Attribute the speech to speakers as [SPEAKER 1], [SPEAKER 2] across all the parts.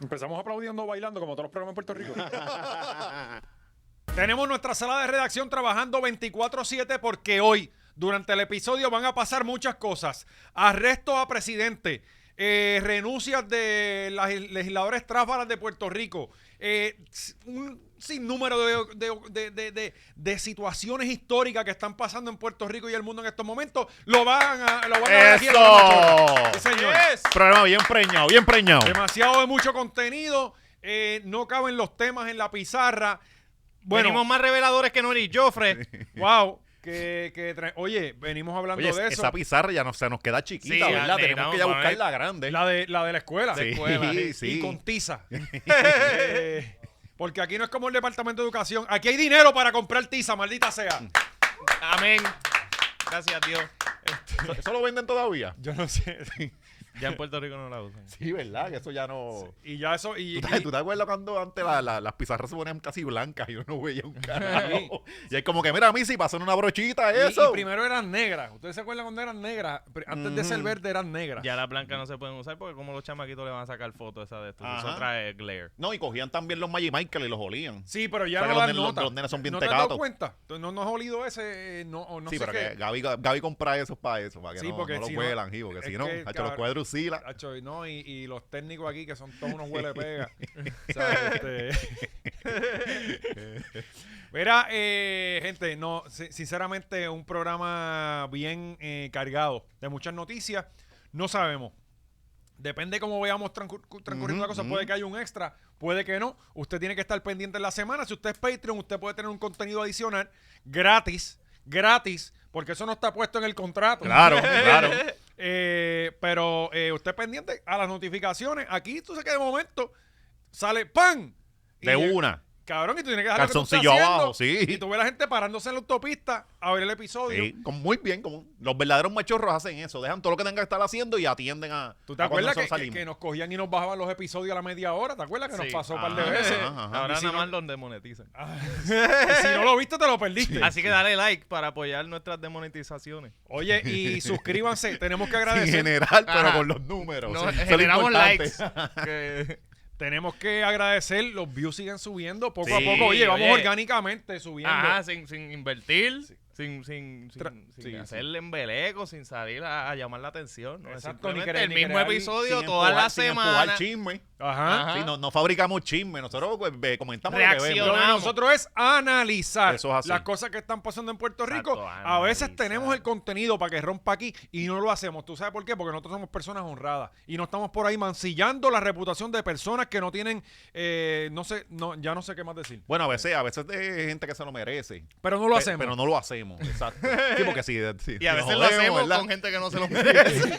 [SPEAKER 1] Empezamos aplaudiendo bailando como todos los programas en Puerto Rico. Tenemos nuestra sala de redacción trabajando 24/7 porque hoy, durante el episodio, van a pasar muchas cosas. Arrestos a presidente, eh, renuncias de las legisladores tráfalas de Puerto Rico, eh, un sinnúmero de, de- de- de- de- de situaciones históricas que están pasando en Puerto Rico y el mundo en estos momentos. Lo van a, lo van a ver aquí en la
[SPEAKER 2] ¡Eso!
[SPEAKER 1] Machorra. Sí, señor.
[SPEAKER 2] Programa bien preñado, bien preñado.
[SPEAKER 1] Demasiado de mucho contenido. eh, no caben los temas en la pizarra. Bueno,
[SPEAKER 3] Venimos más reveladores que Nori Joffre.
[SPEAKER 1] wow. Que, que tra- Oye, venimos hablando
[SPEAKER 2] Oye,
[SPEAKER 1] de eso.
[SPEAKER 2] esa pizarra ya no, se nos queda chiquita,
[SPEAKER 3] Sí,
[SPEAKER 2] ¿verdad?
[SPEAKER 3] grande,
[SPEAKER 2] Tenemos que ya
[SPEAKER 3] vamos a
[SPEAKER 2] buscar
[SPEAKER 3] ver.
[SPEAKER 2] la grande.
[SPEAKER 1] La de, la de la escuela.
[SPEAKER 2] Sí,
[SPEAKER 1] La escuela,
[SPEAKER 2] sí,
[SPEAKER 1] y-
[SPEAKER 2] sí.
[SPEAKER 1] Y con tiza. Eh, porque aquí no es como el Departamento de Educación. Aquí hay dinero para comprar tiza, maldita sea.
[SPEAKER 2] Mm.
[SPEAKER 3] Amén. Gracias a Dios.
[SPEAKER 2] ¿Eso- ¿Eso lo venden todavía?
[SPEAKER 1] Yo no sé.
[SPEAKER 3] Ya en Puerto Rico no la usan.
[SPEAKER 2] Sí, ¿verdad? Que eso ya no...
[SPEAKER 1] Y ya eso. Y,
[SPEAKER 2] ¿Tú, te,
[SPEAKER 1] y-
[SPEAKER 2] tú te acuerdas cuando antes la- la- las pizarras se ponían casi blancas y uno no veía un carajo? Y es como que, mira, a mí si pasó en una brochita
[SPEAKER 1] y-
[SPEAKER 2] eso.
[SPEAKER 1] y primero eran negras. ¿Ustedes se acuerdan cuando eran negras? Pri- Antes de ser
[SPEAKER 2] Ujú.
[SPEAKER 1] verde eran negras.
[SPEAKER 3] Ya las blancas no se pueden usar porque como los chamaquitos le van a sacar fotos esa de esto.
[SPEAKER 2] Ajá.
[SPEAKER 3] Eso trae glare.
[SPEAKER 2] No, y cogían también los Magic Michael y los olían.
[SPEAKER 1] Sí, pero ya
[SPEAKER 2] O
[SPEAKER 1] no
[SPEAKER 2] sea, que los
[SPEAKER 1] dan
[SPEAKER 2] nenes- los-
[SPEAKER 1] nota.
[SPEAKER 2] los nenes son bien
[SPEAKER 1] ¿No te has
[SPEAKER 2] tecatos.
[SPEAKER 1] dado cuenta? Tú No nos has olido ese, eh, no, o no
[SPEAKER 2] sí,
[SPEAKER 1] sé
[SPEAKER 2] pero
[SPEAKER 1] qué.
[SPEAKER 2] que Gaby, Gaby compra eso para eso, para que
[SPEAKER 1] Sí,
[SPEAKER 2] no,
[SPEAKER 1] porque
[SPEAKER 2] no
[SPEAKER 1] si
[SPEAKER 2] lo
[SPEAKER 1] no-
[SPEAKER 2] huelan, hijo, que
[SPEAKER 1] es
[SPEAKER 2] si no,
[SPEAKER 1] que,
[SPEAKER 2] ha hecho los
[SPEAKER 1] cabrón.
[SPEAKER 2] cuadrucila.
[SPEAKER 1] Hacho, y no, y, y los técnicos aquí que son todos unos huele pega. O sea, este- Mira, eh, gente, no, si- sinceramente un programa bien eh, cargado de muchas noticias. No sabemos. Depende cómo veamos transcur- transcurriendo
[SPEAKER 2] Ujú,
[SPEAKER 1] la cosa.
[SPEAKER 2] ujú.
[SPEAKER 1] Puede que haya un extra, puede que no. Usted tiene que estar pendiente en la semana. Si usted es Patreon, usted puede tener un contenido adicional gratis, gratis, porque eso no está puesto en el contrato.
[SPEAKER 2] Claro, claro.
[SPEAKER 1] Eh, pero eh, usted pendiente a las notificaciones. Aquí tú sabes que de momento sale ¡pam! Y
[SPEAKER 2] De
[SPEAKER 1] llega-
[SPEAKER 2] una.
[SPEAKER 1] Cabrón, y tú tienes que dejar lo que tú estás
[SPEAKER 2] Calzoncillo
[SPEAKER 1] haciendo.
[SPEAKER 2] abajo, sí.
[SPEAKER 1] Y tú ves la gente parándose en la autopista a ver el episodio.
[SPEAKER 2] Sí, como muy bien, como los verdaderos machorros hacen eso, dejan todo lo que tengan que estar haciendo y atienden a.
[SPEAKER 1] ¿Tú te
[SPEAKER 2] a Ah, cuando
[SPEAKER 1] acuerdas que,
[SPEAKER 2] nosotros
[SPEAKER 1] que- que
[SPEAKER 2] salimos.
[SPEAKER 1] nos cogían y nos bajaban los episodios a la media hora? ¿Te acuerdas que nos
[SPEAKER 3] Sí. Ah,
[SPEAKER 1] pasó un par de
[SPEAKER 2] Ajá,
[SPEAKER 1] veces?
[SPEAKER 2] ajá, ajá.
[SPEAKER 3] Ahora
[SPEAKER 1] Y si
[SPEAKER 3] nada
[SPEAKER 1] no-
[SPEAKER 3] más los demonetizan.
[SPEAKER 1] Y si no lo viste, te lo perdiste.
[SPEAKER 3] Así que dale like para apoyar nuestras demonetizaciones.
[SPEAKER 1] Oye, y suscríbanse. Tenemos que
[SPEAKER 2] En
[SPEAKER 1] agradecer.
[SPEAKER 2] general, pero
[SPEAKER 3] Ajá.
[SPEAKER 2] con los números. Eso
[SPEAKER 3] No,
[SPEAKER 2] es lo
[SPEAKER 3] generamos
[SPEAKER 2] importante.
[SPEAKER 3] likes. Que-
[SPEAKER 1] Tenemos que agradecer. Los views siguen subiendo poco a
[SPEAKER 2] Sí,
[SPEAKER 1] poco. Oye, vamos
[SPEAKER 3] oye. Ah,
[SPEAKER 1] orgánicamente subiendo.
[SPEAKER 3] Ajá, sin, sin invertir, sin, sin, sin,
[SPEAKER 1] Tra-
[SPEAKER 3] sin
[SPEAKER 1] sí, sí.
[SPEAKER 3] hacerle embeleco, sin salir a, a llamar la atención. ¿no? Es
[SPEAKER 1] Exacto, ni
[SPEAKER 3] simplemente
[SPEAKER 1] querer-
[SPEAKER 3] el
[SPEAKER 1] ni
[SPEAKER 3] mismo
[SPEAKER 1] querer ahí,
[SPEAKER 3] episodio
[SPEAKER 2] Sin
[SPEAKER 3] toda
[SPEAKER 2] empujar-
[SPEAKER 3] la
[SPEAKER 2] sin empujar
[SPEAKER 3] semana.
[SPEAKER 2] chisme.
[SPEAKER 1] Ajá.
[SPEAKER 3] Ajá.
[SPEAKER 2] Sí, no, no fabricamos chisme, nosotros pues, ve- comentamos lo que
[SPEAKER 3] Reacción.
[SPEAKER 1] Lo
[SPEAKER 2] vemos.
[SPEAKER 1] de nosotros es analizar
[SPEAKER 2] Eso es así.
[SPEAKER 1] las cosas que están pasando en Puerto Rico.
[SPEAKER 3] Exacto,
[SPEAKER 1] a veces
[SPEAKER 3] analizar.
[SPEAKER 1] tenemos el contenido para que rompa aquí y no lo hacemos. ¿Tú sabes por qué? Porque nosotros somos personas honradas y no estamos por ahí mancillando la reputación de personas que no tienen, eh, no sé, no, ya no sé qué más decir.
[SPEAKER 2] Bueno, a veces, a veces hay gente que se lo merece.
[SPEAKER 1] Pero no lo
[SPEAKER 2] Pe-
[SPEAKER 1] hacemos.
[SPEAKER 2] Pero no lo hacemos, exacto. Sí, porque sí, sí,
[SPEAKER 3] Y a
[SPEAKER 2] nos
[SPEAKER 3] veces lo
[SPEAKER 2] jodemos,
[SPEAKER 3] hacemos
[SPEAKER 2] ¿verdad?
[SPEAKER 3] con gente que no se lo merece.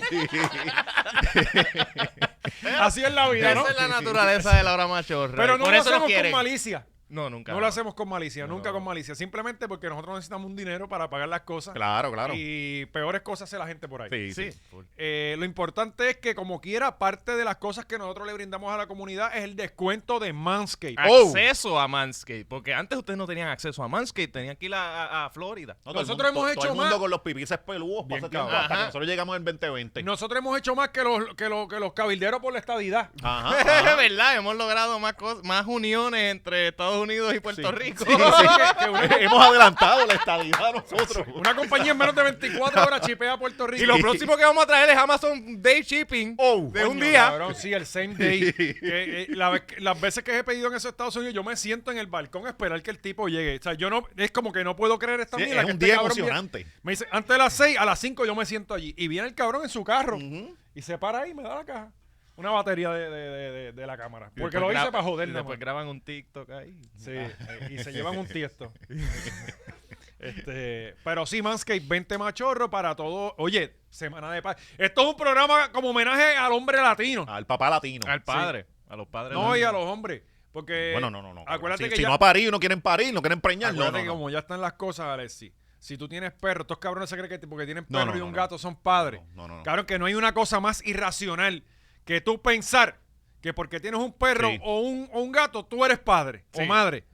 [SPEAKER 1] Así es la vida, ¿no?
[SPEAKER 3] Esa es la naturaleza de la hora machorra.
[SPEAKER 1] Pero
[SPEAKER 3] Y
[SPEAKER 1] no
[SPEAKER 3] por
[SPEAKER 1] lo
[SPEAKER 3] eso nos
[SPEAKER 1] hacemos con
[SPEAKER 3] quieren.
[SPEAKER 1] malicia.
[SPEAKER 3] No, nunca.
[SPEAKER 1] No lo hacemos con malicia,
[SPEAKER 3] No,
[SPEAKER 1] nunca
[SPEAKER 3] no.
[SPEAKER 1] con malicia. Simplemente porque nosotros necesitamos un dinero para pagar las cosas.
[SPEAKER 2] Claro, claro.
[SPEAKER 1] Y peores cosas hace la gente por ahí.
[SPEAKER 2] Sí, sí.
[SPEAKER 3] Sí.
[SPEAKER 1] Eh, lo importante es que, como quiera, parte de las cosas que nosotros le brindamos a la comunidad es el descuento de Manscaped.
[SPEAKER 4] Ah,
[SPEAKER 2] Oh.
[SPEAKER 3] Acceso a Manscaped. Porque antes ustedes no tenían acceso a Manscaped, tenían que ir a, a- a Florida.
[SPEAKER 2] No, todo el
[SPEAKER 1] Nosotros
[SPEAKER 2] mundo-
[SPEAKER 1] hemos
[SPEAKER 2] todo
[SPEAKER 1] hecho
[SPEAKER 2] el mundo
[SPEAKER 1] más.
[SPEAKER 2] con los pipices peludos
[SPEAKER 1] Bien,
[SPEAKER 2] pasa tiempo,
[SPEAKER 1] cabrón.
[SPEAKER 2] hasta que
[SPEAKER 3] Ajá.
[SPEAKER 2] nosotros llegamos en 2020.
[SPEAKER 1] Nosotros hemos hecho más que los, que los, que los cabilderos por la estadidad.
[SPEAKER 2] Ajá,
[SPEAKER 3] Es
[SPEAKER 2] ajá.
[SPEAKER 3] verdad, hemos logrado más cos- más uniones entre Estados Unidos y Puerto Rico.
[SPEAKER 1] Que- que una,
[SPEAKER 2] Hemos adelantado la estadidad nosotros.
[SPEAKER 1] una compañía en menos de 24 horas chipea a Puerto Rico.
[SPEAKER 3] Y lo próximo que vamos a traer es Amazon Day Shipping
[SPEAKER 2] Oh,
[SPEAKER 3] de
[SPEAKER 1] Coño,
[SPEAKER 3] un día.
[SPEAKER 1] cabrón, sí, el same day. Que, eh, la vez que- las veces que he pedido en esos Estados Unidos, yo me siento en el balcón a esperar que el tipo llegue. O sea, yo no, es como que no puedo creer esta
[SPEAKER 2] Sí,
[SPEAKER 1] mierda
[SPEAKER 2] es
[SPEAKER 1] que
[SPEAKER 2] un
[SPEAKER 1] este
[SPEAKER 2] día
[SPEAKER 1] cabrón viene-
[SPEAKER 2] emocionante.
[SPEAKER 1] Me dice, antes de las 6, a las 5 yo me siento allí. Y viene el cabrón en su carro
[SPEAKER 2] Ujú.
[SPEAKER 1] y se para ahí y me da la caja. Una batería de, de- de- de- de la cámara.
[SPEAKER 3] Y
[SPEAKER 1] Porque
[SPEAKER 3] después
[SPEAKER 1] lo hice
[SPEAKER 3] gra-
[SPEAKER 1] para joder,
[SPEAKER 3] y
[SPEAKER 1] nada
[SPEAKER 3] Después
[SPEAKER 1] más.
[SPEAKER 3] graban un TikTok ahí.
[SPEAKER 1] Sí,
[SPEAKER 2] Ah.
[SPEAKER 1] eh, y se llevan un tiesto. este, pero sí, Manscape, 20 machorro para todo. Oye, Semana de Paz. Esto es un programa como homenaje al hombre latino.
[SPEAKER 2] Ah, Al papá latino.
[SPEAKER 3] Al padre, a los padres.
[SPEAKER 1] no, y a
[SPEAKER 3] latinos.
[SPEAKER 1] los hombres. Porque.
[SPEAKER 2] Bueno, no, no, no.
[SPEAKER 1] Eh, Acuérdate
[SPEAKER 2] si,
[SPEAKER 1] que
[SPEAKER 2] si
[SPEAKER 1] ya-
[SPEAKER 2] no ha parido, no quieren parir, no quieren preñar. No,
[SPEAKER 1] Acuérdate
[SPEAKER 2] no,
[SPEAKER 1] que
[SPEAKER 2] no.
[SPEAKER 1] como ya están las cosas, Alexi. Si tú tienes perro, estos cabrones se creen que porque tienen
[SPEAKER 2] No,
[SPEAKER 1] perro
[SPEAKER 2] no,
[SPEAKER 1] y
[SPEAKER 2] no,
[SPEAKER 1] un
[SPEAKER 2] no.
[SPEAKER 1] gato son padres.
[SPEAKER 2] No, no, no.
[SPEAKER 1] Claro que no hay una cosa más irracional que tú pensar que porque tienes un perro
[SPEAKER 2] Sí.
[SPEAKER 1] o, un, o un gato, tú eres padre o
[SPEAKER 3] Sí.
[SPEAKER 1] madre.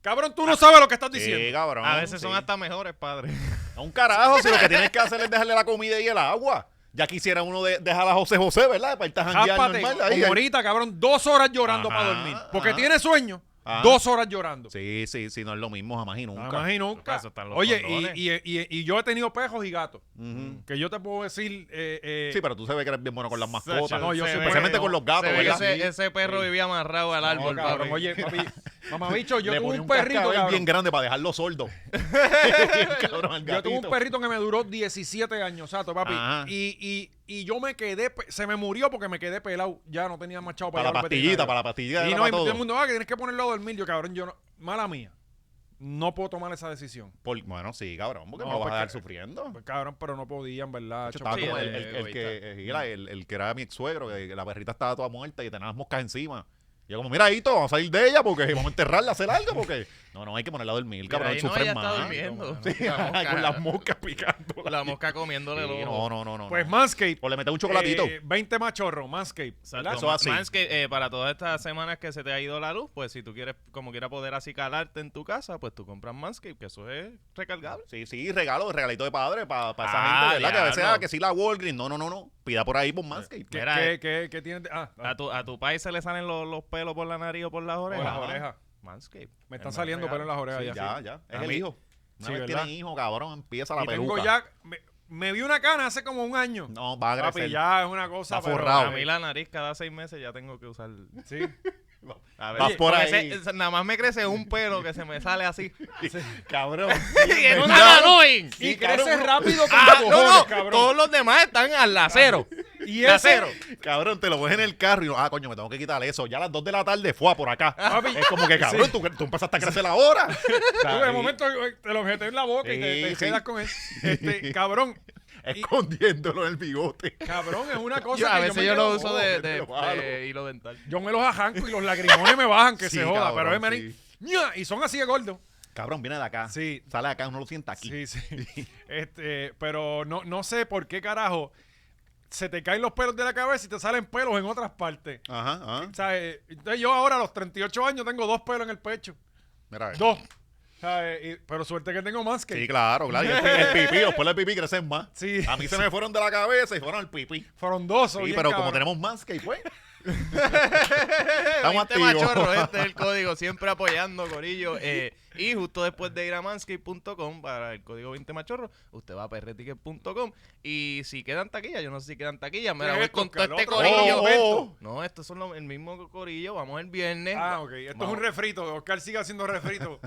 [SPEAKER 1] Cabrón,
[SPEAKER 2] Ah,
[SPEAKER 1] tú no sabes lo que estás diciendo.
[SPEAKER 2] Sí, cabrón.
[SPEAKER 3] A veces
[SPEAKER 2] sí.
[SPEAKER 3] son hasta mejores padres.
[SPEAKER 2] A un carajo, si lo que tienes que hacer es dejarle la comida y el agua. Ya quisiera uno de, dejar a José José, ¿verdad? Para irte a janguear
[SPEAKER 1] Jápate,
[SPEAKER 2] normal ahí,
[SPEAKER 1] como
[SPEAKER 2] ahí.
[SPEAKER 1] ahorita, cabrón, dos horas llorando
[SPEAKER 2] Ajá,
[SPEAKER 1] para dormir. Porque
[SPEAKER 2] ajá.
[SPEAKER 1] tiene sueño,
[SPEAKER 2] Ah.
[SPEAKER 1] dos horas llorando.
[SPEAKER 2] Sí, sí, sí, no es lo mismo jamás y nunca.
[SPEAKER 1] Jamás y nunca.
[SPEAKER 4] Eso están los
[SPEAKER 1] Oye,
[SPEAKER 4] condones.
[SPEAKER 1] y, y- y- y yo he tenido pejos y gatos.
[SPEAKER 2] Ujú.
[SPEAKER 1] Que yo te puedo decir. eh, eh,
[SPEAKER 2] Sí, pero tú sabes que eres bien bueno con las
[SPEAKER 4] Sacha,
[SPEAKER 2] mascotas.
[SPEAKER 1] no, yo
[SPEAKER 4] se
[SPEAKER 1] soy
[SPEAKER 4] ve-
[SPEAKER 1] especialmente
[SPEAKER 2] con los gatos,
[SPEAKER 4] se ve que
[SPEAKER 2] ¿verdad?
[SPEAKER 4] Ese, ese perro vivía amarrado al
[SPEAKER 1] no,
[SPEAKER 4] árbol,
[SPEAKER 1] cabrón,
[SPEAKER 4] papi.
[SPEAKER 1] Oye, papi, mamabicho, yo
[SPEAKER 2] Le
[SPEAKER 1] tuve
[SPEAKER 2] ponía
[SPEAKER 1] un perrito.
[SPEAKER 2] cascabel
[SPEAKER 1] cabrón.
[SPEAKER 2] bien grande para dejarlo sordo. Bien cabrón al
[SPEAKER 1] Yo tuve un
[SPEAKER 2] gatito.
[SPEAKER 1] perrito que me duró 17 años, Sato, papi.
[SPEAKER 2] Ajá.
[SPEAKER 1] Y, y, y yo me quedé, pe- se me murió porque me quedé pelado. Ya no tenía machado para
[SPEAKER 2] Para la
[SPEAKER 1] llevarlo al
[SPEAKER 2] pastillita,
[SPEAKER 1] veterinario.
[SPEAKER 2] para la pastillita.
[SPEAKER 1] Y
[SPEAKER 2] era
[SPEAKER 1] no, y
[SPEAKER 2] para
[SPEAKER 1] todo el
[SPEAKER 2] todo.
[SPEAKER 1] mundo, ah, que tienes que ponerlo a dormir. Yo, cabrón, yo no, mala mía. No puedo tomar esa decisión.
[SPEAKER 2] Por- bueno, sí, cabrón, porque
[SPEAKER 1] No,
[SPEAKER 2] no, vas
[SPEAKER 1] porque-
[SPEAKER 2] a dejar sufriendo.
[SPEAKER 1] Pues, cabrón, pero no podía, en verdad.
[SPEAKER 2] Yo
[SPEAKER 1] chacho.
[SPEAKER 2] estaba
[SPEAKER 4] sí,
[SPEAKER 2] como
[SPEAKER 4] eh,
[SPEAKER 2] el, el- el
[SPEAKER 4] eh,
[SPEAKER 2] que, eh, era el- el que era mi ex suegro, que la perrita estaba toda muerta y tenía las moscas encima. Y yo como, mira, Hito, vamos a salir de ella porque vamos a enterrarla, hacer algo porque... No, no, hay que ponerla a dormir,
[SPEAKER 4] Mira,
[SPEAKER 2] cabrón,
[SPEAKER 4] ahí no,
[SPEAKER 2] sufre
[SPEAKER 4] ella está
[SPEAKER 2] más.
[SPEAKER 4] durmiendo.
[SPEAKER 2] Sí,
[SPEAKER 4] La mosca-
[SPEAKER 2] con las moscas picándola.
[SPEAKER 4] La mosca comiéndole
[SPEAKER 2] Sí,
[SPEAKER 4] los
[SPEAKER 2] no, no, no, no.
[SPEAKER 1] Pues
[SPEAKER 2] no.
[SPEAKER 1] Manscape.
[SPEAKER 2] o le metes un chocolatito.
[SPEAKER 1] eh, 20 machorros, Manscape.
[SPEAKER 4] Exacto,
[SPEAKER 1] ¿verdad?
[SPEAKER 2] Eso
[SPEAKER 4] ma-
[SPEAKER 2] así.
[SPEAKER 4] más que, eh, para todas estas semanas que se te ha ido la luz, pues si tú quieres, como quiera poder así calarte en tu casa, pues tú compras Manscaped, que eso es recargable.
[SPEAKER 2] Sí, sí, regalo, regalito de padre para esa
[SPEAKER 4] Ah,
[SPEAKER 2] gente, ¿verdad? Que a veces,
[SPEAKER 4] diablo.
[SPEAKER 2] ah, que sí la Walgreens. No, no, no, no. Pida por ahí por Manscaped.
[SPEAKER 1] ¿Qué,
[SPEAKER 4] Mira,
[SPEAKER 1] qué,
[SPEAKER 4] eh.
[SPEAKER 1] qué- qué tienes? de- Ah, ah,
[SPEAKER 4] A tu, a tu país se le salen los, los pelos por la nariz o por las
[SPEAKER 1] por
[SPEAKER 4] orejas.
[SPEAKER 1] las
[SPEAKER 2] Ajá.
[SPEAKER 1] orejas. Me
[SPEAKER 4] Manscaped. El
[SPEAKER 1] están
[SPEAKER 4] mejor
[SPEAKER 1] saliendo
[SPEAKER 4] regalo.
[SPEAKER 1] pelo en las orejas
[SPEAKER 2] ya,
[SPEAKER 1] ya.
[SPEAKER 2] ya, Es
[SPEAKER 1] A
[SPEAKER 2] el
[SPEAKER 1] mí-
[SPEAKER 2] hijo. Una
[SPEAKER 1] sí,
[SPEAKER 2] vez
[SPEAKER 1] ¿verdad?
[SPEAKER 2] tienen hijo, cabrón, empieza la
[SPEAKER 1] Y tengo
[SPEAKER 2] peluca.
[SPEAKER 1] ya, me, me vi una cana hace como un año.
[SPEAKER 2] No, va a
[SPEAKER 1] Papi,
[SPEAKER 2] crecer.
[SPEAKER 1] ya es una cosa.
[SPEAKER 2] Está
[SPEAKER 1] pero-
[SPEAKER 2] forrado.
[SPEAKER 4] A mí la nariz cada seis meses ya tengo que usar.
[SPEAKER 1] Sí.
[SPEAKER 4] A
[SPEAKER 2] Vas por
[SPEAKER 4] porque
[SPEAKER 2] ahí.
[SPEAKER 4] se- se- nada más me crece un pelo que se me sale así.
[SPEAKER 2] Cabrón.
[SPEAKER 4] ¡En
[SPEAKER 2] Bendito.
[SPEAKER 4] una Nanoin!
[SPEAKER 1] Y
[SPEAKER 2] Sí,
[SPEAKER 1] crece
[SPEAKER 2] cabrón.
[SPEAKER 1] rápido como
[SPEAKER 4] Ah, no,
[SPEAKER 1] cojones,
[SPEAKER 4] no,
[SPEAKER 1] cabrón.
[SPEAKER 4] todos los demás están al acero.
[SPEAKER 1] Y
[SPEAKER 4] de
[SPEAKER 1] ese-
[SPEAKER 4] acero.
[SPEAKER 2] Cabrón, te lo ves en el carro y no, ah, coño, me tengo que quitar eso. Ya a las 2 de la tarde fue a por acá.
[SPEAKER 1] Papi.
[SPEAKER 2] Es como que, cabrón, tú, tú empezaste a crecer ahora.
[SPEAKER 1] Tú, de momento eh, te lo jeté en la boca y te,
[SPEAKER 2] Sí,
[SPEAKER 1] te
[SPEAKER 2] sí.
[SPEAKER 1] quedas con él. Este, cabrón,
[SPEAKER 2] Escondiéndolo en el bigote.
[SPEAKER 1] cabrón, es una cosa
[SPEAKER 4] Yo,
[SPEAKER 1] que
[SPEAKER 4] a veces
[SPEAKER 1] me
[SPEAKER 4] yo,
[SPEAKER 1] quedo-
[SPEAKER 4] lo Eh, uso de, de-
[SPEAKER 2] malo.
[SPEAKER 4] de hilo dental.
[SPEAKER 1] Yo me los ajanco y los lagrimones me bajan, que
[SPEAKER 2] Sí,
[SPEAKER 1] se joda.
[SPEAKER 2] cabrón,
[SPEAKER 1] pero es, manín, ña, y son así de gordos.
[SPEAKER 2] Cabrón, viene de acá.
[SPEAKER 1] Sí.
[SPEAKER 2] Sale de acá, uno lo sienta
[SPEAKER 1] Sí,
[SPEAKER 2] aquí.
[SPEAKER 1] sí. Este, pero no, no sé por qué carajo se te caen los pelos de la cabeza y te salen pelos en otras partes.
[SPEAKER 2] Ajá, ajá.
[SPEAKER 1] O sea, eh, entonces yo ahora a los 38 años tengo dos pelos en el pecho.
[SPEAKER 2] Mira, a ver.
[SPEAKER 1] Dos. O sea, eh, y- pero suerte que tengo más que...
[SPEAKER 2] Sí, Ah, claro, claro. Y el, pi- el pipí, los pelos del pipí crecen más.
[SPEAKER 1] Sí.
[SPEAKER 2] A mí se me fueron de la cabeza y fueron al pipí.
[SPEAKER 1] Frondoso.
[SPEAKER 2] Sí,
[SPEAKER 1] bien
[SPEAKER 2] pero como
[SPEAKER 1] cabrón.
[SPEAKER 2] tenemos más que pues. fue.
[SPEAKER 4] Estamos
[SPEAKER 2] Estamos activos.
[SPEAKER 4] machorro, este es el código, siempre apoyando, Corillo. Eh, y justo después de ir a manscape.com para el código 20 machorro, usted va a perreticket.com y si quedan taquillas, yo no sé si quedan taquillas, me la
[SPEAKER 1] ¿Qué
[SPEAKER 4] voy
[SPEAKER 1] es
[SPEAKER 4] con
[SPEAKER 1] esto,
[SPEAKER 4] todo este
[SPEAKER 1] Carlos?
[SPEAKER 4] corillo.
[SPEAKER 1] Oh,
[SPEAKER 2] oh.
[SPEAKER 4] No, estos son los- el mismo corillo, vamos el viernes.
[SPEAKER 1] Ah, ok. Esto
[SPEAKER 4] Vamos.
[SPEAKER 1] es un refrito. Oscar sigue haciendo refrito.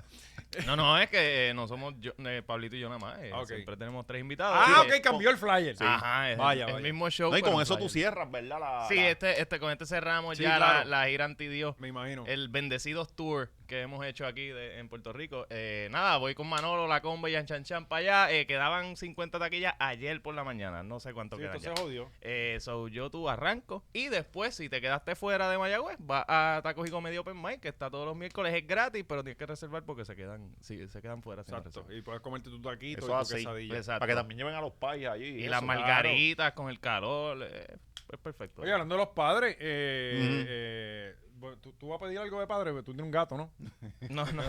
[SPEAKER 4] No, no, es que eh, no somos yo- eh, Pablito y yo nada más, eh,
[SPEAKER 1] Ah, ok.
[SPEAKER 4] siempre tenemos tres invitados.
[SPEAKER 1] ah,
[SPEAKER 4] así que-
[SPEAKER 1] ok. Cambió el flyer.
[SPEAKER 4] Ajá, es el-
[SPEAKER 1] Vaya,
[SPEAKER 4] el,
[SPEAKER 1] vaya.
[SPEAKER 4] mismo show.
[SPEAKER 2] No, y
[SPEAKER 4] pero
[SPEAKER 2] con eso
[SPEAKER 4] flyer.
[SPEAKER 2] tú cierras, ¿verdad? La,
[SPEAKER 4] Sí,
[SPEAKER 2] la-
[SPEAKER 4] este, este, con este cerramos
[SPEAKER 1] Sí,
[SPEAKER 4] ya
[SPEAKER 1] claro.
[SPEAKER 4] la, la gira anti-Dios.
[SPEAKER 1] Me imagino.
[SPEAKER 4] el Bendecidos Tour que hemos hecho aquí de- en Puerto Rico. Eh, nada, voy con Manolo, La Comba y Anchanchan para allá. Eh, quedaban 50 taquillas ayer por la mañana. No sé cuánto
[SPEAKER 1] Sí,
[SPEAKER 4] quedan
[SPEAKER 1] esto se
[SPEAKER 4] ya.
[SPEAKER 1] jodió.
[SPEAKER 4] Eh, so, yo tú arranco. Y después, si te quedaste fuera de Mayagüez, va a Tacos y Comedia Open Mic, que está todos los miércoles. Es gratis, pero tienes que reservar porque se quedan, sí, se quedan fuera. si no
[SPEAKER 1] Exacto.
[SPEAKER 4] reservas.
[SPEAKER 1] Y puedes comerte tu taquito
[SPEAKER 2] Eso
[SPEAKER 1] y tu
[SPEAKER 2] así.
[SPEAKER 1] quesadilla.
[SPEAKER 4] Exacto.
[SPEAKER 2] Para que también lleven a los pais allí.
[SPEAKER 4] Y
[SPEAKER 2] eso.
[SPEAKER 4] las
[SPEAKER 1] claro.
[SPEAKER 4] margaritas con el calor. eh, es perfecto.
[SPEAKER 1] Oye, hablando de los padres, eh,
[SPEAKER 2] Ujú.
[SPEAKER 1] eh, bueno, ¿tú, tú vas a pedir algo de padre, porque tú tienes un gato, ¿no?
[SPEAKER 4] No, no,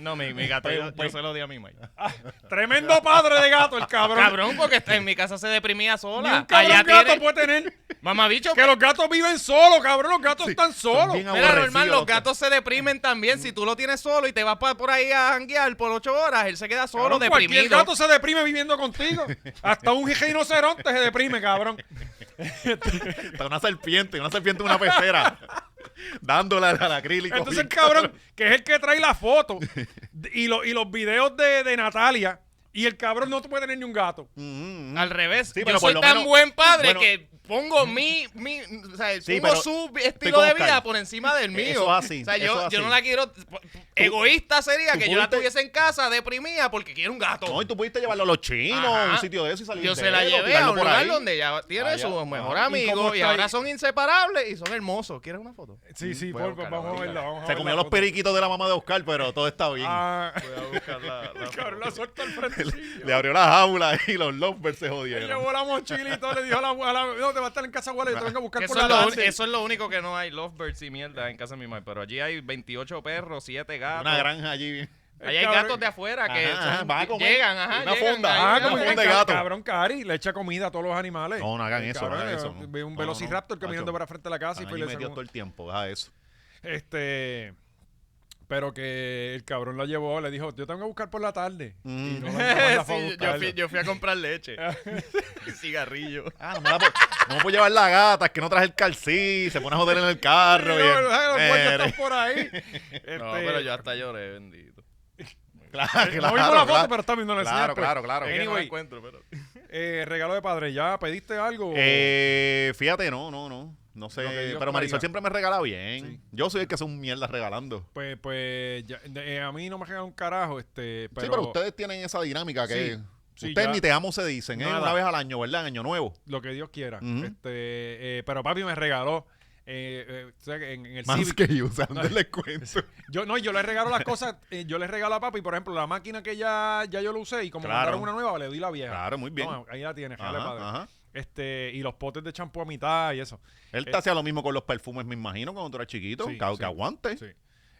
[SPEAKER 4] no, mi, mi
[SPEAKER 1] Pues,
[SPEAKER 4] gato, yo, yo se lo di a mi Mike.
[SPEAKER 1] Ah, Tremendo padre de gato, el cabrón.
[SPEAKER 4] Cabrón, porque está- en mi casa se deprimía
[SPEAKER 1] Ni
[SPEAKER 4] sola.
[SPEAKER 1] un cabrón
[SPEAKER 4] Allá
[SPEAKER 1] gato
[SPEAKER 4] tiene-
[SPEAKER 1] puede tener.
[SPEAKER 4] Mamabicho,
[SPEAKER 1] Que los gatos viven solos, cabrón. Los gatos
[SPEAKER 2] Sí,
[SPEAKER 1] están solos.
[SPEAKER 2] bien
[SPEAKER 4] Mira,
[SPEAKER 2] aborrecido, Mm.
[SPEAKER 4] normal, los
[SPEAKER 2] loco.
[SPEAKER 4] gatos se deprimen también. Si tú lo tienes solo y te vas pa- por ahí a janguear por ocho horas, él se queda solo,
[SPEAKER 1] Cabrón,
[SPEAKER 4] deprimido.
[SPEAKER 1] Cualquier gato se deprime viviendo contigo. Hasta un rinoceronte se deprime, cabrón.
[SPEAKER 2] Está una serpiente, una serpiente en una pecera. dándole al, al acrílico.
[SPEAKER 1] Entonces
[SPEAKER 2] bien
[SPEAKER 1] el cabrón, que es el que trae la foto d- y, lo- y los videos de, de Natalia, y el cabrón no puede tener ni un gato.
[SPEAKER 2] Mm, mm, mm.
[SPEAKER 4] Al revés,
[SPEAKER 2] Sí,
[SPEAKER 4] yo
[SPEAKER 2] pero por
[SPEAKER 4] soy
[SPEAKER 2] lo
[SPEAKER 4] tan
[SPEAKER 2] menos-
[SPEAKER 4] buen padre
[SPEAKER 2] bueno. mm.
[SPEAKER 4] que pongo mi, mi o sea,
[SPEAKER 2] Sí,
[SPEAKER 4] pongo
[SPEAKER 2] pero
[SPEAKER 4] su
[SPEAKER 2] estoy
[SPEAKER 4] estilo
[SPEAKER 2] con
[SPEAKER 4] de
[SPEAKER 2] Oscar.
[SPEAKER 4] vida por encima del mío.
[SPEAKER 2] Eso es así,
[SPEAKER 4] O sea, yo,
[SPEAKER 2] eso es
[SPEAKER 4] yo no
[SPEAKER 2] así.
[SPEAKER 4] la quiero. egoísta sería
[SPEAKER 2] tú
[SPEAKER 4] que yo la
[SPEAKER 2] pudiste-
[SPEAKER 4] tuviese en casa deprimida porque quiero un gato.
[SPEAKER 2] No, y tú pudiste llevarlo a los chinos,
[SPEAKER 4] Ajá.
[SPEAKER 2] a un sitio de eso y salir de
[SPEAKER 4] Yo se la
[SPEAKER 2] ellos,
[SPEAKER 4] llevé
[SPEAKER 2] tirarlo
[SPEAKER 4] a un
[SPEAKER 2] por
[SPEAKER 4] lugar
[SPEAKER 2] ahí.
[SPEAKER 4] donde ya tiene
[SPEAKER 2] Allá,
[SPEAKER 4] su
[SPEAKER 2] ajá.
[SPEAKER 4] mejor
[SPEAKER 2] ¿Y
[SPEAKER 4] amigo
[SPEAKER 1] cómo
[SPEAKER 4] y,
[SPEAKER 1] está
[SPEAKER 4] ahora
[SPEAKER 1] ahí?
[SPEAKER 4] son inseparables y son hermosos. ¿Quieres una foto?
[SPEAKER 1] Sí, sí,
[SPEAKER 4] Voy a
[SPEAKER 1] por-
[SPEAKER 4] buscarla,
[SPEAKER 1] vamos a
[SPEAKER 4] voy a
[SPEAKER 1] verla. Vamos a
[SPEAKER 2] Se
[SPEAKER 1] ver
[SPEAKER 2] comió
[SPEAKER 1] la
[SPEAKER 2] los
[SPEAKER 1] foto.
[SPEAKER 2] periquitos de la mamá de Oscar, pero todo está bien.
[SPEAKER 1] Ah,
[SPEAKER 4] Voy a buscar la- la
[SPEAKER 1] el cabrón la
[SPEAKER 4] foto.
[SPEAKER 1] suelta al frente. sí.
[SPEAKER 2] Le abrió la jaula y los lovers se
[SPEAKER 1] Él
[SPEAKER 2] jodieron.
[SPEAKER 1] llevó la mochila y todo, le dijo a la abuela, no, te va a estar en casa abuela, yo
[SPEAKER 2] Ah,
[SPEAKER 1] te vengo a buscar
[SPEAKER 4] Que
[SPEAKER 1] por
[SPEAKER 4] Eso
[SPEAKER 1] la
[SPEAKER 4] es, lo,
[SPEAKER 1] tarde".
[SPEAKER 4] uni- eso es lo único que no hay, lovebirds y mierda en casa de mi madre. Pero allí hay 28 perros, 7 gatos.
[SPEAKER 2] Una granja allí. bien.
[SPEAKER 3] Ahí hay
[SPEAKER 1] Cabrón.
[SPEAKER 3] gatos de afuera que
[SPEAKER 2] Ajá, ajá,
[SPEAKER 3] son-
[SPEAKER 2] van a comer.
[SPEAKER 3] llegan, ajá.
[SPEAKER 2] Una
[SPEAKER 3] llegan
[SPEAKER 2] fonda.
[SPEAKER 3] ahí,
[SPEAKER 1] Ah,
[SPEAKER 2] Ay,
[SPEAKER 1] como
[SPEAKER 2] no,
[SPEAKER 1] que
[SPEAKER 2] un de
[SPEAKER 1] el ca-
[SPEAKER 2] gato.
[SPEAKER 1] cabrón Cari le echa comida a todos los animales.
[SPEAKER 2] No, no hagan
[SPEAKER 1] El
[SPEAKER 2] eso, no
[SPEAKER 1] cabrón,
[SPEAKER 2] hagan
[SPEAKER 1] eh,
[SPEAKER 2] eso, no.
[SPEAKER 1] Ve un
[SPEAKER 2] No,
[SPEAKER 1] velociraptor
[SPEAKER 2] no, no.
[SPEAKER 1] caminando
[SPEAKER 2] Macho,
[SPEAKER 1] para frente de la casa y
[SPEAKER 2] Están
[SPEAKER 1] pues
[SPEAKER 2] ahí
[SPEAKER 1] le
[SPEAKER 2] metidos
[SPEAKER 1] sacó-
[SPEAKER 2] todo el tiempo, deja eso.
[SPEAKER 1] Este. Pero que el cabrón la llevó, le dijo, yo tengo que buscar por la tarde.
[SPEAKER 2] Mm.
[SPEAKER 1] Y no la- no la fue a
[SPEAKER 3] Sí, yo,
[SPEAKER 1] buscar.
[SPEAKER 3] fui, yo fui a comprar leche. Y cigarrillo.
[SPEAKER 2] Ah, no me la puedo, no me puedo llevar la gata, es que no traje el calcí, se pone a joder en Eh, el
[SPEAKER 1] Sí,
[SPEAKER 2] carro.
[SPEAKER 1] no,
[SPEAKER 2] y el-
[SPEAKER 1] los guardias están
[SPEAKER 2] Mere.
[SPEAKER 1] por ahí. Este,
[SPEAKER 3] No, pero yo hasta lloré, bendito.
[SPEAKER 2] Claro,
[SPEAKER 1] no vimos
[SPEAKER 2] claro,
[SPEAKER 1] la foto,
[SPEAKER 2] claro.
[SPEAKER 1] pero está viendo la
[SPEAKER 2] Claro, claro, claro.
[SPEAKER 3] Es que no la
[SPEAKER 1] Anyway.
[SPEAKER 3] encuentro, pero...
[SPEAKER 1] Eh, regalo de padre, ¿ya pediste algo?
[SPEAKER 2] Eh, fíjate, no, no, no. No sé,
[SPEAKER 1] pues. Lo que Dios
[SPEAKER 2] pero Marisol
[SPEAKER 1] traiga.
[SPEAKER 2] siempre me regala bien.
[SPEAKER 1] Sí.
[SPEAKER 2] Yo soy el que hace un mierda regalando.
[SPEAKER 1] Pues, pues ya- de- eh, a mí no me ha llegado un carajo. Este, pero,
[SPEAKER 2] sí, pero ustedes tienen esa dinámica que
[SPEAKER 1] Sí, sí,
[SPEAKER 2] ustedes
[SPEAKER 1] ya.
[SPEAKER 2] ni te amo se dicen, ¿eh?
[SPEAKER 1] Nada.
[SPEAKER 2] una vez al año, ¿verdad? En año nuevo.
[SPEAKER 1] Lo que Dios quiera.
[SPEAKER 2] Ujú.
[SPEAKER 1] este, eh, pero papi me regaló. eh, eh, o sea, que en, en el
[SPEAKER 2] Más
[SPEAKER 1] Civic.
[SPEAKER 2] que yo, o sea, no les cuento.
[SPEAKER 1] Yo, no, yo le regalo las cosas. eh, yo le regalo a papi, por ejemplo, la máquina que ya, ya yo lo usé y como
[SPEAKER 2] Claro.
[SPEAKER 1] mandaron una nueva, le doy la vieja.
[SPEAKER 2] Claro, muy bien.
[SPEAKER 1] No, ahí la tienes, regalo de padre.
[SPEAKER 2] Ajá, ajá.
[SPEAKER 1] Este, y los potes de champú a mitad y eso.
[SPEAKER 2] Él
[SPEAKER 1] Eh,
[SPEAKER 2] te hacía lo mismo con los perfumes, me imagino, cuando tú eras chiquito.
[SPEAKER 1] Sí,
[SPEAKER 2] que, que
[SPEAKER 1] sí,
[SPEAKER 2] aguante.
[SPEAKER 1] Sí.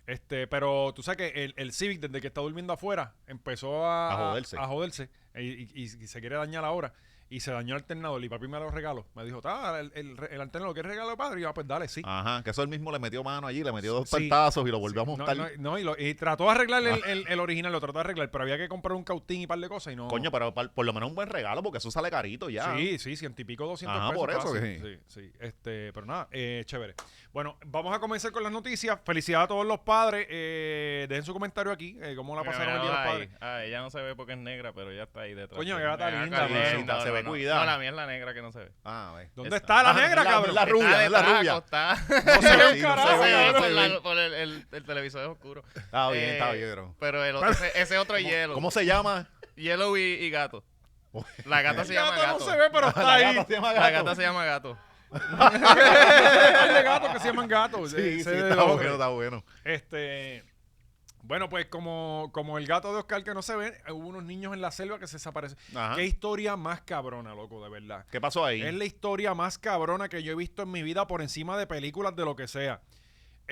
[SPEAKER 1] Este, pero tú sabes que el, el Civic, desde que está durmiendo afuera, empezó a,
[SPEAKER 2] A joderse.
[SPEAKER 1] a joderse, y, y- y se quiere dañar ahora. Y se dañó el alternador. Y papi me lo regaló. Me dijo, "Ta, el, el, el alternador que es regalo de padre. Y yo, "Ah, pues dale, sí.
[SPEAKER 2] Ajá, que eso él mismo le metió mano allí, le metió dos
[SPEAKER 1] Sí.
[SPEAKER 2] partazos y lo volvió a
[SPEAKER 1] No,
[SPEAKER 2] montar. Ah.
[SPEAKER 1] no, eh, no, y, lo- y trató de arreglar el, el- el original, lo trató de arreglar, pero había que comprar un cautín y par de cosas y no.
[SPEAKER 2] Coño, pero pa- por lo menos un buen regalo, porque eso sale carito ya.
[SPEAKER 1] Sí, sí, ciento y pico, doscientos
[SPEAKER 2] Ajá,
[SPEAKER 1] pesos.
[SPEAKER 2] por eso
[SPEAKER 1] fácil.
[SPEAKER 2] que
[SPEAKER 1] sí. sí, este, pero nada, eh, chévere. Bueno, vamos a comenzar con las noticias. Felicidades a todos los padres. eh, dejen su comentario aquí, eh, cómo la
[SPEAKER 3] Mira,
[SPEAKER 1] pasaron el día
[SPEAKER 3] mira,
[SPEAKER 1] de los
[SPEAKER 3] ahí.
[SPEAKER 1] padres.
[SPEAKER 3] Ah, ella no se ve porque es negra, pero ya está ahí detrás.
[SPEAKER 1] Coño,
[SPEAKER 3] Sí.
[SPEAKER 1] ella está
[SPEAKER 3] Ven
[SPEAKER 1] linda,
[SPEAKER 3] acá,
[SPEAKER 1] bro.
[SPEAKER 3] linda,
[SPEAKER 2] Se
[SPEAKER 3] no,
[SPEAKER 2] ve
[SPEAKER 3] no,
[SPEAKER 2] cuidada.
[SPEAKER 3] No, la mía es la negra que no se ve.
[SPEAKER 2] Ah, a ver.
[SPEAKER 1] ¿Dónde
[SPEAKER 2] Esa.
[SPEAKER 1] está la
[SPEAKER 2] Ajá,
[SPEAKER 1] negra,
[SPEAKER 2] es
[SPEAKER 1] cabrón?
[SPEAKER 2] es La rubia, es la
[SPEAKER 3] detrás,
[SPEAKER 2] rubia.
[SPEAKER 3] acostada.
[SPEAKER 1] No se ve un
[SPEAKER 2] Sí, no se
[SPEAKER 1] carajo,
[SPEAKER 2] ve,
[SPEAKER 1] cabrón.
[SPEAKER 2] no se
[SPEAKER 3] por, la-
[SPEAKER 2] ve.
[SPEAKER 3] por el, el- el televisor es oscuro.
[SPEAKER 2] Está bien,
[SPEAKER 3] Eh,
[SPEAKER 2] está bien, bro.
[SPEAKER 3] Pero el otro, ese, ese otro es Yellow.
[SPEAKER 2] ¿Cómo se llama?
[SPEAKER 3] Yellow y, y gato. La gata se
[SPEAKER 1] El gato
[SPEAKER 3] llama gato.
[SPEAKER 1] no se ve, pero está
[SPEAKER 2] La
[SPEAKER 1] ahí.
[SPEAKER 2] gata se llama
[SPEAKER 3] La
[SPEAKER 2] gato.
[SPEAKER 3] gata se llama gato.
[SPEAKER 1] Hay de gatos que se llaman gatos. eh,
[SPEAKER 2] Sí,
[SPEAKER 1] ese
[SPEAKER 2] sí,
[SPEAKER 1] de
[SPEAKER 2] está
[SPEAKER 1] los-
[SPEAKER 2] bueno, está bueno.
[SPEAKER 1] Este. Bueno, pues como, como el gato de Oscar que no se ve, hubo unos niños en la selva que se desaparecieron.
[SPEAKER 2] Ajá.
[SPEAKER 1] Qué historia más cabrona, loco, de verdad.
[SPEAKER 2] ¿Qué pasó ahí?
[SPEAKER 1] Es la historia más cabrona que yo he visto en mi vida por encima de películas de lo que sea.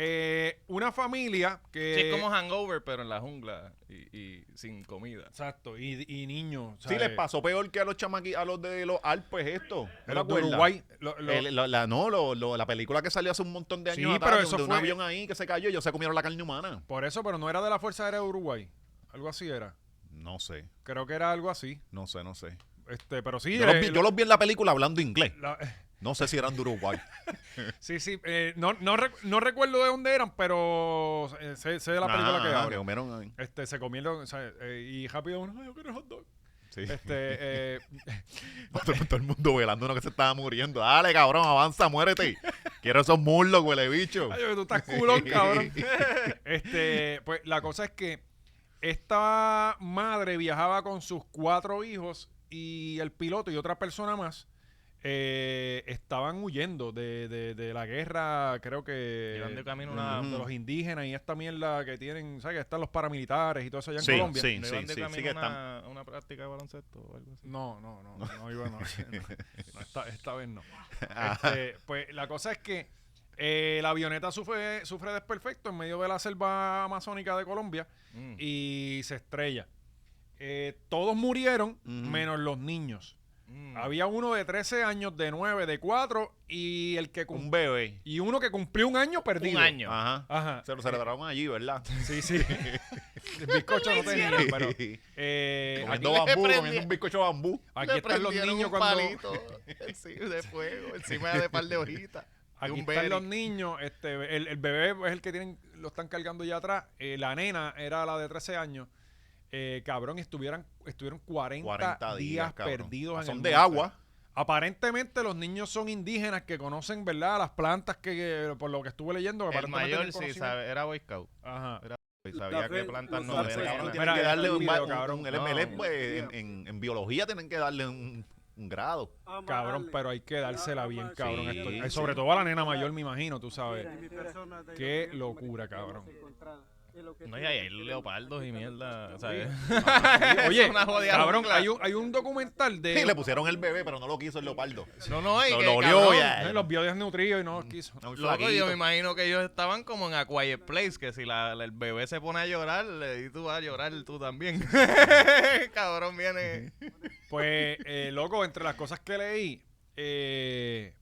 [SPEAKER 1] Eh, una familia que...
[SPEAKER 2] Eh,
[SPEAKER 3] Sí, es como hangover, pero en la jungla y, y sin comida.
[SPEAKER 1] Exacto, y, y niños.
[SPEAKER 2] Sí, les pasó peor que a los chamaquis, a los de los Alpes esto. ¿No
[SPEAKER 1] Los
[SPEAKER 2] te
[SPEAKER 1] de
[SPEAKER 2] acuerdas?
[SPEAKER 1] Uruguay. lo- lo-
[SPEAKER 2] El- la, la- no, lo- lo- la película que salió hace un montón de
[SPEAKER 1] Sí,
[SPEAKER 2] años
[SPEAKER 1] pero
[SPEAKER 2] atrás,
[SPEAKER 1] eso
[SPEAKER 2] de un
[SPEAKER 1] fue-
[SPEAKER 2] avión ahí que se cayó y ellos se comieron la carne humana.
[SPEAKER 1] Por eso, pero no era de la Fuerza Aérea de Uruguay. Algo así era.
[SPEAKER 2] No sé,
[SPEAKER 1] Creo que era algo así.
[SPEAKER 2] no sé, no sé.
[SPEAKER 1] Este, pero sí.
[SPEAKER 2] Yo,
[SPEAKER 1] eh,
[SPEAKER 2] los vi, yo
[SPEAKER 1] lo-
[SPEAKER 2] los vi en la película hablando inglés.
[SPEAKER 1] la-
[SPEAKER 2] No sé si eran de Uruguay.
[SPEAKER 1] sí, sí. eh, no, no, rec- no recuerdo de dónde eran, pero eh, sé, sé de la película
[SPEAKER 2] Ajá,
[SPEAKER 1] que
[SPEAKER 2] ajá,
[SPEAKER 1] hablo.
[SPEAKER 2] comieron ahí.
[SPEAKER 1] Este, se comieron, o sea, eh, y rápido, "Ay, yo quiero hot dog".
[SPEAKER 2] Sí.
[SPEAKER 1] Este, eh,
[SPEAKER 2] todo, todo el mundo velando uno que se estaba muriendo. Dale, cabrón, avanza, muérete. Quiero esos muslos, huele bicho.
[SPEAKER 1] Ay, tú estás culón, cabrón. Este, pues la cosa es que esta madre viajaba con sus cuatro hijos y el piloto y otra persona más eh, estaban huyendo de, de- de la guerra, creo que
[SPEAKER 3] Iban de camino a una-
[SPEAKER 1] de los indígenas y esta mierda que tienen, ¿sabes? Que están los paramilitares y todo eso allá en
[SPEAKER 2] Sí,
[SPEAKER 1] Colombia.
[SPEAKER 2] sí,
[SPEAKER 3] ¿No
[SPEAKER 2] sí,
[SPEAKER 3] iban de
[SPEAKER 2] sí,
[SPEAKER 3] camino
[SPEAKER 2] sí que
[SPEAKER 3] a
[SPEAKER 2] están.
[SPEAKER 3] una, a una práctica de baloncesto o algo así?
[SPEAKER 1] No, no, no, no, iba, no, no, no, esta, esta vez no.
[SPEAKER 2] Ah,
[SPEAKER 1] Este, pues la cosa es que eh, la avioneta sufre, sufre desperfecto en medio de la selva amazónica de Colombia
[SPEAKER 3] Mm.
[SPEAKER 1] y se estrella. Eh, todos murieron,
[SPEAKER 2] Ujú.
[SPEAKER 1] menos los niños.
[SPEAKER 3] Mm.
[SPEAKER 1] Había uno de 13 años, de 9, de 4 y el que cum-
[SPEAKER 2] Un bebé.
[SPEAKER 1] y uno que cumplió un año perdido.
[SPEAKER 3] Un año.
[SPEAKER 2] Ajá.
[SPEAKER 1] Ajá.
[SPEAKER 2] Se lo celebraron allí, ¿verdad?
[SPEAKER 1] Ah. Sí, sí. El bizcocho no tenía, pero eh, aquí,
[SPEAKER 2] comiendo
[SPEAKER 3] aquí le
[SPEAKER 2] bambú,
[SPEAKER 3] prendí-
[SPEAKER 2] comiendo un bizcocho bambú.
[SPEAKER 1] aquí están los
[SPEAKER 3] prendieron
[SPEAKER 1] niños
[SPEAKER 3] un
[SPEAKER 1] cuando
[SPEAKER 3] palito enci- de fuego, encima de par de hojitas. de
[SPEAKER 1] Aquí
[SPEAKER 3] un
[SPEAKER 1] están
[SPEAKER 3] berry.
[SPEAKER 1] los niños, este, el, el bebé es el que tienen, lo están cargando ya atrás. eh, la nena era la de 13 años. Eh, cabrón, estuvieran, estuvieron 40,
[SPEAKER 2] 40 días,
[SPEAKER 1] días,
[SPEAKER 2] cabrón. Ah,
[SPEAKER 1] perdidos en
[SPEAKER 2] Son
[SPEAKER 1] el
[SPEAKER 2] de
[SPEAKER 1] monte.
[SPEAKER 2] agua.
[SPEAKER 1] Aparentemente los niños son indígenas que conocen, ¿verdad? Las plantas que, por lo que estuve leyendo, que
[SPEAKER 3] El
[SPEAKER 1] aparentemente
[SPEAKER 3] mayor
[SPEAKER 1] tienen
[SPEAKER 3] sí
[SPEAKER 1] conocimiento.
[SPEAKER 3] sabe, era Boy Scout.
[SPEAKER 1] Ajá.
[SPEAKER 3] Y sabía que
[SPEAKER 5] fe-
[SPEAKER 3] plantas
[SPEAKER 5] los
[SPEAKER 3] no
[SPEAKER 5] saberes,
[SPEAKER 3] venenas.
[SPEAKER 2] Cabrón,
[SPEAKER 1] sí,
[SPEAKER 2] tienen
[SPEAKER 1] mira,
[SPEAKER 2] que darle
[SPEAKER 1] el
[SPEAKER 2] un,
[SPEAKER 1] video,
[SPEAKER 2] un-
[SPEAKER 1] cabrón.
[SPEAKER 2] un- el- el-
[SPEAKER 3] No.
[SPEAKER 2] pues, en, en- en biología tienen que darle un, un grado.
[SPEAKER 1] Cabrón, pero hay que dársela bien, cabrón.
[SPEAKER 2] Sí,
[SPEAKER 1] esto. Eh,
[SPEAKER 2] sí.
[SPEAKER 1] Sobre todo a la nena mayor, me imagino, tú sabes.
[SPEAKER 5] Qué
[SPEAKER 1] Qué locura,
[SPEAKER 5] locura,
[SPEAKER 1] cabrón.
[SPEAKER 5] cabrón.
[SPEAKER 3] el objetivo
[SPEAKER 4] No, y ahí hay
[SPEAKER 3] es que
[SPEAKER 4] leopardos y mierda, ¿sabes?
[SPEAKER 1] Oye,
[SPEAKER 4] Es una jodida
[SPEAKER 1] cabrón,
[SPEAKER 4] jungla.
[SPEAKER 1] hay un, hay un documental de
[SPEAKER 2] Sí, le pusieron el bebé, pero no lo quiso el leopardo.
[SPEAKER 4] No, no, hay
[SPEAKER 2] Lo-
[SPEAKER 4] que,
[SPEAKER 2] lo olió
[SPEAKER 4] cabrón,
[SPEAKER 2] ya.
[SPEAKER 1] de los biodios nutridos y no quiso.
[SPEAKER 2] Está muy
[SPEAKER 4] Loco, yo
[SPEAKER 2] flaquito.
[SPEAKER 4] me imagino que ellos estaban como en A Quiet Place, que si la, la- el bebé se pone a llorar, le- y tú vas a llorar tú también. Cabrón, viene.
[SPEAKER 1] Pues, eh, loco, entre las cosas que leí, eh,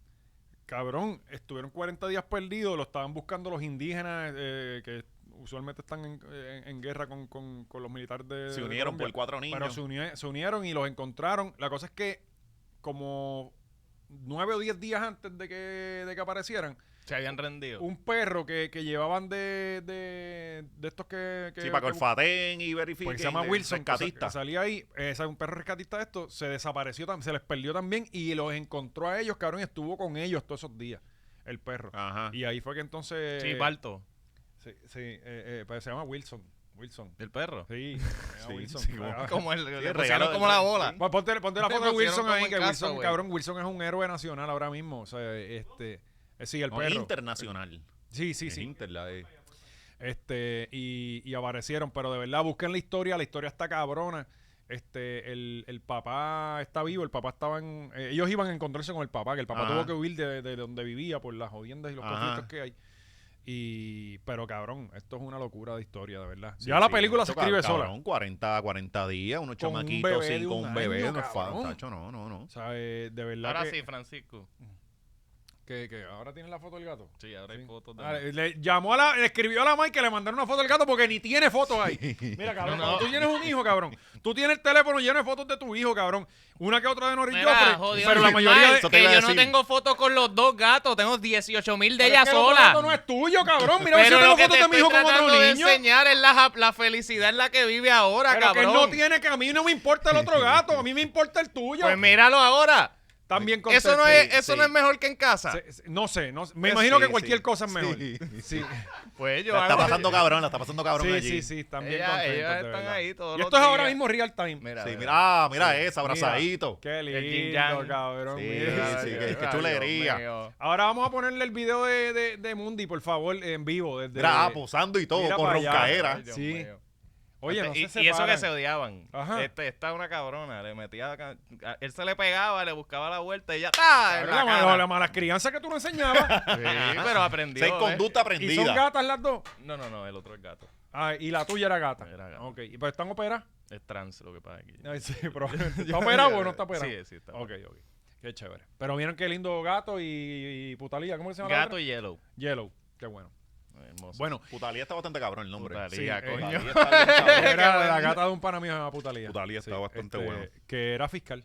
[SPEAKER 1] cabrón, estuvieron 40 días perdidos, lo estaban buscando los indígenas eh, que usualmente están en, en- en guerra con, con- con los militares de.
[SPEAKER 2] Se
[SPEAKER 1] de
[SPEAKER 2] unieron
[SPEAKER 1] Colombia.
[SPEAKER 2] por cuatro niños.
[SPEAKER 1] Pero se, uni- se unieron y los encontraron. La cosa es que, como nueve o diez días antes de que, de que aparecieran,
[SPEAKER 4] Se habían rendido.
[SPEAKER 1] un perro que, que llevaban de, de, de estos que. que
[SPEAKER 2] sí, para que
[SPEAKER 1] que
[SPEAKER 2] olfaten y verifiquen.
[SPEAKER 1] pues se llama
[SPEAKER 2] de-
[SPEAKER 1] Wilson, que sa-
[SPEAKER 2] rescatista.
[SPEAKER 1] que salía ahí, eh, sa- un perro rescatista de esto, se desapareció, tam- se les perdió también y los encontró a ellos, cabrón, y estuvo con ellos todos esos días, el perro.
[SPEAKER 2] Ajá.
[SPEAKER 1] Y ahí fue que entonces...
[SPEAKER 4] sí, Balto,
[SPEAKER 1] Sí, sí, eh, eh, pues se llama Wilson, Wilson.
[SPEAKER 4] del perro.
[SPEAKER 1] Sí, se llama
[SPEAKER 2] Sí,
[SPEAKER 1] Wilson.
[SPEAKER 2] sí,
[SPEAKER 1] Ah,
[SPEAKER 4] Como el, le pusieron
[SPEAKER 2] regalo del
[SPEAKER 4] como la
[SPEAKER 2] perro.
[SPEAKER 4] bola.
[SPEAKER 1] pues ponte, ponte la
[SPEAKER 4] Le
[SPEAKER 1] foto de
[SPEAKER 4] pusieron
[SPEAKER 1] Wilson
[SPEAKER 4] como
[SPEAKER 1] ahí,
[SPEAKER 4] en
[SPEAKER 1] que
[SPEAKER 4] casa,
[SPEAKER 1] Wilson,
[SPEAKER 4] güey.
[SPEAKER 1] cabrón, Wilson es un héroe nacional ahora mismo. O sea, este... eh, sí, el
[SPEAKER 2] No,
[SPEAKER 1] perro.
[SPEAKER 2] internacional.
[SPEAKER 1] Sí, sí,
[SPEAKER 2] Es
[SPEAKER 1] sí.
[SPEAKER 2] Inter, la de-
[SPEAKER 1] este y, y aparecieron pero de verdad busquen la historia la historia está cabrona este el, el papá está vivo el papá estaba en eh, ellos iban a encontrarse con el papá que el papá
[SPEAKER 2] Ajá.
[SPEAKER 1] tuvo que huir de, de donde vivía por las jodiendas y los
[SPEAKER 2] Ajá.
[SPEAKER 1] conflictos que hay y pero cabrón esto es una locura de historia de verdad
[SPEAKER 2] Sí,
[SPEAKER 1] ya la
[SPEAKER 2] sí,
[SPEAKER 1] película se
[SPEAKER 2] esto,
[SPEAKER 1] escribe
[SPEAKER 2] cabrón,
[SPEAKER 1] sola
[SPEAKER 2] 40, 40 días, unos
[SPEAKER 1] Con un
[SPEAKER 2] chamaquitos
[SPEAKER 1] bebé
[SPEAKER 2] sí,
[SPEAKER 1] de
[SPEAKER 2] con
[SPEAKER 1] un
[SPEAKER 2] un bebé.
[SPEAKER 1] año,
[SPEAKER 2] no es
[SPEAKER 1] cabrón.
[SPEAKER 2] fácil, tacho, no, no, no.
[SPEAKER 1] o sea eh, de verdad
[SPEAKER 4] Ahora
[SPEAKER 1] que,
[SPEAKER 4] sí, Francisco.
[SPEAKER 1] que, que ahora tienes la foto del gato
[SPEAKER 4] Sí, ahora eh, hay
[SPEAKER 1] Sí.
[SPEAKER 4] fotos de.
[SPEAKER 1] Ah, le, le llamó a la, le escribió a la Mike que le mandaron una foto del gato porque ni tiene fotos ahí. Mira, cabrón,
[SPEAKER 4] No, no.
[SPEAKER 1] cuando tú tienes un hijo, cabrón. Tú tienes el teléfono lleno de fotos de tu hijo, cabrón. Una que otra de Norris
[SPEAKER 6] Mira,
[SPEAKER 1] Joffrey,
[SPEAKER 6] jodido,
[SPEAKER 1] pero la
[SPEAKER 6] normal,
[SPEAKER 1] mayoría de
[SPEAKER 2] eso te
[SPEAKER 6] que
[SPEAKER 2] iba a
[SPEAKER 6] yo no
[SPEAKER 2] decir.
[SPEAKER 6] tengo fotos con los dos gatos, tengo 18 mil de
[SPEAKER 1] Pero
[SPEAKER 6] ella
[SPEAKER 1] es que el otro
[SPEAKER 6] sola.
[SPEAKER 1] gato no es tuyo, cabrón. Mira,
[SPEAKER 6] pero lo
[SPEAKER 1] yo tengo
[SPEAKER 6] que
[SPEAKER 1] fotos
[SPEAKER 6] te
[SPEAKER 1] de mi hijo
[SPEAKER 6] estoy
[SPEAKER 1] con otro
[SPEAKER 6] tratando de
[SPEAKER 1] niño.
[SPEAKER 6] enseñar es la, la felicidad en la que vive ahora,
[SPEAKER 1] Pero que él
[SPEAKER 6] cabrón.
[SPEAKER 1] no tiene que a mí no me importa el otro gato, a mí me importa el tuyo.
[SPEAKER 6] Pues míralo ahora.
[SPEAKER 1] También
[SPEAKER 6] Eso no es,
[SPEAKER 1] conteste.
[SPEAKER 6] eso
[SPEAKER 2] sí.
[SPEAKER 6] no es mejor que en casa.
[SPEAKER 1] Se- se- no sé, no sé. me
[SPEAKER 4] Sí,
[SPEAKER 1] imagino que
[SPEAKER 4] sí.
[SPEAKER 1] cualquier cosa es mejor. Sí,
[SPEAKER 2] Sí.
[SPEAKER 1] sí,
[SPEAKER 4] Pues yo.
[SPEAKER 2] La está
[SPEAKER 4] hago-
[SPEAKER 2] pasando cabrón, la está pasando cabrón
[SPEAKER 1] sí,
[SPEAKER 2] allí.
[SPEAKER 1] sí, están bien
[SPEAKER 4] Ellas-
[SPEAKER 1] contentos,
[SPEAKER 4] ellas
[SPEAKER 1] de
[SPEAKER 4] están
[SPEAKER 1] verdad.
[SPEAKER 4] ahí todos
[SPEAKER 1] Y
[SPEAKER 4] los
[SPEAKER 1] esto es ahora
[SPEAKER 4] días.
[SPEAKER 1] mismo real time.
[SPEAKER 4] Mira,
[SPEAKER 2] Sí,
[SPEAKER 4] mira.
[SPEAKER 2] mira, ah, mira esa,
[SPEAKER 1] Mira,
[SPEAKER 2] abrazadito.
[SPEAKER 1] Qué
[SPEAKER 4] El yin
[SPEAKER 1] lindo,
[SPEAKER 4] yang.
[SPEAKER 1] cabrón.
[SPEAKER 2] Sí,
[SPEAKER 1] mira.
[SPEAKER 2] sí,
[SPEAKER 4] Ay,
[SPEAKER 2] qué- qué
[SPEAKER 4] ay,
[SPEAKER 2] chulería.
[SPEAKER 4] Dios mío.
[SPEAKER 1] Ahora vamos a ponerle el video de, de- de Mundi, por favor, en vivo. Desde,
[SPEAKER 2] Mira, ah, posando y todo,
[SPEAKER 1] Mira
[SPEAKER 2] con
[SPEAKER 1] pa' allá.
[SPEAKER 2] roncaera.
[SPEAKER 4] Ay, Dios
[SPEAKER 1] Sí.
[SPEAKER 4] mío.
[SPEAKER 1] Oye, no
[SPEAKER 4] Este, y,
[SPEAKER 1] se
[SPEAKER 4] y eso que
[SPEAKER 1] separan.
[SPEAKER 4] se odiaban.
[SPEAKER 1] Ajá.
[SPEAKER 4] Este, esta una cabrona, le metía la ca- a- él se le pegaba, le buscaba la vuelta y ya ¡tá! en
[SPEAKER 1] Cabrón,
[SPEAKER 4] la
[SPEAKER 1] La, mala-
[SPEAKER 4] cara.
[SPEAKER 1] la mala crianza que tú no enseñabas.
[SPEAKER 4] Sí, pero aprendió.
[SPEAKER 2] Seis
[SPEAKER 4] ¿eh?
[SPEAKER 2] conducta
[SPEAKER 1] y son
[SPEAKER 2] aprendida.
[SPEAKER 1] gatas las dos.
[SPEAKER 4] No, no, no, el otro es gato.
[SPEAKER 1] Ah, y la tuya era gata.
[SPEAKER 4] Era gata.
[SPEAKER 1] Ok, ¿y pero están operadas?
[SPEAKER 4] Es trans lo que pasa aquí.
[SPEAKER 1] Ay, sí, probablemente. ¿Está operado o no está operado?
[SPEAKER 4] Sí, sí, está.
[SPEAKER 1] Ok, ok. Qué chévere. Pero vieron qué lindo gato y, y putalía. ¿Cómo que se llama? la
[SPEAKER 4] Gato
[SPEAKER 1] otra?
[SPEAKER 4] y yellow.
[SPEAKER 1] Yellow. Qué bueno.
[SPEAKER 4] Hermoso.
[SPEAKER 1] Bueno,
[SPEAKER 2] Putalía está bastante cabrón el nombre.
[SPEAKER 4] Putalía,
[SPEAKER 1] sí, eh,
[SPEAKER 4] coño.
[SPEAKER 2] Putalía está bien cabrón.
[SPEAKER 1] era la gata de un pana mío se llama putalía. este,
[SPEAKER 2] Putalía está bastante bueno.
[SPEAKER 1] Que era fiscal.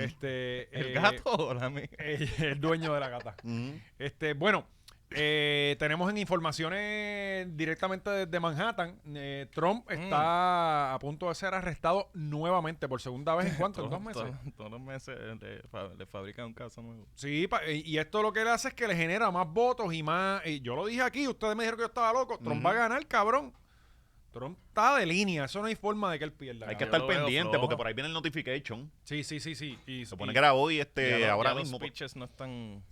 [SPEAKER 1] Este,
[SPEAKER 4] ¿El
[SPEAKER 1] eh,
[SPEAKER 4] gato o la mía?
[SPEAKER 1] eh, el dueño de la gata.
[SPEAKER 2] mm.
[SPEAKER 1] Este, bueno, eh, tenemos en informaciones directamente desde Manhattan. eh, Trump
[SPEAKER 2] Mm.
[SPEAKER 1] está a punto de ser arrestado nuevamente por segunda vez en cuánto, en dos
[SPEAKER 4] Todos-
[SPEAKER 1] meses.
[SPEAKER 4] Todos, todos los meses eh, le, fa- le fabrican un caso nuevo.
[SPEAKER 1] Sí, pa- eh, y esto lo que le hace es que le genera más votos y más. y yo lo dije aquí, ustedes me dijeron que yo estaba loco. Trump va a ganar, cabrón. Trump está de línea, eso no hay forma de que él pierda.
[SPEAKER 2] Hay que
[SPEAKER 1] cabrón.
[SPEAKER 2] estar
[SPEAKER 4] lo veo
[SPEAKER 2] pendiente
[SPEAKER 4] flojo.
[SPEAKER 2] porque por ahí viene el notification.
[SPEAKER 1] Sí, sí, sí, sí. Y,
[SPEAKER 2] Se pone
[SPEAKER 1] y-
[SPEAKER 2] que era hoy,
[SPEAKER 4] Ya
[SPEAKER 2] este,
[SPEAKER 4] los-
[SPEAKER 2] ahora
[SPEAKER 4] ya
[SPEAKER 2] mismo.
[SPEAKER 4] Los pitches no están.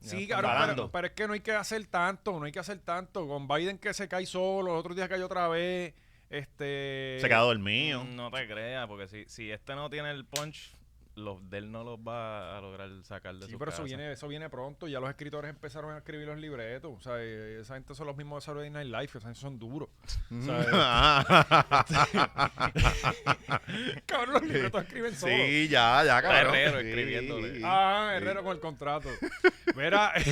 [SPEAKER 4] ya
[SPEAKER 1] Sí,
[SPEAKER 4] están
[SPEAKER 1] cabrón, pero,
[SPEAKER 2] balando.
[SPEAKER 1] pero es que no hay que hacer tanto, no hay que hacer tanto. Con Biden que se cae solo, los otros días cayó otra vez. Este.
[SPEAKER 2] Se quedó dormido.
[SPEAKER 4] No te creas, porque si, si este no tiene el punch, los de él no los va a lograr sacar de
[SPEAKER 1] Sí,
[SPEAKER 4] su
[SPEAKER 1] pero eso
[SPEAKER 4] casa.
[SPEAKER 1] viene, eso viene pronto. Ya los escritores empezaron a escribir los libretos. O sea, eh, esa gente son los mismos de Saturday Night Live. O sea, son duros. O
[SPEAKER 4] pues,
[SPEAKER 1] sea, eh, cabrón, los libretos escriben solos.
[SPEAKER 2] Sí, ya, ya, cabrón.
[SPEAKER 4] Herrero
[SPEAKER 2] Sí.
[SPEAKER 4] escribiéndole.
[SPEAKER 1] Ah, Herrero con el contrato. Mira.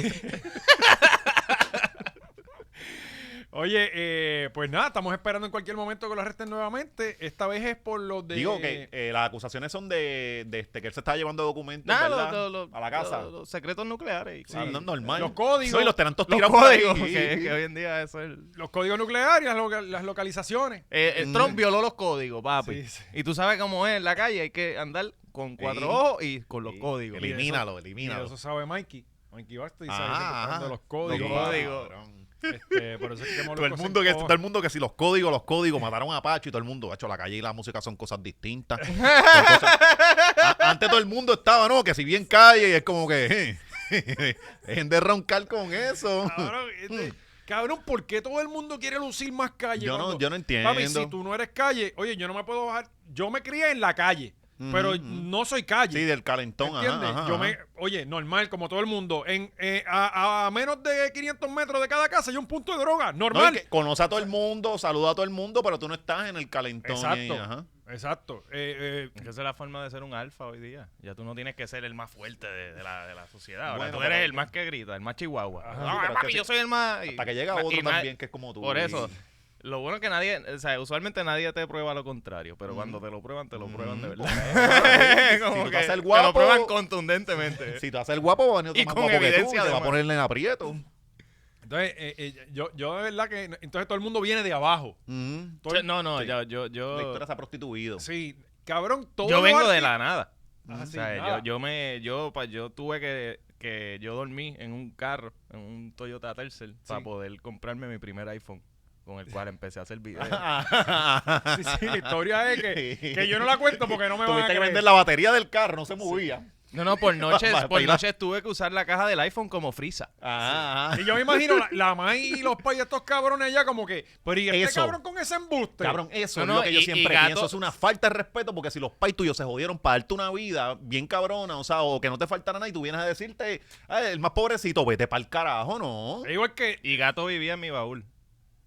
[SPEAKER 1] Oye, eh, pues nada, estamos esperando en cualquier momento que lo arresten nuevamente. Esta vez es por los de.
[SPEAKER 2] Digo que eh, las acusaciones son de, de este, que él se está llevando documentos
[SPEAKER 4] Nada,
[SPEAKER 2] ¿verdad?
[SPEAKER 4] lo- lo- lo-
[SPEAKER 2] a la casa.
[SPEAKER 4] lo- los secretos nucleares. y
[SPEAKER 1] Sí.
[SPEAKER 2] Ah,
[SPEAKER 4] cosas.
[SPEAKER 2] no, normal.
[SPEAKER 1] Los códigos.
[SPEAKER 2] Sí, los tenían todos
[SPEAKER 4] Los
[SPEAKER 2] tirados por ahí.
[SPEAKER 4] códigos, que, que hoy en día eso es. el-
[SPEAKER 1] Los códigos nucleares, las, loca- las localizaciones.
[SPEAKER 4] Eh,
[SPEAKER 2] Mm.
[SPEAKER 4] el Trump violó los códigos, papi.
[SPEAKER 1] Sí, sí.
[SPEAKER 4] Y tú sabes cómo es en la calle, hay que andar con cuatro
[SPEAKER 2] Sí.
[SPEAKER 4] ojos y con los
[SPEAKER 2] Sí.
[SPEAKER 4] códigos.
[SPEAKER 1] Y
[SPEAKER 2] Elimínalo,
[SPEAKER 1] Y de
[SPEAKER 2] elimínalo.
[SPEAKER 1] eso sabe Mikey. Mikey Basti sabe
[SPEAKER 2] Ajá,
[SPEAKER 1] siempre está hablando
[SPEAKER 2] ajá.
[SPEAKER 1] de los códigos.
[SPEAKER 4] Los códigos.
[SPEAKER 2] Cabrón.
[SPEAKER 1] Este, por eso es que
[SPEAKER 2] Todo el
[SPEAKER 1] Molusco se
[SPEAKER 2] mundo que
[SPEAKER 1] encoja.
[SPEAKER 2] todo el mundo que si los códigos, los códigos mataron a Pacho y todo el mundo, hecho la calle y la música son cosas distintas. Son cosas- A- antes todo el mundo estaba, no, que si bien calle y es como que eh, dejen de roncar con eso.
[SPEAKER 1] Cabrón, este, Cabrón, ¿por qué todo el mundo quiere lucir más calle?
[SPEAKER 2] Yo no,
[SPEAKER 1] cuando-
[SPEAKER 2] yo no entiendo.
[SPEAKER 1] Papi, si tú no eres calle, oye, yo no me puedo bajar. Yo me crié en la calle,
[SPEAKER 2] Ujú,
[SPEAKER 1] pero
[SPEAKER 2] ujú.
[SPEAKER 1] no soy calle.
[SPEAKER 2] Sí, del calentón, ajá,
[SPEAKER 1] ¿Entiendes?
[SPEAKER 2] ajá,
[SPEAKER 1] yo
[SPEAKER 2] ajá.
[SPEAKER 1] me, oye, normal, como todo el mundo. En, eh, a, a- a menos de 500 metros de cada casa hay un punto de droga.
[SPEAKER 2] No, y
[SPEAKER 1] Normal.
[SPEAKER 2] que conoce a todo el mundo, saluda a todo el mundo, pero tú no estás en el calentón. ahí,
[SPEAKER 1] Exacto.
[SPEAKER 2] ajá.
[SPEAKER 1] Exacto. Eh, eh,
[SPEAKER 4] Esa es la forma de ser un alfa hoy día. Ya tú no tienes que ser el más fuerte de, de la, de la sociedad. Ahora
[SPEAKER 2] Bueno,
[SPEAKER 4] tú eres
[SPEAKER 2] pero-
[SPEAKER 4] el más que grita, el más chihuahua.
[SPEAKER 1] Ajá.
[SPEAKER 4] No,
[SPEAKER 2] Sí, pero es que
[SPEAKER 4] papi,
[SPEAKER 2] sí.
[SPEAKER 4] yo soy el más... y-
[SPEAKER 2] Hasta que llega
[SPEAKER 4] y
[SPEAKER 2] otro
[SPEAKER 4] más-
[SPEAKER 2] también que es como tú.
[SPEAKER 4] Por eso,
[SPEAKER 2] y-
[SPEAKER 4] lo bueno es que nadie, o sea, usualmente nadie te prueba lo contrario, pero cuando
[SPEAKER 2] Mm.
[SPEAKER 4] te lo prueban, te lo prueban de verdad.
[SPEAKER 2] Si
[SPEAKER 4] Como
[SPEAKER 2] tú
[SPEAKER 4] que
[SPEAKER 2] vas a ser
[SPEAKER 4] te
[SPEAKER 2] guapo-
[SPEAKER 4] lo prueban contundentemente.
[SPEAKER 2] Si tú haces el guapo, va a venir otro
[SPEAKER 4] Y
[SPEAKER 2] más
[SPEAKER 4] con
[SPEAKER 2] guapo que tú,
[SPEAKER 4] evidencia,
[SPEAKER 2] te va a
[SPEAKER 4] además.
[SPEAKER 2] poner en aprieto.
[SPEAKER 1] entonces, eh, eh, yo, yo de verdad que. Entonces todo el mundo viene de abajo.
[SPEAKER 2] Mm.
[SPEAKER 1] Todo el-
[SPEAKER 4] No, no,
[SPEAKER 2] Sí.
[SPEAKER 4] yo,
[SPEAKER 2] La
[SPEAKER 4] yo,
[SPEAKER 2] historia
[SPEAKER 4] yo,
[SPEAKER 2] se ha prostituido.
[SPEAKER 1] Sí, cabrón, todo.
[SPEAKER 4] yo vengo de la nada.
[SPEAKER 1] Ah,
[SPEAKER 4] O
[SPEAKER 1] sí,
[SPEAKER 4] sea,
[SPEAKER 1] nada.
[SPEAKER 4] yo, yo me, yo, pa, yo tuve que, que yo dormí en un carro, en un Toyota Tercel, para poder comprarme mi primer iPhone, con el cual empecé a hacer videos.
[SPEAKER 1] Sí, sí, la historia es que, que yo no la cuento porque no me van a
[SPEAKER 2] Tuviste que
[SPEAKER 1] creer.
[SPEAKER 2] vender la batería del carro, no se movía.
[SPEAKER 4] No, no, por noches,
[SPEAKER 2] Para
[SPEAKER 4] por
[SPEAKER 2] ir a-
[SPEAKER 4] noches tuve que usar la caja del iPhone como frisa.
[SPEAKER 2] Ah, ah.
[SPEAKER 1] Y yo me imagino la, la May y los pais de estos cabrones allá como que, pero ¿y este
[SPEAKER 2] Eso.
[SPEAKER 1] cabrón con ese embuste?
[SPEAKER 2] Cabrón, eso
[SPEAKER 4] No,
[SPEAKER 2] es
[SPEAKER 4] no,
[SPEAKER 2] lo que yo
[SPEAKER 4] y- y
[SPEAKER 2] siempre
[SPEAKER 4] gato-
[SPEAKER 2] pienso. Es una falta de respeto porque si los pais tuyos se jodieron para darte una vida bien cabrona, o sea, o que no te faltara nada y tú vienes a decirte, "Ay, el más pobrecito, vete para el carajo, no.
[SPEAKER 1] Es igual que,
[SPEAKER 4] Y gato vivía en mi baúl.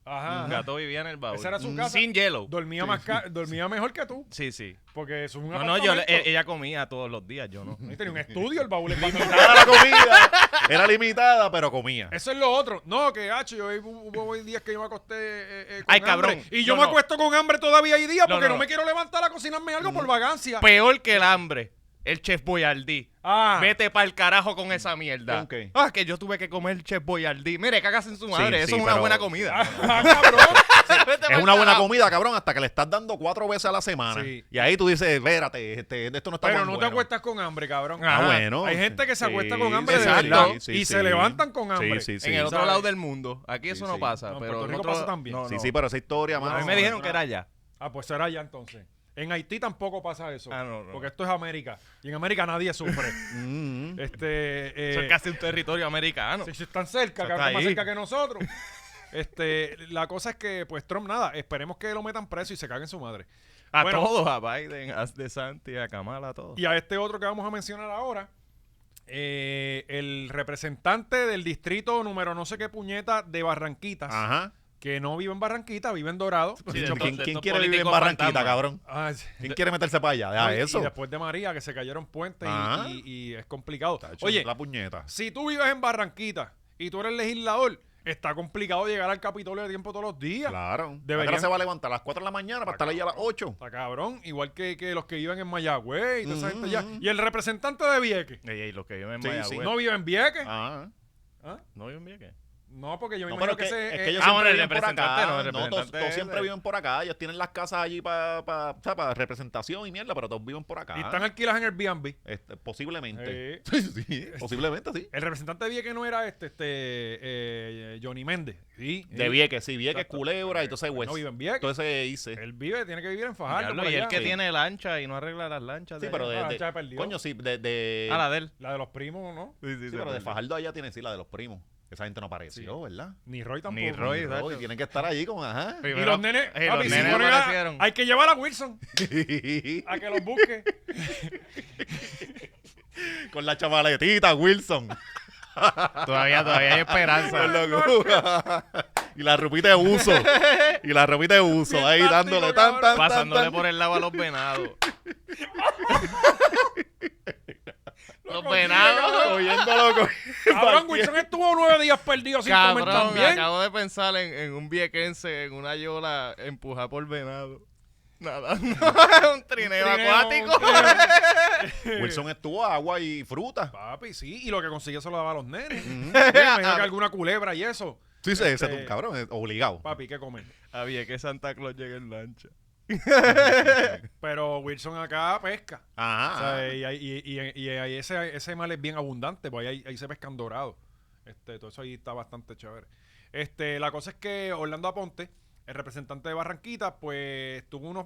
[SPEAKER 1] ajá,
[SPEAKER 4] Gato vivía en el baúl. Mm,
[SPEAKER 1] Esa era su casa.
[SPEAKER 4] Sin hielo.
[SPEAKER 1] dormía más ca- dormía mejor que tú,
[SPEAKER 4] Sí, sí.
[SPEAKER 1] porque eso es un
[SPEAKER 4] No, no, yo,
[SPEAKER 1] apartamento.
[SPEAKER 4] e- ella comía todos los días, yo no.
[SPEAKER 1] Y tenía un estudio el baúl. en Batman.
[SPEAKER 2] Limitada la comida, era limitada, pero comía.
[SPEAKER 1] Eso es lo otro. No, que hacho, yo hubo, hubo hoy días que yo me acosté eh, eh, con
[SPEAKER 4] Ay, cabrón.
[SPEAKER 1] hambre. Y yo
[SPEAKER 4] No,
[SPEAKER 1] me
[SPEAKER 4] no.
[SPEAKER 1] acuesto con hambre todavía hoy día
[SPEAKER 4] No,
[SPEAKER 1] porque no,
[SPEAKER 4] no, Mm. Pues, no.
[SPEAKER 1] me quiero levantar a cocinarme algo por vagancia.
[SPEAKER 4] Peor que el hambre, el Chef Boyardee.
[SPEAKER 1] ah,
[SPEAKER 4] Vete pa'l carajo con esa mierda.
[SPEAKER 2] Ok.
[SPEAKER 4] Ah, que yo tuve que comer Chef Boyardee. Mire, cagas en su madre.
[SPEAKER 2] Sí,
[SPEAKER 4] Eso
[SPEAKER 2] sí,
[SPEAKER 4] es una
[SPEAKER 2] pero-
[SPEAKER 4] buena comida.
[SPEAKER 1] ah, cabrón.
[SPEAKER 4] Vete
[SPEAKER 2] Es
[SPEAKER 4] pa'l
[SPEAKER 2] una buena
[SPEAKER 4] carajo.
[SPEAKER 2] comida, cabrón, hasta que le estás dando cuatro veces a la semana.
[SPEAKER 1] Sí.
[SPEAKER 2] Y ahí tú dices, espérate, este, esto no está
[SPEAKER 1] Pero
[SPEAKER 2] tan
[SPEAKER 1] no te
[SPEAKER 2] bueno".
[SPEAKER 1] acuestas con hambre, cabrón.
[SPEAKER 2] Ah, bueno.
[SPEAKER 1] Hay gente que se acuesta
[SPEAKER 2] Sí,
[SPEAKER 1] con hambre de
[SPEAKER 2] exacto.
[SPEAKER 1] verdad
[SPEAKER 2] Sí, sí,
[SPEAKER 1] y
[SPEAKER 2] sí.
[SPEAKER 1] se levantan con hambre.
[SPEAKER 2] Sí, sí, sí.
[SPEAKER 4] En el otro
[SPEAKER 1] ¿Sabes?
[SPEAKER 4] lado del mundo. Aquí eso
[SPEAKER 2] Sí,
[SPEAKER 4] no
[SPEAKER 2] sí.
[SPEAKER 4] pasa.
[SPEAKER 1] No, en
[SPEAKER 4] pero
[SPEAKER 1] Puerto
[SPEAKER 4] en
[SPEAKER 1] Rico
[SPEAKER 4] otro-
[SPEAKER 1] pasa también.
[SPEAKER 4] No,
[SPEAKER 2] Sí,
[SPEAKER 4] no.
[SPEAKER 2] sí, pero esa historia,
[SPEAKER 4] A
[SPEAKER 2] mano.
[SPEAKER 4] mí me
[SPEAKER 1] no,
[SPEAKER 4] dijeron
[SPEAKER 1] no.
[SPEAKER 4] que era allá.
[SPEAKER 1] Ah, pues será allá entonces. En Haití tampoco pasa eso.
[SPEAKER 4] Ah, no, no.
[SPEAKER 1] Porque esto es América. Y en América nadie sufre.
[SPEAKER 2] Mm, mm.
[SPEAKER 1] este. eh,
[SPEAKER 4] Eso es casi un territorio americano.
[SPEAKER 1] si, si están cerca,
[SPEAKER 4] Eso está
[SPEAKER 1] cabrón, más
[SPEAKER 4] ahí.
[SPEAKER 1] cerca que nosotros. Este, la cosa es que, pues, Trump, nada, esperemos que lo metan preso y se caguen su madre.
[SPEAKER 4] A
[SPEAKER 1] Bueno.
[SPEAKER 4] todos, a Biden, a DeSantis, a Kamala, a todos.
[SPEAKER 1] Y a este otro que vamos a mencionar ahora, eh, el representante del distrito número no sé qué puñeta de Barranquitas,
[SPEAKER 2] Ajá.
[SPEAKER 1] que no vive en Barranquita, vive en Dorado.
[SPEAKER 4] Sí, de
[SPEAKER 2] ¿Quién,
[SPEAKER 4] estos- de
[SPEAKER 2] quién
[SPEAKER 4] estos
[SPEAKER 2] quiere vivir en
[SPEAKER 4] políticos
[SPEAKER 2] Barranquita,
[SPEAKER 4] fantasmas.
[SPEAKER 2] cabrón?
[SPEAKER 1] Ah, sí.
[SPEAKER 2] ¿Quién quiere meterse para allá? Deja
[SPEAKER 1] No, y-
[SPEAKER 2] eso.
[SPEAKER 1] Y después de María, que se cayeron puentes y-
[SPEAKER 2] Ajá.
[SPEAKER 1] y, y es complicado.
[SPEAKER 2] Está hecho
[SPEAKER 1] Oye,
[SPEAKER 2] la puñeta.
[SPEAKER 1] si tú vives en Barranquita y tú eres legislador, está complicado llegar al Capitolio de tiempo todos los días.
[SPEAKER 2] Claro.
[SPEAKER 1] Deberían-
[SPEAKER 2] Ahora se va a levantar a las 4 de la mañana para estar ahí a las 8.
[SPEAKER 1] Está cabrón, igual que, que los que viven en Mayagüez y toda esa
[SPEAKER 2] Ujú,
[SPEAKER 1] gente allá.
[SPEAKER 2] ujú.
[SPEAKER 1] Y el representante de Vieques.
[SPEAKER 4] Ey, ey, los que viven en
[SPEAKER 2] Sí, sí.
[SPEAKER 4] Mayagüez.
[SPEAKER 1] ¿No vive en Vieques?
[SPEAKER 2] Ah.
[SPEAKER 1] ¿Ah?
[SPEAKER 4] ¿No viven bien qué?
[SPEAKER 1] No, porque yo me
[SPEAKER 2] No, pero
[SPEAKER 1] pues, imagino
[SPEAKER 2] es
[SPEAKER 1] que, ese...
[SPEAKER 2] que, es
[SPEAKER 1] eh,
[SPEAKER 2] que ellos
[SPEAKER 4] ah, bueno,
[SPEAKER 2] siempre
[SPEAKER 4] el
[SPEAKER 2] viven por
[SPEAKER 4] representante,
[SPEAKER 2] acá.
[SPEAKER 4] no,
[SPEAKER 2] No,
[SPEAKER 4] el
[SPEAKER 2] todos-
[SPEAKER 4] representante
[SPEAKER 2] todos
[SPEAKER 4] es-
[SPEAKER 2] siempre viven por acá. Ellos tienen las casas allí para representación y mierda, pero todos viven por acá.
[SPEAKER 1] y están alquiladas en Airbnb.
[SPEAKER 2] Este, posiblemente.
[SPEAKER 1] Eh,
[SPEAKER 2] Sí, sí, posiblemente, sí.
[SPEAKER 1] el representante de Vieques no era este, este eh, Johnny Méndez. Sí,
[SPEAKER 2] De
[SPEAKER 1] sí.
[SPEAKER 2] Vieques, sí, Vieques,
[SPEAKER 1] Exacto.
[SPEAKER 2] Culebra y todo ese
[SPEAKER 1] Pues
[SPEAKER 2] West.
[SPEAKER 1] No vive en Vieques.
[SPEAKER 2] Todo ese hice.
[SPEAKER 1] Él vive, tiene que vivir en Fajardo.
[SPEAKER 4] Diablo,
[SPEAKER 1] por
[SPEAKER 4] y el
[SPEAKER 1] allá.
[SPEAKER 4] que
[SPEAKER 1] Sí.
[SPEAKER 4] tiene lancha y no arregla las lanchas.
[SPEAKER 2] Sí,
[SPEAKER 4] de
[SPEAKER 2] pero
[SPEAKER 4] allá.
[SPEAKER 2] de,
[SPEAKER 1] Ah,
[SPEAKER 2] de-
[SPEAKER 1] ya perdió.
[SPEAKER 2] coño, sí, de, de-
[SPEAKER 4] A Ah, la de él.
[SPEAKER 1] La de los primos, ¿no?
[SPEAKER 2] sí, pero de Fajardo allá tiene sí la de los primos. Esa gente no apareció, ¿verdad?
[SPEAKER 1] Ni Roy tampoco.
[SPEAKER 4] Ni Roy.
[SPEAKER 2] Pero,
[SPEAKER 4] exacto.
[SPEAKER 2] y tienen que estar allí como, ajá.
[SPEAKER 1] Y los nenes,
[SPEAKER 4] Ey,
[SPEAKER 1] papi,
[SPEAKER 4] los
[SPEAKER 1] si
[SPEAKER 4] nenes
[SPEAKER 1] ponen a-
[SPEAKER 4] aparecieron.
[SPEAKER 1] hay que llevar a Wilson a que los busque.
[SPEAKER 2] Con la chamaletita, Wilson.
[SPEAKER 4] Todavía, todavía hay esperanza.
[SPEAKER 2] y la ropita de uso. Y la ropita de uso.
[SPEAKER 1] Bien
[SPEAKER 2] Ahí
[SPEAKER 1] táctico,
[SPEAKER 2] dándole tan, tan, tan,
[SPEAKER 4] pasándole
[SPEAKER 2] tan.
[SPEAKER 4] por el lado a los venados. los
[SPEAKER 1] consigue,
[SPEAKER 4] venados.
[SPEAKER 2] Oyéndolo con-
[SPEAKER 1] Cabrón, Wilson estuvo nueve días perdido sin comer
[SPEAKER 4] Cabrón, me
[SPEAKER 1] también.
[SPEAKER 4] acabo de pensar en, en un viequense en una yola empujada por venado. Nada, un trineo
[SPEAKER 1] Un trineo,
[SPEAKER 4] acuático.
[SPEAKER 1] un trineo.
[SPEAKER 2] Wilson estuvo agua y fruta.
[SPEAKER 1] Papi, sí, y lo que conseguía se lo daba a los nenes.
[SPEAKER 2] Ujú.
[SPEAKER 1] Mira, me imagino que alguna culebra y eso.
[SPEAKER 2] Sí, se,
[SPEAKER 1] Este-
[SPEAKER 2] se un cabrón, es obligado.
[SPEAKER 1] Papi, ¿qué comen?
[SPEAKER 4] Había que Santa Claus llegue en lancha.
[SPEAKER 1] Pero Wilson acá pesca. O
[SPEAKER 2] Ajá.
[SPEAKER 1] sea, y, hay- y- y- y ahí ese, ese mal es bien abundante, pues ahí, ahí se pescan dorados. Este, todo eso ahí está bastante chévere. Este, la cosa es que Orlando Aponte, el representante de Barranquita, pues tuvo unos,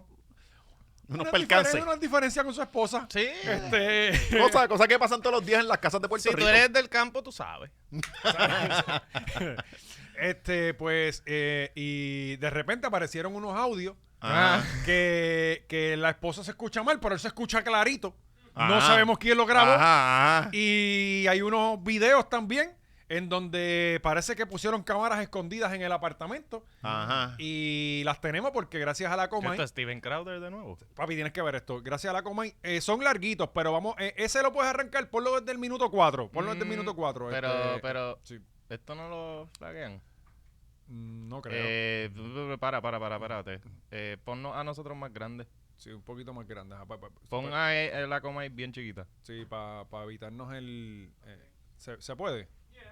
[SPEAKER 2] Unos
[SPEAKER 1] unas
[SPEAKER 2] percances.
[SPEAKER 1] diferen- unas diferencias con su esposa.
[SPEAKER 4] Sí.
[SPEAKER 1] Este,
[SPEAKER 2] Cosas, cosas que pasan todos los días en las casas de Puerto
[SPEAKER 4] Si tú
[SPEAKER 2] Rico.
[SPEAKER 4] eres del campo, tú sabes.
[SPEAKER 1] Este, pues, eh, y de repente aparecieron unos audios
[SPEAKER 2] Ah.
[SPEAKER 1] que, que la esposa se escucha mal, pero él se escucha clarito. No
[SPEAKER 2] Ah.
[SPEAKER 1] sabemos quién lo grabó.
[SPEAKER 2] Ajá, ajá.
[SPEAKER 1] Y hay unos videos también en donde parece que pusieron cámaras escondidas en el apartamento.
[SPEAKER 2] Ajá.
[SPEAKER 1] Y las tenemos porque gracias a la Comay.
[SPEAKER 4] Esto es Steven Crowder de nuevo.
[SPEAKER 1] Papi, tienes que ver esto. Gracias a la Comay. eh, son larguitos, pero vamos. eh, ese lo puedes arrancar. Ponlo desde el minuto 4. Ponlo desde el
[SPEAKER 3] Mm,
[SPEAKER 1] minuto 4.
[SPEAKER 3] Pero,
[SPEAKER 1] este
[SPEAKER 3] pero,
[SPEAKER 1] sí. mm,
[SPEAKER 3] esto no lo flaguean.
[SPEAKER 1] No creo.
[SPEAKER 3] Eh, b- b- para, para, para, párate. Eh, ponnos a nosotros más grandes.
[SPEAKER 1] Sí, un poquito más grande. ajá, pa- pa-
[SPEAKER 3] Pon
[SPEAKER 1] pa-
[SPEAKER 3] a e- a la coma ahí bien chiquita.
[SPEAKER 1] sí, para evitarnos el. eh, ¿se, se puede?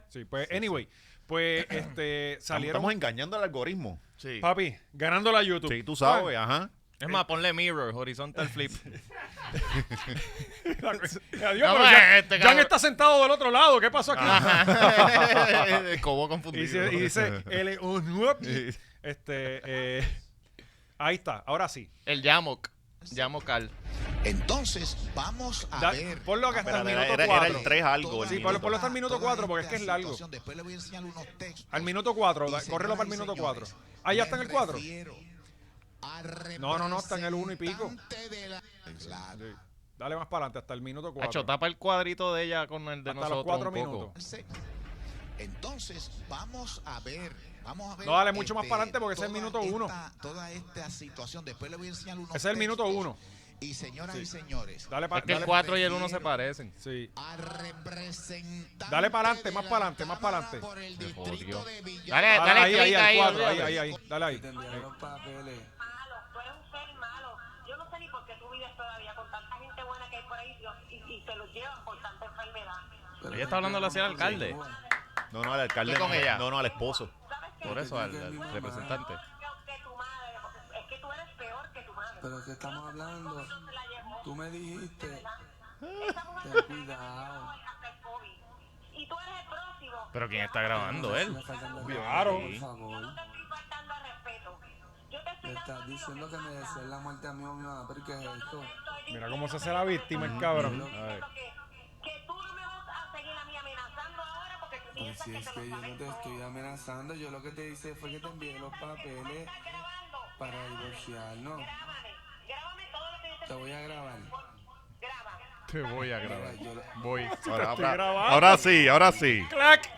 [SPEAKER 1] Sí, pues, anyway. Pues, este. Salieron.
[SPEAKER 2] Estamos engañando al algoritmo.
[SPEAKER 3] Sí.
[SPEAKER 1] Papi, ganando la YouTube.
[SPEAKER 2] Sí, tú sabes, ajá.
[SPEAKER 3] Es más, ponle mirror, horizontal flip.
[SPEAKER 1] La cosa- Adiós,
[SPEAKER 3] No,
[SPEAKER 1] pero
[SPEAKER 3] pues,
[SPEAKER 1] Jan-
[SPEAKER 3] este
[SPEAKER 1] Jan
[SPEAKER 3] cabrón-
[SPEAKER 1] está sentado del otro lado. ¿Qué pasó aquí?
[SPEAKER 3] Cobo
[SPEAKER 1] Y
[SPEAKER 3] confundido.
[SPEAKER 1] dice, y dice L- este, eh, ahí está, ahora sí.
[SPEAKER 3] El Yamok. Yamocal.
[SPEAKER 5] Entonces, vamos a
[SPEAKER 1] Da-
[SPEAKER 5] ver.
[SPEAKER 1] ponlo acá hasta el
[SPEAKER 2] Ah, Espérate,
[SPEAKER 1] minuto
[SPEAKER 2] era- era el
[SPEAKER 1] 4.
[SPEAKER 2] tres algo, el
[SPEAKER 1] Sí,
[SPEAKER 2] minuto.
[SPEAKER 1] ponlo, ponlo hasta el minuto
[SPEAKER 5] Toda
[SPEAKER 1] 4 porque es que es
[SPEAKER 5] esta
[SPEAKER 1] largo.
[SPEAKER 5] situación, Después le voy a enseñar unos textos.
[SPEAKER 1] Al minuto 4,
[SPEAKER 5] Y
[SPEAKER 1] córrelo
[SPEAKER 5] señoras
[SPEAKER 1] para el
[SPEAKER 5] y
[SPEAKER 1] minuto
[SPEAKER 5] señores,
[SPEAKER 1] 4. Ahí ya
[SPEAKER 5] me
[SPEAKER 1] está en el 4.
[SPEAKER 5] refiero al
[SPEAKER 1] No, no, no, está en el uno y pico.
[SPEAKER 5] representante de la- Claro.
[SPEAKER 1] Dale más para adelante, hasta el minuto 4.
[SPEAKER 3] Hacho, tapa el cuadrito de ella con el de
[SPEAKER 1] Hasta los
[SPEAKER 3] nosotros.
[SPEAKER 1] 4
[SPEAKER 3] un poco.
[SPEAKER 1] minutos.
[SPEAKER 5] Entonces, vamos a ver. Vamos a ver. este,
[SPEAKER 1] No, dale mucho más para adelante porque ese es el
[SPEAKER 5] toda
[SPEAKER 1] minuto uno.
[SPEAKER 5] esta- Toda esta situación. Después le voy a enseñar unos
[SPEAKER 1] Ese es el minuto
[SPEAKER 5] textos.
[SPEAKER 1] 1.
[SPEAKER 5] Y señoras y señores.
[SPEAKER 1] Dale para
[SPEAKER 3] Es que el
[SPEAKER 1] dale,
[SPEAKER 5] cua-
[SPEAKER 3] 4 y el 1 se parecen.
[SPEAKER 1] sí.
[SPEAKER 5] al representante
[SPEAKER 1] Dale pa'lante,
[SPEAKER 5] de
[SPEAKER 1] más
[SPEAKER 5] la
[SPEAKER 1] pa'lante, más
[SPEAKER 5] Cámara
[SPEAKER 1] pa'lante.
[SPEAKER 5] por el distrito de Villa-
[SPEAKER 3] Dale,
[SPEAKER 1] Ah,
[SPEAKER 3] dale,
[SPEAKER 1] ahí, ahí,
[SPEAKER 3] clic
[SPEAKER 1] al
[SPEAKER 3] ahí,
[SPEAKER 1] 4, ahí,
[SPEAKER 3] olvídate.
[SPEAKER 1] ahí, ahí. Dale ahí.
[SPEAKER 7] Tendría los papeles.
[SPEAKER 8] malo, tú eres un ser malo. Yo no sé ni por qué tú vives todavía con tanta gente buena que hay por ahí Dios, y, y te lo llevan por tanta enfermedad.
[SPEAKER 7] Pero
[SPEAKER 3] Ella está hablando de la señora alcalde.
[SPEAKER 2] No, no, al alcalde.
[SPEAKER 3] Estoy con
[SPEAKER 2] no,
[SPEAKER 3] ella.
[SPEAKER 2] No, no, al esposo.
[SPEAKER 8] ¿Sabes qué?
[SPEAKER 3] Por eso, al, al representante.
[SPEAKER 8] Peor que tu madre, porque es que tú eres peor que tu madre.
[SPEAKER 7] Pero que estamos hablando.
[SPEAKER 8] Se la llevó.
[SPEAKER 7] Tú me dijiste.
[SPEAKER 8] Esa mujer
[SPEAKER 7] Ten
[SPEAKER 8] se la llevó
[SPEAKER 7] cuidado.
[SPEAKER 8] hasta el COVID. Y tú eres el próximo.
[SPEAKER 3] Pero ¿quién está grabando él?
[SPEAKER 7] Me faltan los
[SPEAKER 1] Claro.
[SPEAKER 7] respetos, Por
[SPEAKER 8] Yo no
[SPEAKER 7] favor.
[SPEAKER 8] te estoy faltando al respeto. Yo te estoy
[SPEAKER 7] Me
[SPEAKER 8] dando a
[SPEAKER 7] estás
[SPEAKER 8] ti lo
[SPEAKER 7] diciendo que me
[SPEAKER 8] pasa.
[SPEAKER 7] desees la muerte a mi mamá. ¿Pero qué es esto?
[SPEAKER 1] Mira cómo se hace la víctima, el cabrón. A ver.
[SPEAKER 8] Que tú no me vas a seguir a mí amenazando ahora porque tú
[SPEAKER 7] Pues
[SPEAKER 8] piensas
[SPEAKER 7] si
[SPEAKER 8] que
[SPEAKER 7] es
[SPEAKER 8] te
[SPEAKER 7] que
[SPEAKER 8] lo
[SPEAKER 7] yo no te
[SPEAKER 8] sabes todo.
[SPEAKER 7] estoy amenazando, yo lo que te hice fue que te envié los papeles
[SPEAKER 8] Está grabando.
[SPEAKER 7] para divorciarnos.
[SPEAKER 8] Grábame. Grábame todo lo que dices.
[SPEAKER 7] Te voy a grabar.
[SPEAKER 8] Graba.
[SPEAKER 4] Te voy a
[SPEAKER 7] Mira, yo lo-
[SPEAKER 4] Voy.
[SPEAKER 2] Ahora,
[SPEAKER 1] estoy
[SPEAKER 2] ahora-
[SPEAKER 1] grabando.
[SPEAKER 2] ahora sí, ahora sí.
[SPEAKER 1] Clac.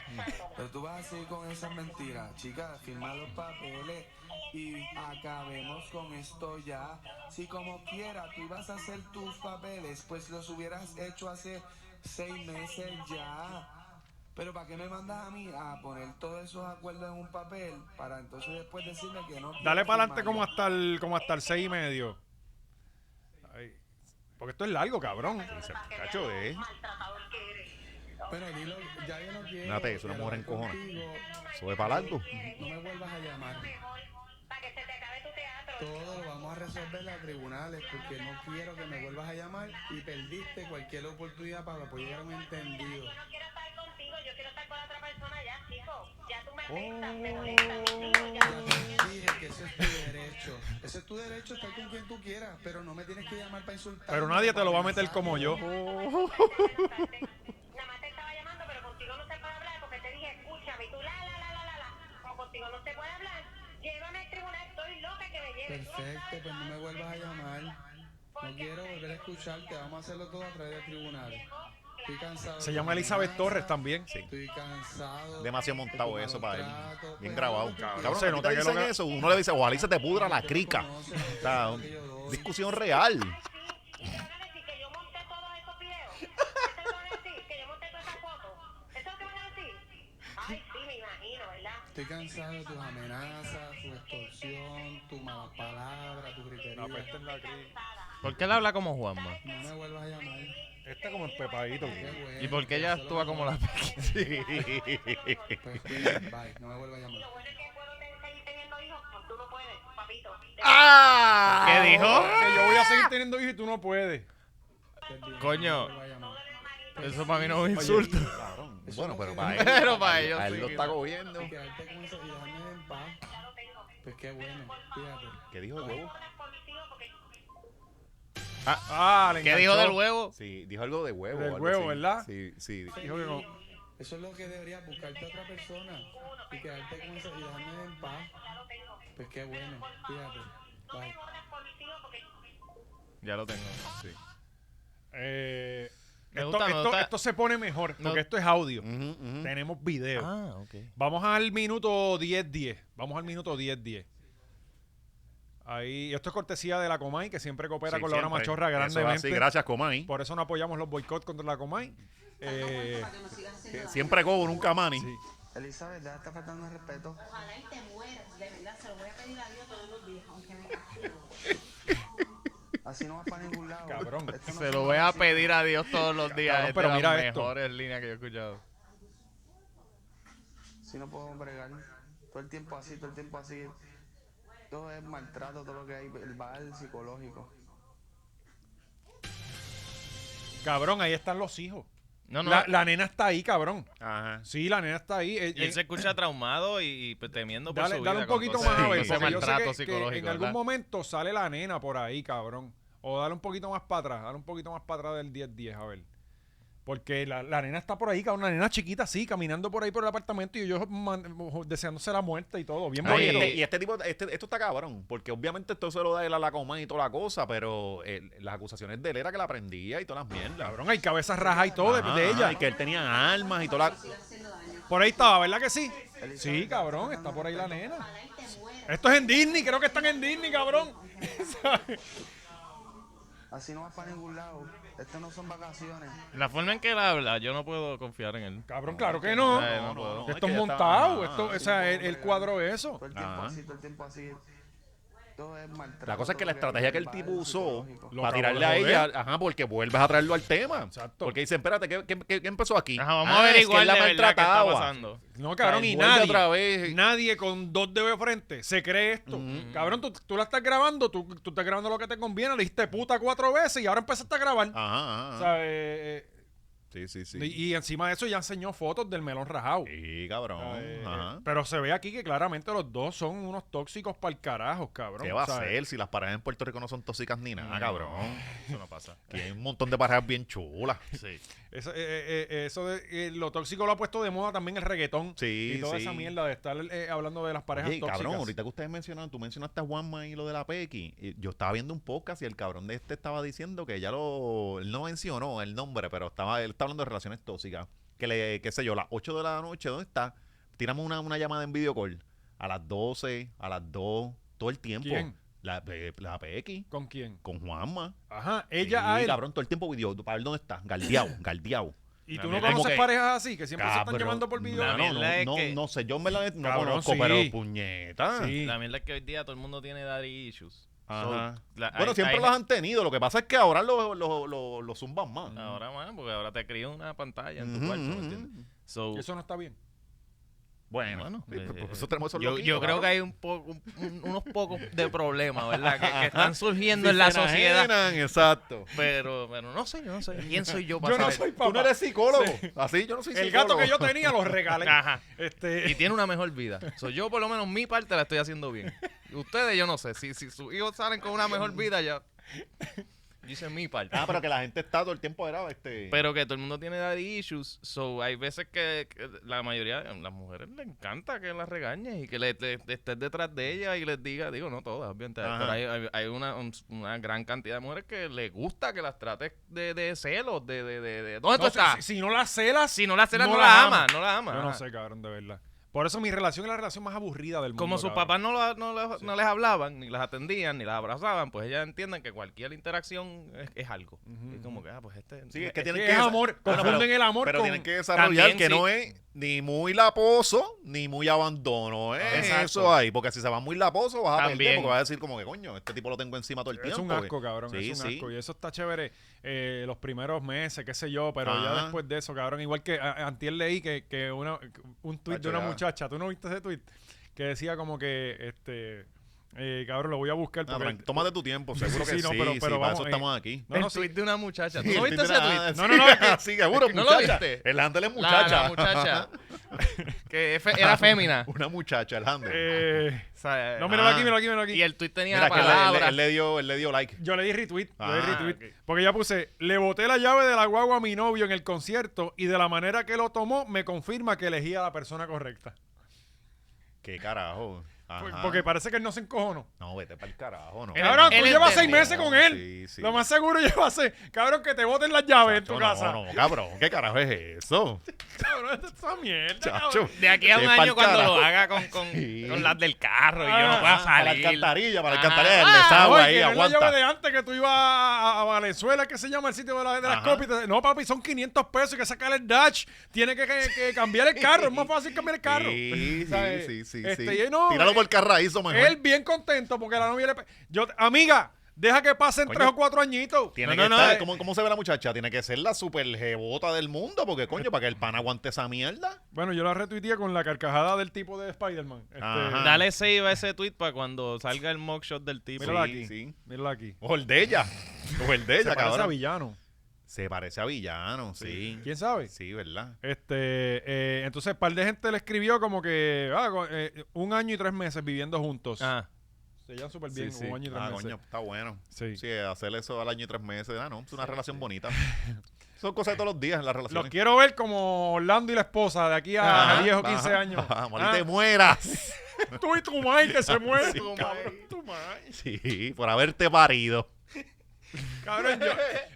[SPEAKER 7] Pero tú vas a seguir con esas mentiras, chicas, firma los papeles y acabemos con esto ya. Si como quiera tú ibas a hacer tus papeles, pues los hubieras hecho hace seis meses ya. Pero ¿para qué me mandas a mí a poner todos esos acuerdos en un papel para entonces después decirme que no?
[SPEAKER 1] Dale
[SPEAKER 7] quiero
[SPEAKER 1] para adelante
[SPEAKER 7] firmarlo?
[SPEAKER 1] como hasta el como hasta el 6 y medio. Ay, porque esto es largo, cabrón.
[SPEAKER 2] Cacho, eh.
[SPEAKER 8] Maltratador que eres.
[SPEAKER 7] Pero dilo, ya yo no quiero.
[SPEAKER 2] Nate, es una
[SPEAKER 7] hablar
[SPEAKER 2] mujer encojona.
[SPEAKER 7] contigo,
[SPEAKER 2] Sube para largo.
[SPEAKER 7] No me vuelvas a llamar.
[SPEAKER 8] Para que se te acabe tu teatro.
[SPEAKER 7] Todo lo vamos a resolver en los tribunales porque no quiero que me vuelvas a llamar y perdiste cualquier oportunidad para poder llegar a un entendido.
[SPEAKER 8] Yo no quiero estar contigo, yo quiero estar con la otra persona ya, chico. Ya tú me
[SPEAKER 2] Oh.
[SPEAKER 8] afectas, me molestas, mi hijo, ya.
[SPEAKER 7] Ya te dije que eso es tu derecho. Eso es tu derecho, estar con quien tú quieras, pero no me tienes que llamar para insultar.
[SPEAKER 1] Pero nadie te lo va a meter como yo.
[SPEAKER 8] Nada más te estaba llamando, pero contigo no se puede hablar porque te dije, escúchame, y tú la, la, la, la, la, la. Como contigo no se puede hablar, llévame al tribunal, estoy loca que me lleves. Tú no
[SPEAKER 7] Perfecto,
[SPEAKER 8] sabes
[SPEAKER 7] pues no me vuelvas a llamar. No quiero volver a escucharte, vamos a hacerlo todo a través del tribunal. Estoy cansado.
[SPEAKER 1] Se
[SPEAKER 7] de
[SPEAKER 1] llama
[SPEAKER 7] la
[SPEAKER 1] Elizabeth
[SPEAKER 7] amenaza,
[SPEAKER 1] Torres también.
[SPEAKER 7] Estoy cansado.
[SPEAKER 2] Demasiado
[SPEAKER 7] de tu
[SPEAKER 2] montado eso para él.
[SPEAKER 7] maltrato,
[SPEAKER 2] Bien
[SPEAKER 7] pues,
[SPEAKER 2] grabado.
[SPEAKER 7] ahora tú
[SPEAKER 2] Cabrón,
[SPEAKER 1] se
[SPEAKER 2] a ti
[SPEAKER 1] nota
[SPEAKER 2] te
[SPEAKER 1] que lo
[SPEAKER 2] dicen
[SPEAKER 1] ga-
[SPEAKER 2] eso. Uno le dice, ojalá y se te pudra la crica. O sea,
[SPEAKER 7] que yo doy.
[SPEAKER 2] discusión real.
[SPEAKER 8] Sí, y te van a decir que yo monté todos esos videos. Eso te van a decir, que yo monté todas esas fotos. ¿Eso es lo que van a decir? Ay, sí, me imagino, ¿verdad?
[SPEAKER 7] Estoy cansado de tus amenazas, tu extorsión, tu mala palabra, tu gritería.
[SPEAKER 3] pues, este- ¿Por qué él habla como Juanma?
[SPEAKER 7] No me vuelvas a llamar.
[SPEAKER 1] Está como empepadito.
[SPEAKER 7] Qué bueno,
[SPEAKER 3] ¿Y por qué ella
[SPEAKER 7] solo
[SPEAKER 3] actúa
[SPEAKER 7] no-
[SPEAKER 3] como la
[SPEAKER 7] Pues, cuídate, bye, no me vuelvas a llamar.
[SPEAKER 8] Lo bueno es que puedo te- seguir teniendo hijos, pues tú no puedes, papito. Te-
[SPEAKER 2] ¡Ah!
[SPEAKER 3] ¿Qué dijo?
[SPEAKER 1] Que yo voy a seguir teniendo hijos y tú no puedes.
[SPEAKER 3] Coño,
[SPEAKER 7] No me vuelvas a llamar.
[SPEAKER 3] eso para mí no es un insulto.
[SPEAKER 2] Cabrón. Bueno, pero para él.
[SPEAKER 3] Pero para ellos
[SPEAKER 2] A él
[SPEAKER 3] sí.
[SPEAKER 2] lo está cogiendo.
[SPEAKER 7] Y quedarte con eso y dejarme en paz. Pues qué bueno, cuídate.
[SPEAKER 2] ¿Qué dijo el huevo?
[SPEAKER 1] Ah, le
[SPEAKER 3] ¿Qué dijo
[SPEAKER 1] enganchó.
[SPEAKER 3] del huevo?
[SPEAKER 1] Ah,
[SPEAKER 2] Sí, dijo algo de huevo.
[SPEAKER 1] Del
[SPEAKER 2] algo
[SPEAKER 1] huevo,
[SPEAKER 2] así.
[SPEAKER 1] ¿verdad?
[SPEAKER 2] Sí, sí.
[SPEAKER 1] Dijo que con-
[SPEAKER 7] Eso es lo que deberías buscarte a otra persona y quedarte con eso y dejarme en paz. Pues qué bueno, cuídate. Bye.
[SPEAKER 4] Ya lo tengo.
[SPEAKER 1] Eh,
[SPEAKER 4] Me
[SPEAKER 1] esto,
[SPEAKER 4] gusta, me
[SPEAKER 1] esto-
[SPEAKER 4] gusta.
[SPEAKER 1] esto se pone mejor
[SPEAKER 4] No.
[SPEAKER 1] porque esto es audio.
[SPEAKER 2] Ujú, ujú.
[SPEAKER 1] Tenemos video.
[SPEAKER 4] Ah, ok.
[SPEAKER 1] Vamos al minuto 10-10. Vamos al minuto 10-10. Ahí, esto es cortesía de la Comay, que siempre coopera
[SPEAKER 2] Sí,
[SPEAKER 1] con la hora
[SPEAKER 2] siempre.
[SPEAKER 1] machorra
[SPEAKER 2] Eso es así,
[SPEAKER 1] grandemente.
[SPEAKER 2] gracias, Comay.
[SPEAKER 1] Por eso no apoyamos los boicots contra la Comay. Eh,
[SPEAKER 9] para que nos sigas haciendo daño.
[SPEAKER 2] Siempre cobo, nunca mani.
[SPEAKER 7] Elizabeth, ya está faltando el respeto.
[SPEAKER 9] Ojalá y te mueras, de verdad, se lo voy a pedir a Dios todos los días, aunque me castigo.
[SPEAKER 7] Así no vas para ningún lado.
[SPEAKER 1] Cabrón.
[SPEAKER 7] Esto no
[SPEAKER 4] Se
[SPEAKER 7] es
[SPEAKER 4] lo
[SPEAKER 7] una
[SPEAKER 4] voy a
[SPEAKER 7] relación.
[SPEAKER 4] pedir a Dios todos los días.
[SPEAKER 1] Cabrón,
[SPEAKER 4] es
[SPEAKER 1] pero
[SPEAKER 4] de
[SPEAKER 1] mira
[SPEAKER 4] las
[SPEAKER 1] esto.
[SPEAKER 4] mejores líneas que yo he escuchado.
[SPEAKER 7] Si no puedo bregar. Todo el tiempo así, todo el tiempo así. Todo es maltrato, todo lo que hay, el bal psicológico.
[SPEAKER 1] cabrón, ahí están los hijos.
[SPEAKER 4] No, no.
[SPEAKER 1] La, la nena está ahí, cabrón.
[SPEAKER 2] Ajá.
[SPEAKER 1] Sí, la nena está ahí. Eh,
[SPEAKER 4] y él
[SPEAKER 1] eh,
[SPEAKER 4] se escucha traumado y, y, pues, temiendo por
[SPEAKER 1] dale,
[SPEAKER 4] su vida.
[SPEAKER 1] dale un
[SPEAKER 4] con
[SPEAKER 1] poquito
[SPEAKER 4] todo
[SPEAKER 1] más
[SPEAKER 4] ese-
[SPEAKER 1] a ver.
[SPEAKER 4] ese
[SPEAKER 1] porque yo sé
[SPEAKER 4] maltrato
[SPEAKER 1] que- que
[SPEAKER 4] psicológico.
[SPEAKER 1] en algún
[SPEAKER 4] ¿verdad?
[SPEAKER 1] momento sale la nena por ahí, cabrón. O dale un poquito más para atrás. Dale un poquito más para atrás del 10-10, a ver. Porque la, la nena está por ahí, cabrón. La nena chiquita, sí, caminando por ahí por el apartamento y yo man- deseándose la muerte y todo. Bien
[SPEAKER 2] No, y,
[SPEAKER 1] bonito.
[SPEAKER 4] eh,
[SPEAKER 2] este, y este tipo, este- esto está cabrón, porque obviamente esto se lo da él a la coma y toda la cosa, pero eh, las acusaciones de él era que la prendía y todas las mierdas.
[SPEAKER 1] Cabrón, hay cabezas rajas
[SPEAKER 4] ah,
[SPEAKER 1] y todo de-
[SPEAKER 2] Ajá,
[SPEAKER 1] de, ella.
[SPEAKER 2] Y que él tenía armas y toda la.
[SPEAKER 9] Sigas haciendo daño.
[SPEAKER 1] Por ahí estaba, ¿verdad que sí?
[SPEAKER 7] Elizabeth,
[SPEAKER 1] Sí,
[SPEAKER 7] ya
[SPEAKER 1] cabrón,
[SPEAKER 7] tratando
[SPEAKER 1] está por ahí la
[SPEAKER 7] de-
[SPEAKER 1] nena.
[SPEAKER 9] Ojalá y te mueras.
[SPEAKER 1] Esto es en Disney, creo que están en Disney, cabrón. ¿Sabes?
[SPEAKER 7] Así no vas para ningún lado. Esto no son vacaciones.
[SPEAKER 4] La forma en que él habla, yo no puedo confiar en él.
[SPEAKER 1] Cabrón, claro que no.
[SPEAKER 4] Eh,
[SPEAKER 2] No, no, no, pues, es
[SPEAKER 1] Esto
[SPEAKER 2] que
[SPEAKER 1] es
[SPEAKER 2] ya está-
[SPEAKER 1] montado,
[SPEAKER 2] ajá.
[SPEAKER 1] esto, o sea, él, él cuadró eso.
[SPEAKER 7] Todo el tiempo
[SPEAKER 2] Ajá.
[SPEAKER 7] así, todo el tiempo así. Todo es maltrato.
[SPEAKER 2] Ah. La cosa es que
[SPEAKER 7] todo
[SPEAKER 2] la
[SPEAKER 7] lo
[SPEAKER 2] estrategia
[SPEAKER 7] hay,
[SPEAKER 2] que el
[SPEAKER 7] el
[SPEAKER 2] tipo
[SPEAKER 7] bal
[SPEAKER 2] usó
[SPEAKER 7] psicológico.
[SPEAKER 1] Lo
[SPEAKER 2] para
[SPEAKER 1] acabo
[SPEAKER 2] tirarle
[SPEAKER 1] de
[SPEAKER 2] a
[SPEAKER 1] joder.
[SPEAKER 2] ella, ajá, porque vuelves a traerlo al tema.
[SPEAKER 1] Exacto.
[SPEAKER 2] Porque dice, espérate, ¿qué, qué- qué- qué empezó aquí?
[SPEAKER 4] Ajá, vamos
[SPEAKER 2] Ah, es
[SPEAKER 4] a
[SPEAKER 2] que
[SPEAKER 4] averiguar
[SPEAKER 2] él
[SPEAKER 4] la
[SPEAKER 2] la
[SPEAKER 4] verdad qué está
[SPEAKER 2] maltrataba.
[SPEAKER 4] pasando.
[SPEAKER 1] No, cabrón,
[SPEAKER 2] O sea,
[SPEAKER 1] y
[SPEAKER 2] vuelve
[SPEAKER 1] nadie.
[SPEAKER 2] otra vez.
[SPEAKER 1] Nadie con dos dedos de frente se cree esto.
[SPEAKER 2] Ujú.
[SPEAKER 1] Cabrón, tú, tú la estás grabando, tú, tú estás grabando lo que te conviene, le diste puta cuatro veces y ahora empezaste a grabar.
[SPEAKER 2] Ajá,
[SPEAKER 1] O
[SPEAKER 2] ajá.
[SPEAKER 1] sea, eh, eh,
[SPEAKER 2] Sí, sí, sí.
[SPEAKER 1] Y, y encima de eso ya enseñó fotos del melón rajado.
[SPEAKER 2] Sí, cabrón.
[SPEAKER 1] Eh,
[SPEAKER 2] ajá.
[SPEAKER 1] Pero se ve aquí que claramente los dos son unos tóxicos para el carajo, cabrón.
[SPEAKER 2] ¿Qué va a
[SPEAKER 1] ¿sabes? Mm.
[SPEAKER 2] hacer si las paradas en Puerto Rico no son tóxicas ni nada, cabrón?
[SPEAKER 4] Eso no pasa.
[SPEAKER 2] Que hay un montón de paradas bien chulas.
[SPEAKER 4] Sí.
[SPEAKER 1] Eso, eh, eh, eh, eso de, eh, lo tóxico lo ha puesto de moda también el reggaetón.
[SPEAKER 2] Sí,
[SPEAKER 1] y toda
[SPEAKER 2] sí.
[SPEAKER 1] esa mierda de estar eh, hablando de las parejas
[SPEAKER 2] Oye,
[SPEAKER 1] tóxicas.
[SPEAKER 2] cabrón, ahorita que ustedes mencionaron, tú mencionaste a Juanma y lo de la Pequi. y Yo estaba viendo un podcast y el cabrón de este estaba diciendo que ya lo. Él no mencionó el nombre, pero estaba él está hablando de relaciones tóxicas. Que le, qué sé yo, las 8 de la noche, ¿dónde está? Tiramos una, una llamada en video call. A las 12, a las 2, todo el tiempo.
[SPEAKER 1] ¿Quién?
[SPEAKER 2] La, eh, la Pequi,
[SPEAKER 1] ¿Con quién?
[SPEAKER 2] con Juanma.
[SPEAKER 1] Ajá, ella
[SPEAKER 2] Sí,
[SPEAKER 1] a él.
[SPEAKER 2] cabrón, todo el tiempo video. Para ver dónde está. Galdeado, galdeado.
[SPEAKER 1] Y
[SPEAKER 4] La
[SPEAKER 1] tú no
[SPEAKER 4] mierda.
[SPEAKER 1] conoces
[SPEAKER 2] Como que-
[SPEAKER 1] parejas así, que siempre se
[SPEAKER 2] Cabrón,
[SPEAKER 1] están llamando por video.
[SPEAKER 2] No, no,
[SPEAKER 4] La mierda
[SPEAKER 2] no,
[SPEAKER 4] es
[SPEAKER 2] no,
[SPEAKER 4] que-
[SPEAKER 2] no sé, yo me la no
[SPEAKER 1] Cabrón,
[SPEAKER 2] conozco,
[SPEAKER 1] sí.
[SPEAKER 2] pero puñeta.
[SPEAKER 1] Sí.
[SPEAKER 4] La mierda es que hoy día todo el mundo tiene daddy issues.
[SPEAKER 2] Ajá.
[SPEAKER 4] So, la-
[SPEAKER 2] bueno,
[SPEAKER 4] hay-
[SPEAKER 2] siempre
[SPEAKER 4] hay-
[SPEAKER 2] los han tenido. Lo que pasa es que ahora los los los- los zumban más.
[SPEAKER 4] Ahora más, porque ahora te cría una pantalla en tu
[SPEAKER 2] Ujú,
[SPEAKER 4] cuarto, ¿me
[SPEAKER 2] ujú.
[SPEAKER 4] entiendes? So,
[SPEAKER 1] Eso no está bien.
[SPEAKER 2] Bueno, pues,
[SPEAKER 4] Bueno,
[SPEAKER 2] sí,
[SPEAKER 4] eh,
[SPEAKER 2] por- por eso tenemos esos
[SPEAKER 4] yo,
[SPEAKER 2] loquitos,
[SPEAKER 4] yo creo
[SPEAKER 2] cabrón.
[SPEAKER 4] que hay un po- un- un- unos pocos de problemas, ¿verdad? Que, que están surgiendo en la
[SPEAKER 2] Se
[SPEAKER 4] sociedad.
[SPEAKER 2] enajenan, exacto.
[SPEAKER 4] Pero, pero no sé, yo no sé. ¿Quién soy yo para
[SPEAKER 1] Yo no
[SPEAKER 4] saber?
[SPEAKER 1] soy
[SPEAKER 2] Tú no
[SPEAKER 1] papá.
[SPEAKER 2] eres psicólogo. Así yo no soy
[SPEAKER 1] El
[SPEAKER 2] psicólogo.
[SPEAKER 1] gato que yo tenía los regalé.
[SPEAKER 4] Ajá.
[SPEAKER 1] Este,
[SPEAKER 4] Y tiene una mejor vida. So, yo, por lo menos, mi parte la estoy haciendo bien. Ustedes, yo no sé. Si, si sus hijos salen con una mejor vida, ya. Dice mi parte.
[SPEAKER 2] Ah, pero que la gente está todo el tiempo era este.
[SPEAKER 4] Pero que todo el mundo tiene daddy issues, so hay veces que, que la mayoría, las mujeres le encanta que las regañes y que le, le- le estés detrás de ellas y les diga, digo, no todas, obviamente,
[SPEAKER 2] Ajá.
[SPEAKER 4] pero hay, hay- hay una, un- una gran cantidad de mujeres que les gusta que las trates de, de celos, de, de, de, de- ¿dónde
[SPEAKER 1] no,
[SPEAKER 4] tú
[SPEAKER 1] si-
[SPEAKER 4] estás?
[SPEAKER 1] Si, si no la celas,
[SPEAKER 4] Si no la celas,
[SPEAKER 1] no
[SPEAKER 4] no,
[SPEAKER 1] la
[SPEAKER 4] la
[SPEAKER 1] ama.
[SPEAKER 4] ama, no la ama.
[SPEAKER 1] Yo no
[SPEAKER 4] ajá.
[SPEAKER 1] sé, cabrón, de verdad. Por eso mi relación es la relación más aburrida del mundo.
[SPEAKER 4] Como sus
[SPEAKER 1] cabrón.
[SPEAKER 4] papás no, la- no, la- no les hablaban, ni las atendían, ni las abrazaban, pues ellas entienden que cualquier interacción es, es algo.
[SPEAKER 1] Ujú.
[SPEAKER 4] Es como que, ah, pues este...
[SPEAKER 2] Sí, es que
[SPEAKER 4] eh,
[SPEAKER 2] tienen
[SPEAKER 1] es
[SPEAKER 2] que desa-
[SPEAKER 1] amor,
[SPEAKER 2] Bueno,
[SPEAKER 1] confunden
[SPEAKER 2] pero-
[SPEAKER 1] el amor
[SPEAKER 2] Pero
[SPEAKER 1] con-
[SPEAKER 2] tienen que desarrollar
[SPEAKER 4] También,
[SPEAKER 2] que
[SPEAKER 4] sí.
[SPEAKER 2] no es ni muy laposo ni muy abandono. ¿eh?
[SPEAKER 4] Ah, exacto.
[SPEAKER 2] eso ahí, porque si se va muy laposo vas a
[SPEAKER 4] También.
[SPEAKER 2] perder porque vas a decir como que coño, este tipo lo tengo encima todo el
[SPEAKER 1] Es
[SPEAKER 2] tiempo. pues". Ah,
[SPEAKER 1] un
[SPEAKER 2] porque-
[SPEAKER 1] asco, cabrón.
[SPEAKER 2] Sí,
[SPEAKER 1] es un
[SPEAKER 2] sí.
[SPEAKER 1] asco. Y eso está chévere eh, los primeros meses, qué sé yo. Pero ya
[SPEAKER 2] Ajá.
[SPEAKER 1] después de eso, cabrón. Igual que a- antier leí que, que una, un tweet
[SPEAKER 2] Tacho,
[SPEAKER 1] de una
[SPEAKER 2] ya.
[SPEAKER 1] muchacha. ¿Tú no viste ese tweet? Que decía como que, este, eh, cabrón, lo voy a buscar.
[SPEAKER 2] Ah,
[SPEAKER 1] Porque
[SPEAKER 2] tran- tómate tu tiempo,
[SPEAKER 1] Sí,
[SPEAKER 2] seguro
[SPEAKER 1] sí,
[SPEAKER 2] que
[SPEAKER 1] sí,
[SPEAKER 2] sí.
[SPEAKER 1] no, pero-
[SPEAKER 2] sí,
[SPEAKER 1] pero
[SPEAKER 2] para
[SPEAKER 1] vamos,
[SPEAKER 2] eso
[SPEAKER 1] eh,
[SPEAKER 2] estamos aquí.
[SPEAKER 1] no,
[SPEAKER 4] el
[SPEAKER 1] no, sí.
[SPEAKER 4] tweet de una muchacha. ¿Tú
[SPEAKER 2] Sí,
[SPEAKER 4] no
[SPEAKER 2] el
[SPEAKER 4] viste ese
[SPEAKER 2] Twitter, ah,
[SPEAKER 4] tweet?
[SPEAKER 1] No,
[SPEAKER 2] sí.
[SPEAKER 1] no, no, es que-
[SPEAKER 2] Sí, seguro,
[SPEAKER 4] no lo
[SPEAKER 2] muchacha.
[SPEAKER 4] viste.
[SPEAKER 2] El Andel es
[SPEAKER 4] La-
[SPEAKER 2] muchacha.
[SPEAKER 4] La, muchacha. que fe- era fémina.
[SPEAKER 2] Una muchacha, el handle.
[SPEAKER 1] Eh,
[SPEAKER 4] O sea,
[SPEAKER 1] no, míralo
[SPEAKER 2] Ah.
[SPEAKER 1] aquí, míralo aquí, míralo aquí.
[SPEAKER 4] Y el tweet tenía
[SPEAKER 2] Mira,
[SPEAKER 4] la
[SPEAKER 2] que él, él-
[SPEAKER 4] palabra.
[SPEAKER 2] él le dio, él le dio like.
[SPEAKER 1] Yo le di retweet, yo le di
[SPEAKER 2] Ah,
[SPEAKER 1] retweet.
[SPEAKER 4] ok.
[SPEAKER 1] Porque ya puse, le boté la llave de la guagua a mi novio en el concierto y de la manera que lo tomó me confirma que elegí a la persona correcta.
[SPEAKER 2] ¿Qué carajo?
[SPEAKER 1] Por-
[SPEAKER 2] Ajá.
[SPEAKER 1] Porque parece que él no se encojonó.
[SPEAKER 2] No, vete para el carajo, no.
[SPEAKER 4] Él-
[SPEAKER 1] Cabrón, tú
[SPEAKER 4] él
[SPEAKER 1] llevas seis
[SPEAKER 4] entendió.
[SPEAKER 1] meses con él.
[SPEAKER 2] Sí, sí.
[SPEAKER 1] Lo más seguro llevas seis. Cabrón, que te boten las llaves en tu
[SPEAKER 2] Chacho,
[SPEAKER 1] casa.
[SPEAKER 2] No, no, cabrón, ¿qué carajo es eso?
[SPEAKER 1] Cabrón, esta es esa mierda,
[SPEAKER 2] Chacho.
[SPEAKER 1] cabrón.
[SPEAKER 4] De aquí a
[SPEAKER 2] Sí,
[SPEAKER 4] un
[SPEAKER 2] pa'l
[SPEAKER 4] año cuando
[SPEAKER 2] carajo.
[SPEAKER 4] lo haga con, con,
[SPEAKER 2] Sí.
[SPEAKER 4] con las del carro y yo
[SPEAKER 1] Ah,
[SPEAKER 4] no pueda
[SPEAKER 2] Ah, Para la
[SPEAKER 4] salir.
[SPEAKER 2] alcantarilla, para la
[SPEAKER 4] Ajá.
[SPEAKER 2] alcantarilla del
[SPEAKER 1] Ah,
[SPEAKER 2] desagüe
[SPEAKER 1] oye,
[SPEAKER 2] ahí,
[SPEAKER 1] que no es la llave
[SPEAKER 2] aguanta.
[SPEAKER 1] de antes que tú ibas a, a- a Valenzuela, que se llama el sitio de, la- de las
[SPEAKER 2] Ajá.
[SPEAKER 1] copias. y te- No, papi, son 500 pesos, hay que sacar el dash, tiene que, que- que cambiar el carro, es más fácil cambiar el carro.
[SPEAKER 2] Sí,
[SPEAKER 1] ¿Sabes?
[SPEAKER 2] sí, sí, sí.
[SPEAKER 1] Este,
[SPEAKER 2] sí.
[SPEAKER 1] y no,
[SPEAKER 2] Tíralo por el carraízo mejor.
[SPEAKER 1] Él bien contento porque la novia le... pe- Yo, amiga, deja que pasen
[SPEAKER 2] Coño.
[SPEAKER 1] tres o cuatro añitos.
[SPEAKER 2] Tiene
[SPEAKER 4] No,
[SPEAKER 2] que
[SPEAKER 4] no, no,
[SPEAKER 2] estar,
[SPEAKER 4] eh.
[SPEAKER 2] ¿cómo, cómo se ve la muchacha? Tiene que ser la super jebota del mundo, porque coño, para que el pan aguante esa mierda.
[SPEAKER 1] Bueno, yo la retuiteé con la carcajada del tipo de Spider-Man. Este,
[SPEAKER 2] Ajá.
[SPEAKER 4] Dale save a ese tweet para cuando salga el mugshot del tipo.
[SPEAKER 1] Mírala
[SPEAKER 2] Sí,
[SPEAKER 1] aquí.
[SPEAKER 2] sí.
[SPEAKER 1] Mírala aquí.
[SPEAKER 2] O el de ella. O el de
[SPEAKER 1] Se
[SPEAKER 2] ella,
[SPEAKER 1] parece a
[SPEAKER 2] cabrón.
[SPEAKER 1] villano.
[SPEAKER 2] Se parece a villano, sí.
[SPEAKER 1] ¿Quién sabe?
[SPEAKER 2] Sí, ¿verdad?
[SPEAKER 1] Este, eh, entonces, un par de gente le escribió como que ah, co- eh, un año y tres meses viviendo juntos.
[SPEAKER 4] Ah,
[SPEAKER 1] Se llevan súper bien,
[SPEAKER 4] Sí, sí.
[SPEAKER 1] un año y tres
[SPEAKER 2] Ah,
[SPEAKER 1] meses.
[SPEAKER 2] coño, está bueno.
[SPEAKER 1] Sí.
[SPEAKER 2] Sí, hacer eso al año y tres meses. Ah, no, es una relación bonita. Son cosas de todos los días en las
[SPEAKER 1] Los
[SPEAKER 2] relaciones.
[SPEAKER 1] quiero ver como Orlando y la esposa de aquí a
[SPEAKER 2] Ajá,
[SPEAKER 1] 10 o
[SPEAKER 2] ajá,
[SPEAKER 1] 15 años.
[SPEAKER 2] ajá, Maldita
[SPEAKER 1] Ah,
[SPEAKER 2] te mueras.
[SPEAKER 1] tú y tu madre que se muere.
[SPEAKER 2] Sí,
[SPEAKER 1] cabrón, tu madre.
[SPEAKER 2] Sí, por haberte parido.
[SPEAKER 1] Cabrón, yo,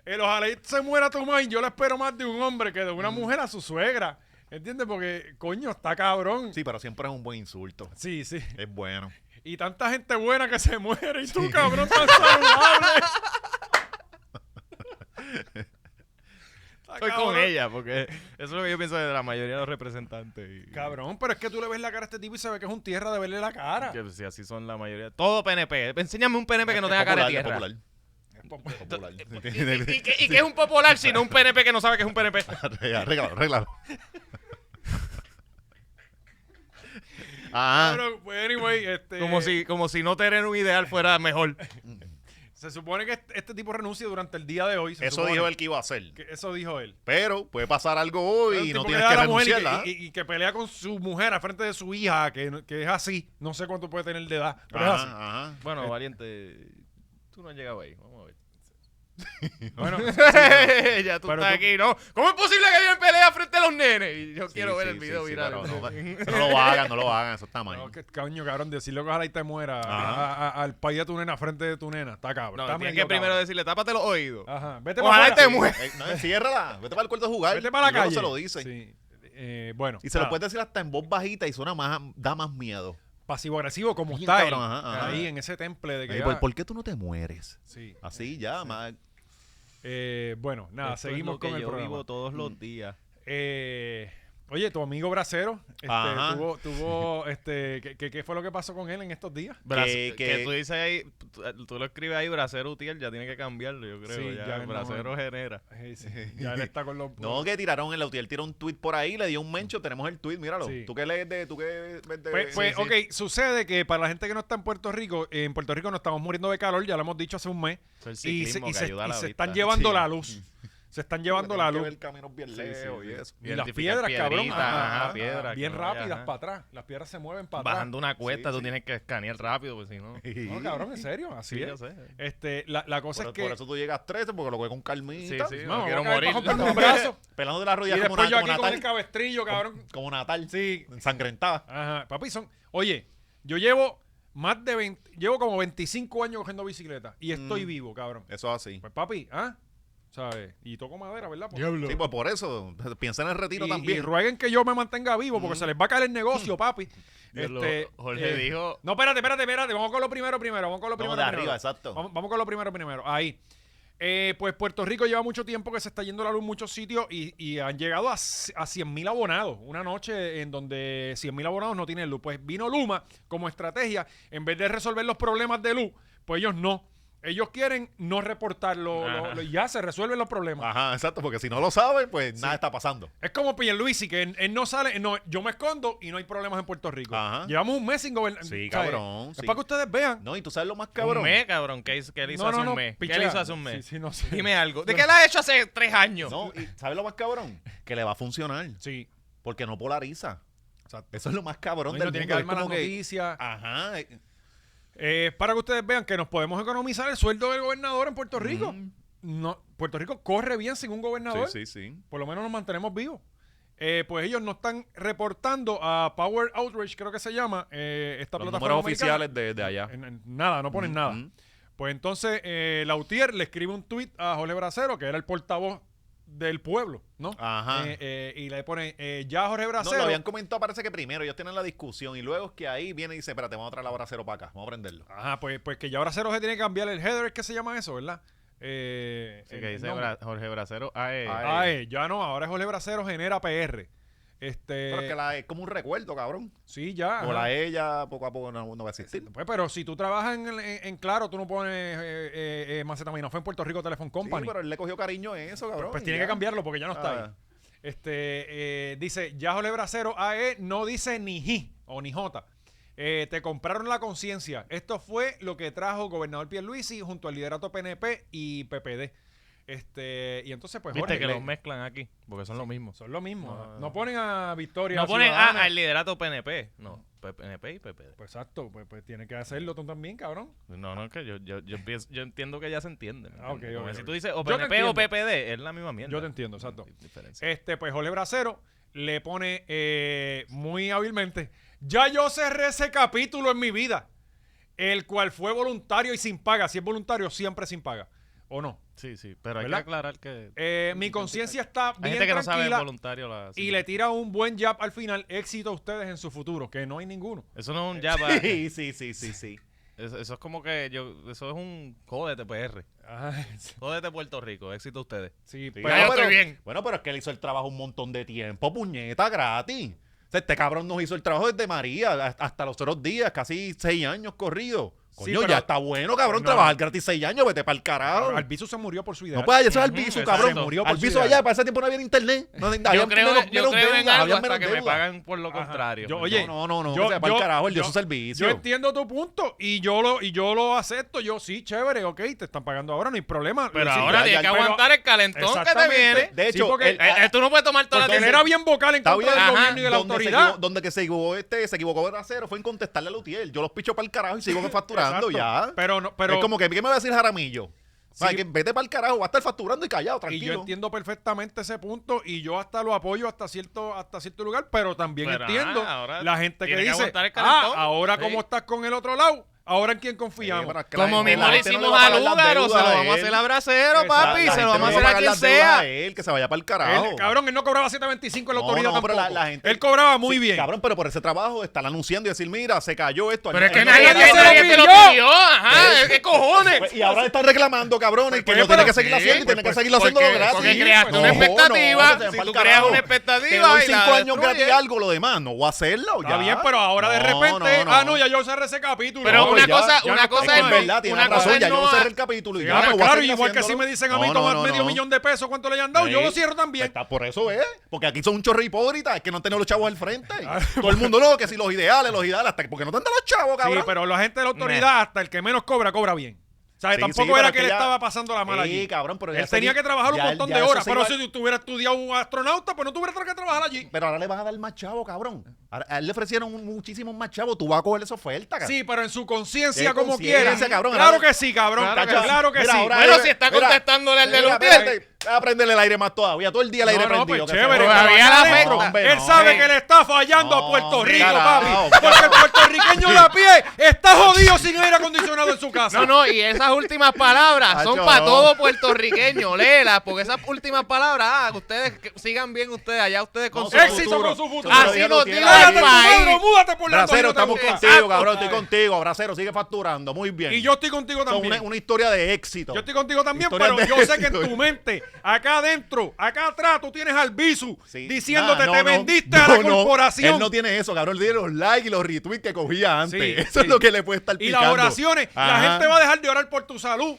[SPEAKER 1] el ojalá y se muera tu madre. Yo la espero más de un hombre que de una mujer a su suegra. ¿Entiendes? Porque, coño, está cabrón.
[SPEAKER 2] Sí, pero siempre es un buen insulto.
[SPEAKER 1] sí. sí.
[SPEAKER 2] Es bueno.
[SPEAKER 1] Y tanta gente buena que se muere y tú, cabrón, tan saludable. Está
[SPEAKER 4] estoy con
[SPEAKER 1] cabrón.
[SPEAKER 4] ella porque eso es lo que yo pienso de la mayoría de los representantes. y-
[SPEAKER 1] Cabrón, pero es que tú le ves la cara a este tipo y se ve que es un tierra de verle la cara.
[SPEAKER 4] Que pues, si así son la mayoría. Todo PNP. Enséñame un PNP que no
[SPEAKER 2] Es
[SPEAKER 4] tenga cara
[SPEAKER 2] popular, es
[SPEAKER 4] de tierra.
[SPEAKER 2] popular. Es popular.
[SPEAKER 4] ¿Y, que, y que es un popular, sino un PNP que no sabe que es un PNP.
[SPEAKER 2] Arréglalo, arréglalo. Ah,
[SPEAKER 1] Pero, pues, anyway, este,
[SPEAKER 4] Como si, como si no tener un ideal fuera mejor.
[SPEAKER 1] se supone que este, este tipo renuncia durante el día de hoy. se
[SPEAKER 2] eso
[SPEAKER 1] supone.
[SPEAKER 2] dijo él que iba a hacer.
[SPEAKER 1] Que eso dijo él.
[SPEAKER 2] Pero puede pasar algo
[SPEAKER 1] Pero
[SPEAKER 2] hoy y
[SPEAKER 1] el
[SPEAKER 2] no
[SPEAKER 1] tipo le
[SPEAKER 2] tienes
[SPEAKER 1] da
[SPEAKER 2] que
[SPEAKER 1] a la mujer y que-
[SPEAKER 2] renunciarla.
[SPEAKER 1] Y, y que pelea con su mujer a frente de su hija, que, no- que es así. No sé cuánto puede tener de edad, pero
[SPEAKER 2] Ah,
[SPEAKER 1] es así.
[SPEAKER 2] Ajá, ajá.
[SPEAKER 4] Bueno, valiente, tú no has llegado ahí. Vamos a ver.
[SPEAKER 1] Bueno,
[SPEAKER 4] ya tú
[SPEAKER 1] Pero
[SPEAKER 4] estás
[SPEAKER 1] tú-
[SPEAKER 4] aquí, ¿no? ¿Cómo es posible que hayan pelea frente a los nenes? Y yo
[SPEAKER 2] Sí,
[SPEAKER 4] quiero ver
[SPEAKER 2] sí,
[SPEAKER 4] el
[SPEAKER 2] sí,
[SPEAKER 4] video
[SPEAKER 2] sí,
[SPEAKER 4] viral.
[SPEAKER 2] pero no, eso no lo hagan, no lo hagan, eso está mal.
[SPEAKER 1] no, que coño, cabrón, decirle que ojalá y te muera
[SPEAKER 2] Ajá.
[SPEAKER 1] a- a- al país de tu nena, frente de tu nena. Está cabrón.
[SPEAKER 4] No,
[SPEAKER 1] está
[SPEAKER 4] tienes
[SPEAKER 1] medio
[SPEAKER 4] que primero
[SPEAKER 1] cabrón.
[SPEAKER 4] decirle, tápate los oídos.
[SPEAKER 1] Ajá. Vete
[SPEAKER 4] Ojalá y
[SPEAKER 1] para
[SPEAKER 4] te
[SPEAKER 1] afuera.
[SPEAKER 4] mueres.
[SPEAKER 2] Eh, no, enciérrala, vete para el cuarto a jugar.
[SPEAKER 1] Vete para la
[SPEAKER 2] Y luego
[SPEAKER 1] calle.
[SPEAKER 2] se lo dicen.
[SPEAKER 1] Sí. Eh, bueno.
[SPEAKER 2] Y se lo
[SPEAKER 1] nada.
[SPEAKER 2] puedes decir hasta en voz bajita y suena más, da más miedo.
[SPEAKER 1] Pasivo-agresivo como
[SPEAKER 2] Bien
[SPEAKER 1] está él,
[SPEAKER 2] cabrón, ajá, ajá.
[SPEAKER 1] ahí en ese temple de que...
[SPEAKER 2] Ahí,
[SPEAKER 1] ya-
[SPEAKER 2] ¿por, por qué tú no te mueres?
[SPEAKER 1] Sí.
[SPEAKER 2] Así ya, más.
[SPEAKER 1] Eh, bueno, nada,
[SPEAKER 4] Esto es
[SPEAKER 1] seguimos
[SPEAKER 4] lo que
[SPEAKER 1] con el
[SPEAKER 4] yo
[SPEAKER 1] programa.
[SPEAKER 4] vivo todos los días.
[SPEAKER 1] Eh, oye, tu amigo Bracero, este,
[SPEAKER 2] Ajá.
[SPEAKER 1] tuvo, tuvo, este, ¿qué, qué, qué fue lo que pasó con él en estos días?
[SPEAKER 4] Bras-
[SPEAKER 2] Que-
[SPEAKER 4] que,
[SPEAKER 2] que-
[SPEAKER 4] tú dices ahí, tú, tú lo escribes ahí, bracero útil, ya tiene que cambiarlo, yo creo.
[SPEAKER 1] Sí,
[SPEAKER 4] ya,
[SPEAKER 1] ya no.
[SPEAKER 4] bracero genera.
[SPEAKER 1] Eh, sí, ya él está con los...
[SPEAKER 2] No, que tiraron el Lautier, tiró un tweet por ahí, le dio un mencho, tenemos el tweet, míralo.
[SPEAKER 1] Sí.
[SPEAKER 2] ¿Tú qué lees de, tú qué ves de-
[SPEAKER 1] Pues, pues,
[SPEAKER 2] Sí, sí.
[SPEAKER 1] ok, sucede que para la gente que no está en Puerto Rico, eh, en Puerto Rico nos estamos muriendo de calor, ya lo hemos dicho hace un mes,
[SPEAKER 4] Es el
[SPEAKER 1] y se,
[SPEAKER 4] ciclismo
[SPEAKER 1] y
[SPEAKER 4] que
[SPEAKER 1] se-
[SPEAKER 4] ayuda a
[SPEAKER 1] y
[SPEAKER 4] la
[SPEAKER 1] se
[SPEAKER 4] vista.
[SPEAKER 1] están llevando
[SPEAKER 2] Sí.
[SPEAKER 1] la luz. Se están llevando la
[SPEAKER 2] Tenemos que
[SPEAKER 1] lejos.
[SPEAKER 2] ver caminos bien
[SPEAKER 4] Sí, sí,
[SPEAKER 2] lejos
[SPEAKER 4] sí.
[SPEAKER 2] y eso.
[SPEAKER 1] Y las
[SPEAKER 4] Identificar
[SPEAKER 1] piedras, cabrón.
[SPEAKER 4] piedritas,
[SPEAKER 1] ajá,
[SPEAKER 4] ajá,
[SPEAKER 1] ajá,
[SPEAKER 4] piedras,
[SPEAKER 1] bien
[SPEAKER 4] que no
[SPEAKER 1] rápidas
[SPEAKER 4] vayan,
[SPEAKER 1] para atrás. Las piedras se mueven para
[SPEAKER 4] Bajando una cuesta,
[SPEAKER 2] Sí,
[SPEAKER 4] tú
[SPEAKER 2] sí.
[SPEAKER 4] tienes que escanear rápido, porque si no.
[SPEAKER 1] atrás. No, cabrón, en serio, así
[SPEAKER 4] Sí, yo
[SPEAKER 1] es.
[SPEAKER 4] sé.
[SPEAKER 1] Este, la, la cosa
[SPEAKER 2] Por,
[SPEAKER 1] es que.
[SPEAKER 2] por eso tú llegas 13, porque lo que con calmita.
[SPEAKER 4] Sí, sí.
[SPEAKER 1] no,
[SPEAKER 4] no quiero
[SPEAKER 1] voy a caer
[SPEAKER 4] morir.
[SPEAKER 1] bajo el brazo.
[SPEAKER 2] Pelando de la
[SPEAKER 1] y
[SPEAKER 2] rodilla como,
[SPEAKER 1] después
[SPEAKER 2] na-
[SPEAKER 1] yo
[SPEAKER 2] como
[SPEAKER 1] aquí con el
[SPEAKER 2] Natal.
[SPEAKER 1] cabestrillo, cabrón.
[SPEAKER 2] Como Natal.
[SPEAKER 1] Sí.
[SPEAKER 2] Ensangrentada.
[SPEAKER 1] Ajá, papi, son. Oye, yo llevo más de 20. Llevo como 25 años cogiendo bicicleta y estoy
[SPEAKER 2] Mm.
[SPEAKER 1] vivo, cabrón.
[SPEAKER 2] Eso es así.
[SPEAKER 1] Pues, papi, ¿ah? ¿Sabes? Y toco madera, ¿verdad? Porque-
[SPEAKER 2] Sí, pues por eso. Piensa en el retiro
[SPEAKER 1] y, y
[SPEAKER 2] también.
[SPEAKER 1] rueguen que yo me mantenga vivo porque se les va a caer el negocio, papi.
[SPEAKER 4] Yo lo-
[SPEAKER 1] Este,
[SPEAKER 4] Jorge
[SPEAKER 1] eh,
[SPEAKER 4] dijo.
[SPEAKER 1] No, espérate, espérate, espérate. Vamos con lo primero primero. Vamos con lo primero
[SPEAKER 2] Vamos de
[SPEAKER 1] primero.
[SPEAKER 2] arriba, exacto.
[SPEAKER 1] Vamos, vamos con lo primero primero. Ahí. Eh, pues Puerto Rico lleva mucho tiempo que se está yendo la luz en muchos sitios y, y han llegado a, c- a 100.000 abonados. Una noche en donde 100.000 abonados no tienen luz. Pues vino Luma como estrategia. En vez de resolver los problemas de luz, pues ellos no. Ellos quieren no reportarlo
[SPEAKER 4] Ajá. Ah.
[SPEAKER 1] lo- lo- y ya se resuelven los problemas.
[SPEAKER 2] Ajá, exacto, porque si no lo saben, pues nada está pasando.
[SPEAKER 1] Es como Pierluisi, que él, él no sale, no, yo me escondo y no hay problemas en Puerto Rico.
[SPEAKER 2] Ajá.
[SPEAKER 1] Llevamos un mes sin gobernar.
[SPEAKER 2] Sí,
[SPEAKER 1] ¿sabes?
[SPEAKER 2] cabrón,
[SPEAKER 1] Es
[SPEAKER 2] sí.
[SPEAKER 1] para que ustedes vean.
[SPEAKER 2] No, y tú sabes lo más cabrón.
[SPEAKER 4] Un mes, cabrón. ¿Qué hizo, qué él hizo hace un mes? ¿Qué él
[SPEAKER 1] pichea.
[SPEAKER 4] hizo hace un mes?
[SPEAKER 1] Sí, sí, no sé.
[SPEAKER 4] Dime algo. ¿De qué la ha hecho hace tres años?
[SPEAKER 2] No, y ¿sabes lo más cabrón? Que le va a funcionar.
[SPEAKER 1] Sí.
[SPEAKER 2] Porque no polariza.
[SPEAKER 1] Exacto.
[SPEAKER 2] Eso es lo más cabrón
[SPEAKER 1] No, y
[SPEAKER 2] del
[SPEAKER 1] no tiene
[SPEAKER 2] mundo.
[SPEAKER 1] que
[SPEAKER 2] es
[SPEAKER 1] haber malas
[SPEAKER 2] como que-
[SPEAKER 1] noticias.
[SPEAKER 2] Ajá. eh,
[SPEAKER 1] Eh, es para que ustedes vean que nos podemos economizar el sueldo del gobernador en Puerto Rico. No, Puerto Rico corre bien sin un gobernador.
[SPEAKER 2] Sí, sí, sí.
[SPEAKER 1] Por lo menos nos mantenemos vivos. Eh, pues ellos nos están reportando a Power Outreach, creo que se llama, eh, esta
[SPEAKER 2] Los
[SPEAKER 1] plataforma.
[SPEAKER 2] números
[SPEAKER 1] americana.
[SPEAKER 2] oficiales de, de allá.
[SPEAKER 1] En- en- nada, no ponen nada.
[SPEAKER 2] Ujú.
[SPEAKER 1] Pues entonces eh, Lautier le escribe un tuit a Jorge Bracero, que era el portavoz del pueblo, ¿no?
[SPEAKER 2] Ajá.
[SPEAKER 1] Eh, eh, y le pone, eh, ya Jorge
[SPEAKER 2] No,
[SPEAKER 1] Bracero.
[SPEAKER 2] lo habían comentado, parece que primero ellos tienen la discusión y luego es que ahí viene y dice, espérate, vamos a traer la hora cero para acá, vamos a prenderlo.
[SPEAKER 1] Ajá, pues, pues que ya Bracero se tiene que cambiar el header, que se llama eso, ¿verdad? Eh,
[SPEAKER 4] Sí,
[SPEAKER 1] el-
[SPEAKER 4] que
[SPEAKER 1] el
[SPEAKER 4] dice
[SPEAKER 1] nombre.
[SPEAKER 4] Bra- Jorge Bracero. Ah, eh.
[SPEAKER 2] Ah,
[SPEAKER 1] Ah, eh, ya no, ahora es Jorge Bracero genera PR. Este,
[SPEAKER 2] Pero es que la, es como un recuerdo, cabrón.
[SPEAKER 1] sí, ya.
[SPEAKER 2] O
[SPEAKER 1] ajá.
[SPEAKER 2] la E. ella poco a poco no, no va a existir.
[SPEAKER 1] Pues, pero si tú trabajas en, en- en Claro, tú no pones eh, eh, eh, Macetaminofen en Puerto Rico Telephone Company.
[SPEAKER 2] Sí, pero él le cogió cariño a eso,
[SPEAKER 1] Pues,
[SPEAKER 2] cabrón.
[SPEAKER 1] pues tiene que cambiarlo porque ya no está ahí.
[SPEAKER 2] Ah.
[SPEAKER 1] Este, eh, dice, ya Jole Bracero AE no dice ni J o ni J. Eh, te compraron la conciencia. Esto fue lo que trajo gobernador Pierluisi junto al liderato PNP y PPD. Este, y entonces pues
[SPEAKER 4] Viste
[SPEAKER 1] Jorge,
[SPEAKER 4] que
[SPEAKER 1] le-
[SPEAKER 4] los mezclan aquí, porque son los mismos.
[SPEAKER 1] son lo mismo.
[SPEAKER 4] Ah.
[SPEAKER 1] No ponen a Victoria.
[SPEAKER 4] No ponen ah,
[SPEAKER 1] Ciudadana.
[SPEAKER 4] al liderato PNP. No, PNP y PPD.
[SPEAKER 1] Pues exacto, pues, pues tiene que hacerlo tú también, cabrón.
[SPEAKER 4] No, no, que yo, yo, yo, pienso- yo entiendo que ya se entiende. ¿me
[SPEAKER 1] Ah, ok,
[SPEAKER 4] entiendes? Como
[SPEAKER 1] ok,
[SPEAKER 4] que Si
[SPEAKER 1] ok.
[SPEAKER 4] tú dices
[SPEAKER 1] Yo
[SPEAKER 4] o
[SPEAKER 1] te
[SPEAKER 4] PNP o
[SPEAKER 1] entiendo.
[SPEAKER 4] PPD, es la misma mierda.
[SPEAKER 1] Yo te entiendo, exacto.
[SPEAKER 4] No hay diferencia.
[SPEAKER 1] Este, pues Jorge Bracero le pone eh, muy hábilmente, ya yo cerré ese capítulo en mi vida, el cual fue voluntario y sin paga. Si es voluntario, siempre sin paga, ¿o no?
[SPEAKER 4] Sí, sí, pero hay
[SPEAKER 1] ¿Verdad?
[SPEAKER 4] que aclarar que
[SPEAKER 1] Eh, mi conciencia está
[SPEAKER 4] hay
[SPEAKER 1] bien
[SPEAKER 4] gente que no sabe
[SPEAKER 1] tranquila
[SPEAKER 4] voluntario la...
[SPEAKER 1] y le tira un buen jab al final. Éxito a ustedes en su futuro, que no hay ninguno.
[SPEAKER 4] Eso no es un java.
[SPEAKER 2] Sí, sí, sí, sí, sí.
[SPEAKER 4] eso, eso es como que yo... Eso es un... Jódete, PR. Jódete, Puerto Rico. Éxito a ustedes.
[SPEAKER 1] sí,
[SPEAKER 2] Sí,
[SPEAKER 1] pero-
[SPEAKER 2] no,
[SPEAKER 4] estoy
[SPEAKER 2] pero-
[SPEAKER 4] bien.
[SPEAKER 2] Bueno, pero es que él hizo el trabajo un montón de tiempo, puñeta, gratis. O sea, este cabrón nos hizo el trabajo desde María a- hasta los otros días, casi seis años corrido.
[SPEAKER 1] Sí,
[SPEAKER 2] Coño,
[SPEAKER 1] pero-
[SPEAKER 2] ya está bueno, cabrón,
[SPEAKER 1] No.
[SPEAKER 2] trabajar gratis seis años, vete para el carajo.
[SPEAKER 1] Albizu se murió por su idea.
[SPEAKER 2] No puedes eso es
[SPEAKER 4] Ujú,
[SPEAKER 2] Albizu,
[SPEAKER 4] exacto.
[SPEAKER 2] cabrón.
[SPEAKER 4] Se
[SPEAKER 1] murió por su
[SPEAKER 2] Albizu
[SPEAKER 1] idea.
[SPEAKER 2] allá, para ese tiempo no había ni internet. No,
[SPEAKER 4] Yo
[SPEAKER 2] habían
[SPEAKER 4] creo,
[SPEAKER 2] menos-
[SPEAKER 4] yo
[SPEAKER 2] menos
[SPEAKER 4] creo en
[SPEAKER 2] deudas,
[SPEAKER 4] algo
[SPEAKER 2] habían
[SPEAKER 4] hasta
[SPEAKER 2] menos
[SPEAKER 4] que me
[SPEAKER 2] deudas.
[SPEAKER 4] pagan por lo
[SPEAKER 1] Ajá.
[SPEAKER 4] contrario.
[SPEAKER 1] Yo- oye,
[SPEAKER 2] no, no, no,
[SPEAKER 1] yo-
[SPEAKER 2] o sea, para
[SPEAKER 1] yo-
[SPEAKER 2] el carajo, el de
[SPEAKER 1] yo-
[SPEAKER 2] su servicio.
[SPEAKER 1] Yo entiendo tu punto y yo lo, y yo lo acepto. Yo sí, chévere, ok, te están pagando ahora, no hay problema.
[SPEAKER 4] Pero
[SPEAKER 1] Sí,
[SPEAKER 4] ahora
[SPEAKER 1] ya, ya,
[SPEAKER 4] tienes que
[SPEAKER 1] pero-
[SPEAKER 4] aguantar el calentón que te
[SPEAKER 1] Exactamente.
[SPEAKER 4] viene.
[SPEAKER 2] De
[SPEAKER 1] Sí,
[SPEAKER 2] hecho,
[SPEAKER 1] porque-
[SPEAKER 2] el-
[SPEAKER 4] Eh, eh, tú no puedes tomar toda la
[SPEAKER 1] Porque él era bien vocal en
[SPEAKER 2] Está
[SPEAKER 1] contra del
[SPEAKER 2] bien.
[SPEAKER 1] gobierno y de la
[SPEAKER 2] Donde se
[SPEAKER 1] autoridad.
[SPEAKER 2] equivocó- donde que se equivocó este, se equivocó Bracero, fue en contestarle a Lutiel. Yo los picho para el carajo y sigo facturando
[SPEAKER 1] Exacto.
[SPEAKER 2] ya.
[SPEAKER 1] Pero no, pero
[SPEAKER 2] es como que, ¿qué me va a decir Jaramillo? O sea,
[SPEAKER 1] Sí.
[SPEAKER 2] que vete para el carajo, va a estar facturando y callado,
[SPEAKER 1] y
[SPEAKER 2] tranquilo.
[SPEAKER 1] yo entiendo perfectamente ese punto y yo hasta lo apoyo hasta cierto hasta cierto lugar, pero también
[SPEAKER 4] Pero,
[SPEAKER 1] entiendo
[SPEAKER 4] ah, ahora
[SPEAKER 1] la gente que
[SPEAKER 4] tiene que
[SPEAKER 1] dice,
[SPEAKER 4] aguantar el
[SPEAKER 1] ah,
[SPEAKER 4] calentón".
[SPEAKER 1] ahora
[SPEAKER 4] Sí.
[SPEAKER 1] como estás con el otro lado, ahora en quién
[SPEAKER 2] Sí,
[SPEAKER 1] confiamos.
[SPEAKER 2] pero es que la
[SPEAKER 4] Como
[SPEAKER 2] gente-
[SPEAKER 4] mismo
[SPEAKER 2] la
[SPEAKER 4] le
[SPEAKER 2] gente no
[SPEAKER 4] hicimos
[SPEAKER 2] va
[SPEAKER 4] a
[SPEAKER 2] pagar las
[SPEAKER 4] Lugaro, se
[SPEAKER 2] deudas
[SPEAKER 4] lo
[SPEAKER 2] de
[SPEAKER 4] vamos a
[SPEAKER 2] él.
[SPEAKER 4] hacer a Bracero,
[SPEAKER 1] Exacto.
[SPEAKER 4] papi.
[SPEAKER 2] La
[SPEAKER 4] Se
[SPEAKER 2] gente
[SPEAKER 4] lo
[SPEAKER 2] no
[SPEAKER 4] vamos a
[SPEAKER 2] va
[SPEAKER 4] hacer a
[SPEAKER 2] pagar
[SPEAKER 4] quien
[SPEAKER 2] las deudas
[SPEAKER 4] sea.
[SPEAKER 2] de Él, que se vaya para el carajo.
[SPEAKER 1] Él, cabrón, él no cobraba 725 en la
[SPEAKER 2] No,
[SPEAKER 1] autoridad
[SPEAKER 2] no, pero
[SPEAKER 1] tampoco.
[SPEAKER 2] la- la gente-
[SPEAKER 1] él cobraba muy
[SPEAKER 2] Sí,
[SPEAKER 1] bien.
[SPEAKER 2] Cabrón, pero por ese trabajo están anunciando y decir, mira, se cayó esto.
[SPEAKER 4] Pero es que
[SPEAKER 2] Él no
[SPEAKER 4] nadie,
[SPEAKER 1] nadie se
[SPEAKER 2] cobraba
[SPEAKER 1] lo
[SPEAKER 4] te- nadie te lo
[SPEAKER 1] pidió.
[SPEAKER 4] pidió. Ajá, ¿qué cojones?
[SPEAKER 2] Pues, Y ahora le están reclamando, cabrones, que
[SPEAKER 1] pues,
[SPEAKER 2] no
[SPEAKER 1] pero-
[SPEAKER 2] tiene que seguir
[SPEAKER 1] sí,
[SPEAKER 2] haciendo y
[SPEAKER 1] pues,
[SPEAKER 2] tiene
[SPEAKER 1] pues,
[SPEAKER 2] que seguirlo haciendo
[SPEAKER 1] porque-
[SPEAKER 2] gratis.
[SPEAKER 4] Porque creaste
[SPEAKER 1] pues,
[SPEAKER 4] una
[SPEAKER 1] no,
[SPEAKER 4] expectativa.
[SPEAKER 2] no,
[SPEAKER 4] si
[SPEAKER 2] pa'l
[SPEAKER 4] tú
[SPEAKER 2] carajo.
[SPEAKER 4] creas
[SPEAKER 2] Te
[SPEAKER 4] una
[SPEAKER 2] doy
[SPEAKER 4] expectativa y
[SPEAKER 2] cinco
[SPEAKER 4] la
[SPEAKER 2] años
[SPEAKER 4] destruyes.
[SPEAKER 2] gratis algo, lo demás, no voy a hacerlo.
[SPEAKER 1] Está
[SPEAKER 2] ya.
[SPEAKER 1] bien, pero ahora de
[SPEAKER 2] No,
[SPEAKER 1] repente,
[SPEAKER 2] no, no.
[SPEAKER 1] ah, no, ya yo cerré ese capítulo.
[SPEAKER 4] Pero
[SPEAKER 1] No,
[SPEAKER 4] una
[SPEAKER 1] pues,
[SPEAKER 2] ya-
[SPEAKER 4] cosa,
[SPEAKER 1] ya
[SPEAKER 4] una
[SPEAKER 1] no
[SPEAKER 4] cosa
[SPEAKER 1] está
[SPEAKER 4] es
[SPEAKER 2] es verdad, tiene
[SPEAKER 4] una cosa
[SPEAKER 2] razón,
[SPEAKER 4] es
[SPEAKER 2] ya yo
[SPEAKER 4] no
[SPEAKER 2] voy a cerrar
[SPEAKER 4] ha-
[SPEAKER 2] el capítulo. y
[SPEAKER 1] sí,
[SPEAKER 2] ya
[SPEAKER 1] ah,
[SPEAKER 2] no
[SPEAKER 1] pues
[SPEAKER 2] voy a
[SPEAKER 1] claro,
[SPEAKER 2] seguir
[SPEAKER 1] igual que si
[SPEAKER 2] haciéndolo.
[SPEAKER 1] me dicen a mí
[SPEAKER 2] No, no,
[SPEAKER 1] tomar
[SPEAKER 2] no,
[SPEAKER 1] medio
[SPEAKER 2] no.
[SPEAKER 1] millón de pesos, ¿cuánto le hayan dado? Yo
[SPEAKER 2] Sí.
[SPEAKER 1] lo cierro también.
[SPEAKER 2] Está por eso es, porque aquí son un chorro hipócrita, es que no tenemos los chavos al frente. Todo el mundo no, que si los ideales, los ideales, hasta que, porque no te han dado los chavos,
[SPEAKER 1] Ah, Sí,
[SPEAKER 2] cabrón.
[SPEAKER 1] pero la gente de la autoridad, hasta el que menos cobra, cobra bien. O sea,
[SPEAKER 2] Sí, sí,
[SPEAKER 1] tampoco
[SPEAKER 2] pero
[SPEAKER 1] era
[SPEAKER 2] es
[SPEAKER 1] que
[SPEAKER 2] que
[SPEAKER 1] él
[SPEAKER 2] ya-
[SPEAKER 1] estaba pasando la mala
[SPEAKER 2] Sí,
[SPEAKER 1] allí.
[SPEAKER 2] cabrón, pero
[SPEAKER 1] él
[SPEAKER 2] ya
[SPEAKER 1] tenía
[SPEAKER 2] sería-
[SPEAKER 1] que trabajar un
[SPEAKER 2] ya-
[SPEAKER 1] montón
[SPEAKER 2] ya
[SPEAKER 1] de
[SPEAKER 2] eso
[SPEAKER 1] horas,
[SPEAKER 2] se
[SPEAKER 1] pero
[SPEAKER 2] iba-
[SPEAKER 1] si tú hubieras estudiado astronauta, pues no tuviera que trabajar allí.
[SPEAKER 2] Pero ahora le van a dar más chavo, cabrón. Ahora, a él le ofrecieron un- muchísimos más chavos. Tú vas a coger esa oferta, cabrón.
[SPEAKER 1] Sí, pero en su conciencia
[SPEAKER 2] Qué
[SPEAKER 1] como quiera.
[SPEAKER 2] conciencia, cabrón.
[SPEAKER 1] claro
[SPEAKER 2] Ahora-
[SPEAKER 1] que sí, cabrón. Claro,
[SPEAKER 2] Tacho,
[SPEAKER 1] que
[SPEAKER 2] mira,
[SPEAKER 1] sí.
[SPEAKER 2] ahora
[SPEAKER 4] Bueno,
[SPEAKER 2] él-
[SPEAKER 4] si está
[SPEAKER 2] mira,
[SPEAKER 4] contestándole al de
[SPEAKER 2] mira,
[SPEAKER 4] los pies.
[SPEAKER 2] espérate, Voy a prenderle el aire más todavía. Todo el día el aire
[SPEAKER 1] No, no,
[SPEAKER 2] prendido.
[SPEAKER 1] pues
[SPEAKER 2] que se
[SPEAKER 1] chévere.
[SPEAKER 2] joda.
[SPEAKER 4] Todavía la
[SPEAKER 1] Maestro,
[SPEAKER 4] afecta.
[SPEAKER 2] hombre,
[SPEAKER 1] Él
[SPEAKER 2] no.
[SPEAKER 1] sabe
[SPEAKER 4] Sí.
[SPEAKER 1] que le está fallando a
[SPEAKER 2] No,
[SPEAKER 1] Puerto Rico,
[SPEAKER 2] carajo.
[SPEAKER 1] papi. Porque el puertorriqueño de a pie está jodido sin aire acondicionado en su casa.
[SPEAKER 4] No, no, y esas últimas palabras son
[SPEAKER 2] Acho,
[SPEAKER 4] para
[SPEAKER 2] no.
[SPEAKER 4] todo puertorriqueño, léelas, porque esas últimas palabras, ah, que ustedes que sigan bien ustedes allá, ustedes con
[SPEAKER 2] No,
[SPEAKER 4] su
[SPEAKER 1] Éxito
[SPEAKER 4] futuro.
[SPEAKER 1] con su futuro.
[SPEAKER 2] Así
[SPEAKER 1] Pero ya
[SPEAKER 2] nos
[SPEAKER 1] lo
[SPEAKER 2] diga
[SPEAKER 1] tiene.
[SPEAKER 2] el
[SPEAKER 1] Cállate,
[SPEAKER 4] país.
[SPEAKER 1] tu madre, múdate por la Antonio
[SPEAKER 2] Bracero, estamos
[SPEAKER 1] también.
[SPEAKER 2] contigo,
[SPEAKER 1] Exacto.
[SPEAKER 2] cabrón. Estoy contigo, Bracero. Sigue facturando. Muy bien.
[SPEAKER 1] Y yo estoy contigo
[SPEAKER 2] Son
[SPEAKER 1] también.
[SPEAKER 2] una, una historia de éxito.
[SPEAKER 1] Yo estoy contigo también,
[SPEAKER 2] Historias
[SPEAKER 1] pero
[SPEAKER 2] de
[SPEAKER 1] yo sé que en
[SPEAKER 2] éxito.
[SPEAKER 1] tu mente, acá adentro, acá atrás, tú tienes al Bisu
[SPEAKER 2] Sí.
[SPEAKER 1] diciéndote
[SPEAKER 2] Ah, no,
[SPEAKER 1] te
[SPEAKER 2] no.
[SPEAKER 1] vendiste a
[SPEAKER 2] No,
[SPEAKER 1] la
[SPEAKER 2] no.
[SPEAKER 1] corporación.
[SPEAKER 2] Él no tiene eso, cabrón. Él tiene los likes y los retweets que cogía antes.
[SPEAKER 1] Sí, sí.
[SPEAKER 2] eso es lo que le puede estar
[SPEAKER 1] y
[SPEAKER 2] picando.
[SPEAKER 1] las oraciones, la
[SPEAKER 2] Ajá.
[SPEAKER 1] gente va a dejar de orar por tu salud.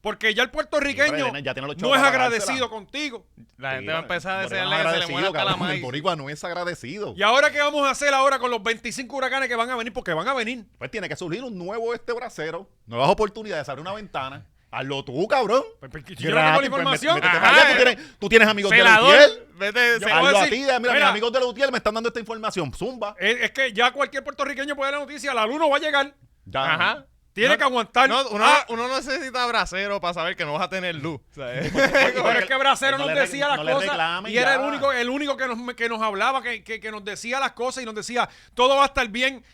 [SPEAKER 1] Porque ya el
[SPEAKER 2] Sí,
[SPEAKER 1] puertorriqueño
[SPEAKER 2] pero ya tiene los
[SPEAKER 1] no
[SPEAKER 2] chavos
[SPEAKER 1] es
[SPEAKER 2] para
[SPEAKER 1] agradecido
[SPEAKER 2] pagársela.
[SPEAKER 1] contigo.
[SPEAKER 4] La gente va a empezar a
[SPEAKER 2] Boricua no
[SPEAKER 4] decirle
[SPEAKER 2] es
[SPEAKER 4] que se le
[SPEAKER 2] agradecido,
[SPEAKER 4] muera hasta la
[SPEAKER 2] cabrón. El
[SPEAKER 4] maíz.
[SPEAKER 2] boricua no es agradecido.
[SPEAKER 1] ¿Y ahora qué vamos a hacer ahora con los 25 huracanes que van a venir? Porque van a venir.
[SPEAKER 2] Pues tiene que surgir un nuevo este bracero, nuevas oportunidades, abrir una ventana. Hazlo tú, cabrón.
[SPEAKER 1] Pues, pues, yo no tengo la
[SPEAKER 2] Gratis, pues,
[SPEAKER 1] información.
[SPEAKER 2] métete
[SPEAKER 1] Ajá,
[SPEAKER 2] para allá.
[SPEAKER 1] eh.
[SPEAKER 2] tú, tienes, tú tienes amigos de
[SPEAKER 4] Celador,
[SPEAKER 2] Lutiel.
[SPEAKER 4] Vete,
[SPEAKER 1] Yo-
[SPEAKER 4] se-
[SPEAKER 1] voy a
[SPEAKER 2] Hazlo a
[SPEAKER 1] decir,
[SPEAKER 2] ti, mira, mis
[SPEAKER 1] mira.
[SPEAKER 2] amigos de Lutiel me están dando esta información. Zumba.
[SPEAKER 1] Es, es que ya cualquier puertorriqueño puede dar la noticia, la luna va a llegar.
[SPEAKER 2] Ya.
[SPEAKER 4] Ajá.
[SPEAKER 1] Tiene
[SPEAKER 4] No,
[SPEAKER 1] que aguantar.
[SPEAKER 4] No, uno,
[SPEAKER 1] Ah,
[SPEAKER 4] uno no necesita bracero para saber que no vas a tener luz. ¿sabes?
[SPEAKER 1] pero es que Bracero
[SPEAKER 2] no
[SPEAKER 1] nos
[SPEAKER 2] le re-
[SPEAKER 1] decía
[SPEAKER 2] no
[SPEAKER 1] las
[SPEAKER 2] le
[SPEAKER 1] cosas
[SPEAKER 2] reclamen,
[SPEAKER 1] y era el
[SPEAKER 2] ya.
[SPEAKER 1] único, el único que nos, que nos hablaba, que, que- que nos decía las cosas y nos decía, todo va a estar bien,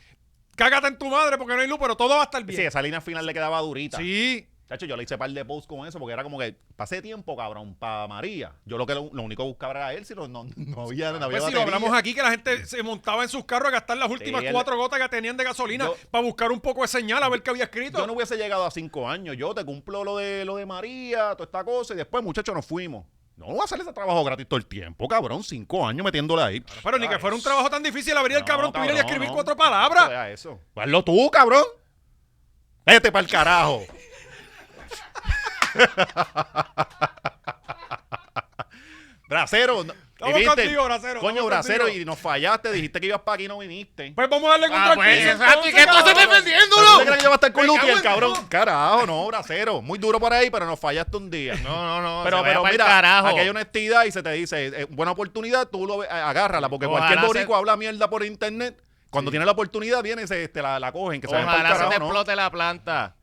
[SPEAKER 1] cágate en tu madre porque no hay luz, pero todo va a estar
[SPEAKER 2] Sí,
[SPEAKER 1] bien.
[SPEAKER 2] esa línea final le quedaba durita.
[SPEAKER 1] Sí,
[SPEAKER 2] Chacho, yo le hice par de posts con eso porque era como que pasé tiempo, cabrón, para María. Yo lo que lo, lo único que buscaba era él, si no, no, no había, no había
[SPEAKER 1] pues si lo
[SPEAKER 2] batería.
[SPEAKER 1] hablamos aquí, que la gente se montaba en sus carros a gastar las últimas
[SPEAKER 2] Sí, el-
[SPEAKER 1] cuatro gotas que tenían de gasolina
[SPEAKER 2] Yo-
[SPEAKER 1] para buscar un poco de señal a ver qué había escrito.
[SPEAKER 2] Yo no hubiese llegado a cinco años. Yo te cumplo lo de lo de María, toda esta cosa, y después, muchachos, nos fuimos. No voy a hacer ese trabajo gratis todo el tiempo, cabrón. Cinco años metiéndole ahí.
[SPEAKER 1] pero ni que fuera un trabajo tan difícil abrir el
[SPEAKER 2] No,
[SPEAKER 1] cabrón, tuviera y
[SPEAKER 2] cabrón,
[SPEAKER 1] escribir
[SPEAKER 2] no.
[SPEAKER 1] cuatro
[SPEAKER 2] No
[SPEAKER 1] palabras.
[SPEAKER 2] vea eso. Hazlo tú, cabrón. Vete para el carajo. Bracero. no-
[SPEAKER 1] Estamos
[SPEAKER 2] y viste,
[SPEAKER 1] contigo, Bracero,
[SPEAKER 2] Coño,
[SPEAKER 1] estamos
[SPEAKER 2] Bracero,
[SPEAKER 1] contigo.
[SPEAKER 2] y nos fallaste. Dijiste que ibas para aquí y no viniste.
[SPEAKER 1] Pues vamos a darle contra
[SPEAKER 4] Ah,
[SPEAKER 1] el
[SPEAKER 4] pues,
[SPEAKER 1] piso,
[SPEAKER 4] exacto, ¿y
[SPEAKER 1] entonces,
[SPEAKER 4] qué tú
[SPEAKER 1] cabrón?
[SPEAKER 4] estás
[SPEAKER 2] ¿Pero ¿Tú te
[SPEAKER 4] defendiéndolo?
[SPEAKER 2] crees que yo voy a estar con
[SPEAKER 4] Me
[SPEAKER 2] Luti,
[SPEAKER 4] cago
[SPEAKER 2] el
[SPEAKER 4] en
[SPEAKER 2] cabrón?
[SPEAKER 4] todo.
[SPEAKER 2] Carajo, no, Bracero. Muy duro por ahí, pero nos fallaste un día.
[SPEAKER 4] No, no, no.
[SPEAKER 2] Pero,
[SPEAKER 4] se vaya
[SPEAKER 2] pero
[SPEAKER 4] pa'l
[SPEAKER 2] mira,
[SPEAKER 4] carajo.
[SPEAKER 2] aquí hay honestidad y se te dice, eh, buena oportunidad, tú lo ve- a- agárrala, porque
[SPEAKER 4] Ojalá
[SPEAKER 2] cualquier
[SPEAKER 4] se-
[SPEAKER 2] boricua habla mierda por internet. Cuando tiene la oportunidad, viene y se te la, la cogen, que se vayan pa'l
[SPEAKER 4] Ojalá se te
[SPEAKER 2] carajo, ¿no?
[SPEAKER 4] explote la planta.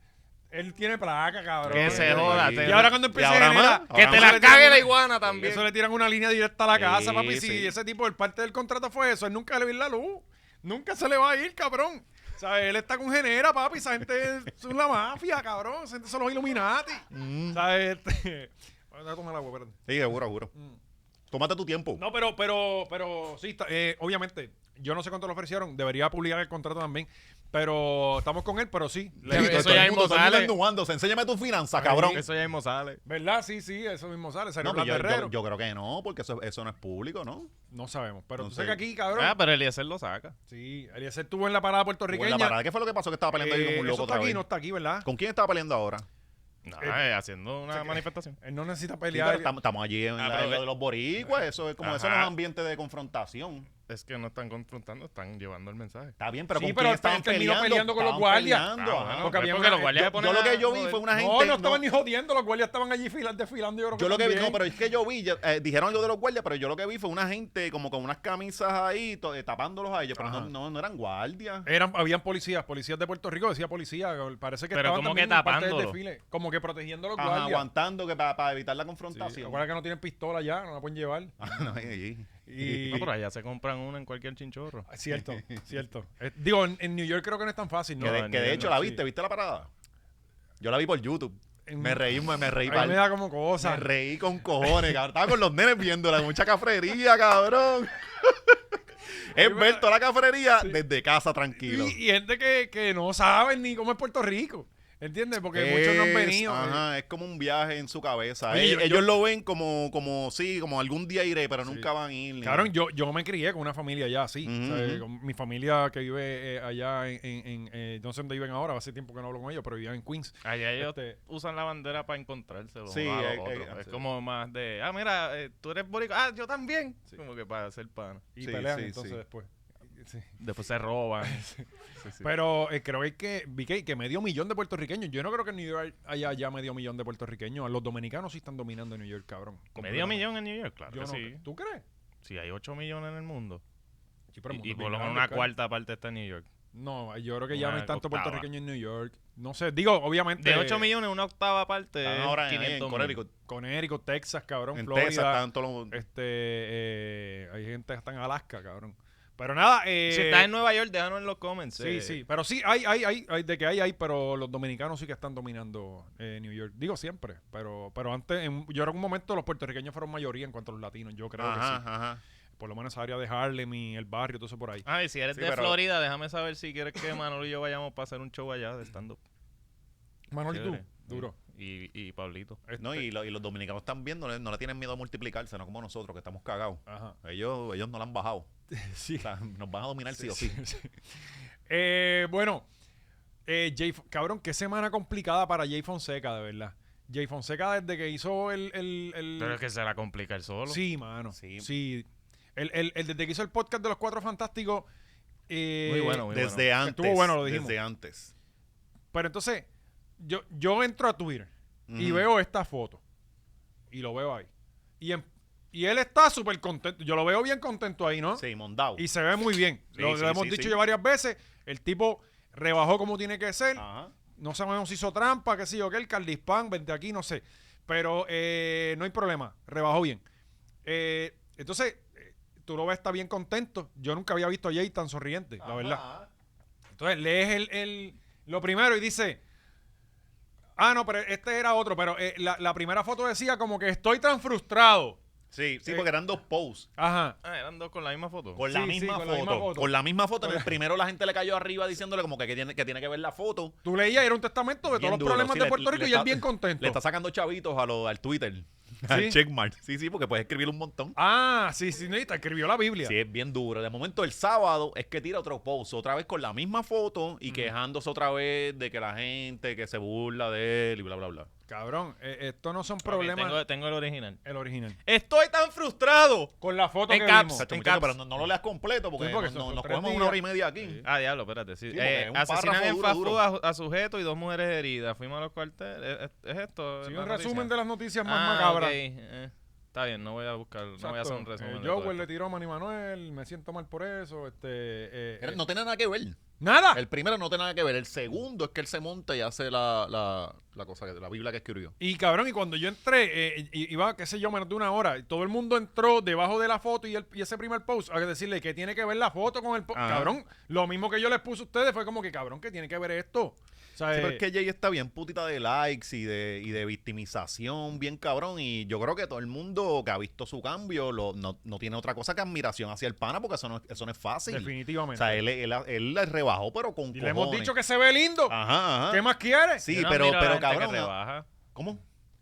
[SPEAKER 1] Él tiene placa, cabrón.
[SPEAKER 4] Que se joda. te-
[SPEAKER 1] Y ahora cuando empiece
[SPEAKER 2] ahora
[SPEAKER 1] a generar,
[SPEAKER 2] más, ahora
[SPEAKER 4] Que te
[SPEAKER 2] más.
[SPEAKER 4] la cague la iguana también.
[SPEAKER 1] Eso le tiran una línea directa a la casa,
[SPEAKER 2] Sí,
[SPEAKER 1] papi. Si
[SPEAKER 2] sí.
[SPEAKER 1] ese tipo, el parte del contrato fue eso, él nunca le va a ir la luz. Nunca se le va a ir, cabrón. O sea, él está con Genera, papi. Esa gente es la mafia, cabrón. Esa gente son los Illuminati.
[SPEAKER 2] Mm.
[SPEAKER 1] O sea, este... Bueno, voy a tomar agua, espérate.
[SPEAKER 2] Sí, seguro, seguro.
[SPEAKER 1] Mm.
[SPEAKER 2] Tómate tu tiempo.
[SPEAKER 1] No, pero, pero, pero, sí, está- eh, obviamente, yo no sé cuánto le ofrecieron. Debería publicar el contrato también. Pero estamos con él, pero sí.
[SPEAKER 2] Le-
[SPEAKER 4] Eso
[SPEAKER 2] todo el mundo,
[SPEAKER 4] ya mismo
[SPEAKER 2] todo el mundo
[SPEAKER 4] sale.
[SPEAKER 2] ennuándose. Enséñame tus finanzas, cabrón.
[SPEAKER 4] Eso ya mismo sale.
[SPEAKER 1] ¿Verdad? Sí, sí, eso mismo sale. Salió
[SPEAKER 2] No, pero
[SPEAKER 1] Blas
[SPEAKER 2] yo,
[SPEAKER 1] Herrero.
[SPEAKER 2] yo- yo creo que no, porque eso, eso no es público, ¿no?
[SPEAKER 1] No sabemos. Pero
[SPEAKER 2] No
[SPEAKER 1] tú sabes
[SPEAKER 2] sé.
[SPEAKER 1] que aquí, cabrón.
[SPEAKER 4] Ah, pero Eliezer lo saca.
[SPEAKER 1] Sí, Eliezer estuvo en la parada
[SPEAKER 2] O en la
[SPEAKER 1] puertorriqueña.
[SPEAKER 2] parada, ¿Qué fue lo que pasó que estaba peleando ahí
[SPEAKER 1] Eh,
[SPEAKER 2] con un loco
[SPEAKER 1] eso está
[SPEAKER 2] otra
[SPEAKER 1] aquí,
[SPEAKER 2] vez?
[SPEAKER 1] no está aquí, ¿verdad?
[SPEAKER 2] ¿Con quién estaba peleando ahora?
[SPEAKER 4] Nah,
[SPEAKER 1] Eh,
[SPEAKER 4] eh, haciendo una manifestación.
[SPEAKER 1] Él no necesita
[SPEAKER 2] Sí,
[SPEAKER 1] pelear.
[SPEAKER 2] pero estamos, estamos allí en
[SPEAKER 4] Ah,
[SPEAKER 2] la-
[SPEAKER 4] pero ve-
[SPEAKER 2] lo de los boricuas, eso es como eso no es
[SPEAKER 4] Ajá.
[SPEAKER 2] ambiente de confrontación.
[SPEAKER 4] Es que no están confrontando, están llevando el mensaje.
[SPEAKER 2] Está bien, pero
[SPEAKER 1] Sí,
[SPEAKER 2] ¿con
[SPEAKER 1] pero
[SPEAKER 2] quién
[SPEAKER 1] él
[SPEAKER 2] estaban
[SPEAKER 1] terminó
[SPEAKER 2] peleando?
[SPEAKER 1] peleando con los
[SPEAKER 2] Estaban
[SPEAKER 1] guardias.
[SPEAKER 2] peleando,
[SPEAKER 4] Ah,
[SPEAKER 2] ajá.
[SPEAKER 4] bueno,
[SPEAKER 1] porque
[SPEAKER 4] pues
[SPEAKER 1] había
[SPEAKER 4] porque
[SPEAKER 1] una-
[SPEAKER 4] los guardias
[SPEAKER 1] yo-
[SPEAKER 2] Yo
[SPEAKER 4] se ponen
[SPEAKER 2] lo
[SPEAKER 4] a
[SPEAKER 2] que yo vi
[SPEAKER 4] joder.
[SPEAKER 2] fue una gente.
[SPEAKER 1] no, no estaban ni jodiendo, los guardias estaban allí filas desfilando. Yo creo que,
[SPEAKER 2] Yo lo que vi, no,
[SPEAKER 1] también.
[SPEAKER 2] pero es que yo vi, yo- eh, dijeron algo de los guardias, pero yo lo que vi fue una gente como con unas camisas ahí, to- eh, tapándolos a ellos, pero no,
[SPEAKER 1] Ajá.
[SPEAKER 2] no, no eran guardias.
[SPEAKER 1] Eran, habían policías, policías de Puerto Rico, decía policía. Parece que
[SPEAKER 4] Pero
[SPEAKER 1] estaban
[SPEAKER 4] como que
[SPEAKER 1] también en parte del
[SPEAKER 4] tapándolo.
[SPEAKER 1] desfile, como que protegiendo a los
[SPEAKER 2] Ajá,
[SPEAKER 1] guardias.
[SPEAKER 2] aguantando que para evitar la
[SPEAKER 1] Sí,
[SPEAKER 2] confrontación.
[SPEAKER 1] recuerda que no tienen pistola ya, no la pueden llevar.
[SPEAKER 2] Ah, no, ahí- ahí.
[SPEAKER 1] Y...
[SPEAKER 4] No, pero allá se compran una en cualquier chinchorro.
[SPEAKER 1] Cierto, cierto. Eh, digo, en, en New York creo que no es tan fácil, ¿no?
[SPEAKER 2] que de,
[SPEAKER 4] no,
[SPEAKER 2] que de
[SPEAKER 4] ni-
[SPEAKER 2] hecho
[SPEAKER 1] no,
[SPEAKER 2] la
[SPEAKER 1] sí.
[SPEAKER 2] viste, ¿viste la parada? Yo la vi por YouTube.
[SPEAKER 1] En-
[SPEAKER 2] Me reí, me, me reí.
[SPEAKER 1] A mí
[SPEAKER 2] pal-
[SPEAKER 1] me da como
[SPEAKER 2] me
[SPEAKER 1] cosa.
[SPEAKER 2] reí con cojones, cabrón. Estaba con los nenes viéndola, mucha cafrería, cabrón. es ver toda la cafrería desde casa, tranquilo.
[SPEAKER 1] Y, y gente que, que no saben ni cómo es Puerto Rico. ¿Entiendes? Porque muchos no han
[SPEAKER 2] Es-
[SPEAKER 1] venido. eh.
[SPEAKER 2] Ajá, es como un viaje en su cabeza.
[SPEAKER 1] Oye,
[SPEAKER 2] Ell-
[SPEAKER 1] yo- yo-
[SPEAKER 2] ellos lo ven como, como, sí, como algún día iré, pero nunca van a ir. ni-
[SPEAKER 1] Claro, yo, yo me crié con una familia allá, sí.
[SPEAKER 2] Ujú,
[SPEAKER 1] O sea,
[SPEAKER 2] ujú.
[SPEAKER 1] con mi familia que vive eh, allá en, en- en, eh, no sé dónde viven ahora, hace tiempo que no hablo con ellos, pero vivían en Queens.
[SPEAKER 4] Allá ellos
[SPEAKER 1] Este-
[SPEAKER 4] usan la bandera para encontrarse los
[SPEAKER 2] Sí,
[SPEAKER 4] unos a los
[SPEAKER 2] eh,
[SPEAKER 4] otros.
[SPEAKER 2] eh,
[SPEAKER 4] es
[SPEAKER 2] sí.
[SPEAKER 4] como más de, ah, mira, eh, tú eres boricua, ah, yo también. Como que para hacer pan.
[SPEAKER 1] Y
[SPEAKER 2] Sí,
[SPEAKER 1] pelean
[SPEAKER 2] sí,
[SPEAKER 1] entonces
[SPEAKER 2] sí.
[SPEAKER 1] después. Sí.
[SPEAKER 4] Después se roban.
[SPEAKER 1] Pero eh, creo que vi que, que medio millón de puertorriqueños. Yo no creo que en New York haya ya medio millón de puertorriqueños. Los dominicanos sí están dominando en New York, cabrón.
[SPEAKER 4] Medio
[SPEAKER 1] Completamente.
[SPEAKER 4] millón en New York, claro.
[SPEAKER 1] Yo
[SPEAKER 4] que
[SPEAKER 1] no-
[SPEAKER 4] sí.
[SPEAKER 1] ¿Tú crees?
[SPEAKER 4] Si hay 8 millones en el mundo.
[SPEAKER 1] Sí, pero el mundo
[SPEAKER 4] y y
[SPEAKER 1] es
[SPEAKER 4] por
[SPEAKER 1] bien
[SPEAKER 4] lo menos
[SPEAKER 1] grande,
[SPEAKER 4] una
[SPEAKER 1] Oscar.
[SPEAKER 4] cuarta parte está en New York.
[SPEAKER 1] No, yo creo que ya no
[SPEAKER 4] Una
[SPEAKER 1] hay tanto
[SPEAKER 4] octava.
[SPEAKER 1] puertorriqueño en New York. No sé, digo, obviamente.
[SPEAKER 4] De 8 millones, una octava parte.
[SPEAKER 2] Están
[SPEAKER 4] es
[SPEAKER 2] ahora en, ahí, en
[SPEAKER 4] 500 mil.
[SPEAKER 2] Connecticut,
[SPEAKER 1] Connecticut, Texas, cabrón,
[SPEAKER 2] en
[SPEAKER 1] Florida.
[SPEAKER 2] Texas, están todos los-
[SPEAKER 1] Este, eh, hay gente que está en Alaska, cabrón. Pero nada, eh,
[SPEAKER 4] Si estás en Nueva York, déjanos en los comments.
[SPEAKER 1] sí,
[SPEAKER 4] eh.
[SPEAKER 1] sí. Pero sí, hay, hay, hay, hay, de que hay, hay, pero los dominicanos sí que están dominando eh, New York. Digo siempre, pero, pero antes, en, yo era un momento los puertorriqueños fueron mayoría en cuanto a los latinos, yo creo
[SPEAKER 2] Ajá,
[SPEAKER 1] que sí.
[SPEAKER 2] ajá.
[SPEAKER 1] Por lo menos esa área de Harlem y el barrio, todo eso por ahí.
[SPEAKER 4] Ah, y si eres
[SPEAKER 2] Sí,
[SPEAKER 4] de
[SPEAKER 2] pero-
[SPEAKER 4] Florida, déjame saber si quieres que Manolo y yo vayamos para hacer un show allá de stand-up.
[SPEAKER 1] Manolo, ¿y tú?
[SPEAKER 4] Chévere.
[SPEAKER 1] Duro.
[SPEAKER 4] Y, y Pablito.
[SPEAKER 1] Este-
[SPEAKER 2] No, y, lo- y los dominicanos están viendo, no le- no le tienen miedo a multiplicarse, no como nosotros, que estamos cagados.
[SPEAKER 1] Ajá.
[SPEAKER 2] Ellos, ellos no la han bajado.
[SPEAKER 1] Sí.
[SPEAKER 2] O sea, nos van a dominar sí, o sí.
[SPEAKER 1] Eh, bueno, eh, Jay Fon- cabrón, qué semana complicada para Jay Fonseca, de verdad. Jay Fonseca desde que hizo el... el- el-
[SPEAKER 4] Pero es que se la complica el solo.
[SPEAKER 1] Sí, mano. Sí.
[SPEAKER 2] Sí.
[SPEAKER 1] El, el- el desde que hizo el podcast de los Cuatro Fantásticos... eh,
[SPEAKER 4] Muy bueno, muy
[SPEAKER 2] Desde
[SPEAKER 4] bueno.
[SPEAKER 2] antes.
[SPEAKER 1] Estuvo bueno, lo dijimos.
[SPEAKER 2] Desde antes.
[SPEAKER 1] Pero entonces, yo, yo entro a Twitter y
[SPEAKER 2] Ujú.
[SPEAKER 1] veo esta foto. Y lo veo ahí. Y en- Y él está súper contento. Yo lo veo bien contento ahí, ¿no?
[SPEAKER 2] Sí, mondao.
[SPEAKER 1] Y se ve muy bien.
[SPEAKER 2] Sí,
[SPEAKER 1] lo,
[SPEAKER 2] sí,
[SPEAKER 1] lo hemos
[SPEAKER 2] sí,
[SPEAKER 1] dicho
[SPEAKER 2] sí.
[SPEAKER 1] ya varias veces. El tipo rebajó como tiene que ser.
[SPEAKER 2] Ajá.
[SPEAKER 1] No sabemos si hizo trampa, qué sé yo, que el Carlispan, vente aquí, no sé. Pero eh, no hay problema, rebajó bien. Eh, entonces, eh, tú lo ves, está bien contento. Yo nunca había visto a Jay tan sonriente, la verdad.
[SPEAKER 2] Ajá.
[SPEAKER 1] Entonces, lees el, el- lo primero y dice, ah, no, pero este era otro, pero eh, la, la primera foto decía como que estoy tan frustrado.
[SPEAKER 2] Sí, sí,
[SPEAKER 1] Sí.
[SPEAKER 2] porque eran dos posts.
[SPEAKER 1] Ajá.
[SPEAKER 4] Ah, eran dos con la misma foto.
[SPEAKER 2] Con, la
[SPEAKER 1] Sí, sí,
[SPEAKER 2] misma
[SPEAKER 1] con la
[SPEAKER 2] foto,
[SPEAKER 1] misma foto.
[SPEAKER 2] Con la misma foto. En el primero la gente le cayó arriba diciéndole como que, que tiene, que tiene que ver la foto.
[SPEAKER 1] Tú leías, era un testamento de
[SPEAKER 2] Bien
[SPEAKER 1] todos los
[SPEAKER 2] duro,
[SPEAKER 1] problemas
[SPEAKER 2] sí,
[SPEAKER 1] de
[SPEAKER 2] le-
[SPEAKER 1] Puerto
[SPEAKER 2] le
[SPEAKER 1] Rico y
[SPEAKER 2] está-
[SPEAKER 1] él bien contento.
[SPEAKER 2] Le está sacando chavitos a lo, al Twitter. Al checkmark. Sí, sí, porque puedes escribir un montón.
[SPEAKER 1] Ah, sí, sí, te escribió la Biblia.
[SPEAKER 2] Sí, es bien duro. De momento, el sábado es que tira otro post, otra vez con la misma foto y quejándose otra vez de que la gente que se burla de él y bla, bla, bla.
[SPEAKER 1] Cabrón, eh, esto no son
[SPEAKER 4] Ok,
[SPEAKER 1] problemas.
[SPEAKER 4] tengo, tengo el original.
[SPEAKER 1] El original.
[SPEAKER 4] Estoy tan frustrado.
[SPEAKER 1] Con la foto
[SPEAKER 4] En
[SPEAKER 1] que
[SPEAKER 4] caps.
[SPEAKER 1] vimos.
[SPEAKER 2] Exacto,
[SPEAKER 4] En
[SPEAKER 2] muchacho,
[SPEAKER 4] caps.
[SPEAKER 2] pero no, no lo leas completo porque,
[SPEAKER 1] Sí, porque
[SPEAKER 2] no-
[SPEAKER 1] son-
[SPEAKER 2] no-
[SPEAKER 1] son
[SPEAKER 2] nos
[SPEAKER 1] tres
[SPEAKER 2] ponemos
[SPEAKER 1] días.
[SPEAKER 2] una hora y media aquí.
[SPEAKER 4] Ah, diablo, espérate. Sí.
[SPEAKER 2] Sí, porque
[SPEAKER 4] Eh,
[SPEAKER 2] es un
[SPEAKER 4] asesinan
[SPEAKER 2] párrafo
[SPEAKER 4] en
[SPEAKER 2] duro,
[SPEAKER 4] Fafú
[SPEAKER 2] duro.
[SPEAKER 4] a, a sujeto y dos mujeres heridas. Fuimos a los cuarteles. Eh, ¿Es, es esto?
[SPEAKER 1] Sí,
[SPEAKER 4] la
[SPEAKER 1] un
[SPEAKER 4] noticia?
[SPEAKER 1] resumen de las noticias más
[SPEAKER 4] Ah,
[SPEAKER 1] macabras.
[SPEAKER 4] ok, eh, está bien, no voy a buscar, no voy a hacer un
[SPEAKER 1] Exacto.
[SPEAKER 4] resumen.
[SPEAKER 1] Eh,
[SPEAKER 4] de todo
[SPEAKER 1] Joel le
[SPEAKER 4] esto.
[SPEAKER 1] tiró a Manny Manuel, me siento mal por eso. Este, eh,
[SPEAKER 2] Era-
[SPEAKER 1] eh,
[SPEAKER 2] No tiene nada que ver.
[SPEAKER 1] ¡Nada!
[SPEAKER 2] El primero no tiene nada que ver. El segundo es que él se monta y hace la, la, la cosa, que- la Biblia que escribió.
[SPEAKER 1] Y cabrón, y cuando yo entré, eh, i- iba, qué sé yo, menos de una hora, y todo el mundo entró debajo de la foto y, el- y ese primer post a decirle que tiene que ver la foto con el post.
[SPEAKER 4] Ajá.
[SPEAKER 1] Cabrón, lo mismo que yo les puse a ustedes fue como que, cabrón, ¿qué tiene que ver esto? O sea,
[SPEAKER 2] Sí, pero
[SPEAKER 1] eh,
[SPEAKER 2] es que Jay está bien putita de likes y de, y de victimización, bien cabrón. Y yo creo que todo el mundo que ha visto su cambio lo- no, no tiene otra cosa que admiración hacia el pana porque eso no, eso no es fácil. O
[SPEAKER 1] definitivamente.
[SPEAKER 2] sea, él, él, él le rebajó, pero con
[SPEAKER 1] y le hemos
[SPEAKER 2] cojones.
[SPEAKER 1] dicho que se ve lindo.
[SPEAKER 2] Ajá, ajá.
[SPEAKER 1] ¿Qué más quieres?
[SPEAKER 2] Sí,
[SPEAKER 4] Yo no
[SPEAKER 2] pero,
[SPEAKER 4] admiro a la
[SPEAKER 2] pero
[SPEAKER 4] gente que
[SPEAKER 2] cabrón. ¿no?
[SPEAKER 4] rebaja,
[SPEAKER 2] ¿Cómo?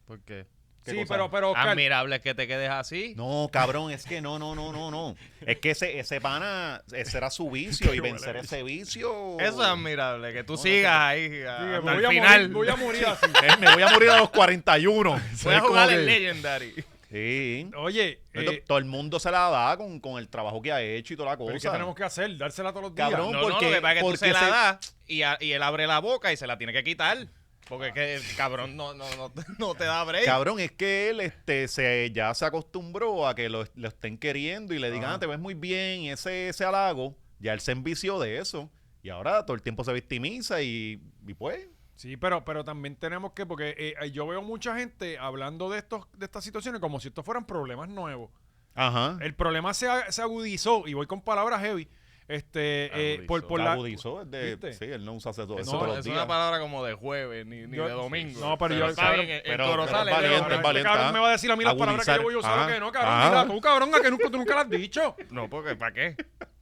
[SPEAKER 4] porque
[SPEAKER 2] ¿Qué
[SPEAKER 1] sí,
[SPEAKER 2] cosa? Ah,
[SPEAKER 1] pero, pero, Oscar,
[SPEAKER 4] admirable es que te quedes así.
[SPEAKER 2] No, cabrón, es que no, no, no, no, no. Es que ese, ese pana, ese era su vicio y vencer ese vicio.
[SPEAKER 4] Eso es admirable, que tú
[SPEAKER 2] No, no,
[SPEAKER 4] sigas
[SPEAKER 2] no.
[SPEAKER 4] ahí a-
[SPEAKER 1] sí, me
[SPEAKER 4] hasta
[SPEAKER 1] voy,
[SPEAKER 4] el
[SPEAKER 1] a
[SPEAKER 4] final.
[SPEAKER 1] morir, voy a morir así.
[SPEAKER 2] Eh, Me voy a morir a los 41.
[SPEAKER 4] Voy a jugar el Legendary.
[SPEAKER 2] Sí.
[SPEAKER 1] Oye,
[SPEAKER 2] Entonces,
[SPEAKER 1] eh,
[SPEAKER 2] todo el mundo se la da con, con el trabajo que ha hecho y toda la cosa.
[SPEAKER 1] ¿pero ¿qué tenemos que hacer? ¿Dársela todos los días?
[SPEAKER 2] Cabrón.
[SPEAKER 4] No,
[SPEAKER 2] porque-
[SPEAKER 4] no, lo que pasa es que tú
[SPEAKER 2] porque
[SPEAKER 4] se la
[SPEAKER 2] se-
[SPEAKER 4] das y, a- y él abre la boca y se la tiene que quitar. Porque es que el cabrón no, no, no, no te da break.
[SPEAKER 2] Cabrón, es que él este, se, ya se acostumbró a que lo, lo estén queriendo y le digan, "Ah, te ves muy bien, y ese, ese halago. Ya él se envició de eso. Y ahora todo el tiempo se victimiza y, y pues.
[SPEAKER 1] Sí, pero, pero también tenemos que, porque eh, eh, yo veo mucha gente hablando de estos, de estas situaciones como si estos fueran problemas nuevos.
[SPEAKER 2] Ajá.
[SPEAKER 1] El problema se, a- se agudizó, y voy con palabras heavy, este, eh,
[SPEAKER 4] Agudizó.
[SPEAKER 1] por, por
[SPEAKER 2] La
[SPEAKER 1] la...
[SPEAKER 2] agudizó, es de-
[SPEAKER 1] ¿Viste?
[SPEAKER 2] sí, él no usa eso, eso
[SPEAKER 1] No,
[SPEAKER 2] todos
[SPEAKER 4] No,
[SPEAKER 2] los
[SPEAKER 4] es
[SPEAKER 2] días.
[SPEAKER 4] una palabra como de jueves, ni, ni
[SPEAKER 1] Yo-
[SPEAKER 4] de domingo.
[SPEAKER 1] No, pero yo-
[SPEAKER 4] está bien, el- el
[SPEAKER 2] pero-
[SPEAKER 4] Corozal
[SPEAKER 2] pero
[SPEAKER 4] es de-
[SPEAKER 2] valiente,
[SPEAKER 1] Cabrón,
[SPEAKER 2] valiente. ah.
[SPEAKER 1] cabrón este me va a decir a mí las palabras que
[SPEAKER 2] Agudizar. Ah.
[SPEAKER 1] yo voy a usar o
[SPEAKER 2] Ajá.
[SPEAKER 1] que no, cabrón.
[SPEAKER 2] Ajá.
[SPEAKER 1] Mira tú, cabrón, a que nunca, tú nunca las has dicho.
[SPEAKER 4] No, porque ¿para qué?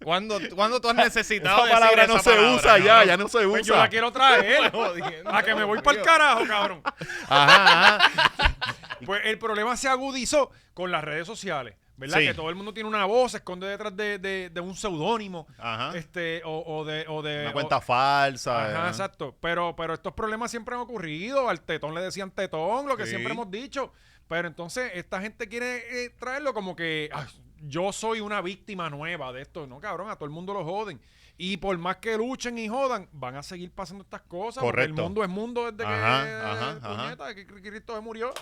[SPEAKER 4] ¿Cuándo, cuándo tú has
[SPEAKER 2] Esa
[SPEAKER 4] necesitado decir
[SPEAKER 2] palabra no
[SPEAKER 4] esa
[SPEAKER 2] se
[SPEAKER 4] palabra?
[SPEAKER 2] usa
[SPEAKER 4] No,
[SPEAKER 2] ya,
[SPEAKER 4] no.
[SPEAKER 2] ya no se usa.
[SPEAKER 1] Pues yo la quiero traer.
[SPEAKER 4] Jodiendo,
[SPEAKER 1] a que me voy para el
[SPEAKER 4] tío.
[SPEAKER 1] carajo, cabrón.
[SPEAKER 2] Ajá, ajá.
[SPEAKER 1] Pues el problema se agudizó con las redes sociales, ¿verdad?
[SPEAKER 2] Sí.
[SPEAKER 1] Que todo el mundo tiene una voz, se esconde detrás de, de- de un seudónimo.
[SPEAKER 2] Ajá.
[SPEAKER 1] Este, o, o de, o de.
[SPEAKER 2] Ah.
[SPEAKER 4] Este,
[SPEAKER 2] Una
[SPEAKER 1] o-
[SPEAKER 2] cuenta falsa. eh.
[SPEAKER 1] Ajá,
[SPEAKER 2] ajá.
[SPEAKER 1] exacto. Pero, pero estos problemas siempre han ocurrido. Al tetón le decían tetón, lo que
[SPEAKER 2] Sí.
[SPEAKER 1] siempre hemos dicho. Pero entonces esta gente quiere eh, traerlo como que "Ah, yo soy una víctima nueva de esto. No, cabrón, a todo el mundo lo joden. Y por más que luchen y jodan, van a seguir pasando estas cosas. porque El
[SPEAKER 2] Correcto.
[SPEAKER 1] mundo es mundo desde
[SPEAKER 2] Ajá, ajá,
[SPEAKER 1] que,
[SPEAKER 2] ajá.
[SPEAKER 1] puñeta, que Cristo se murió.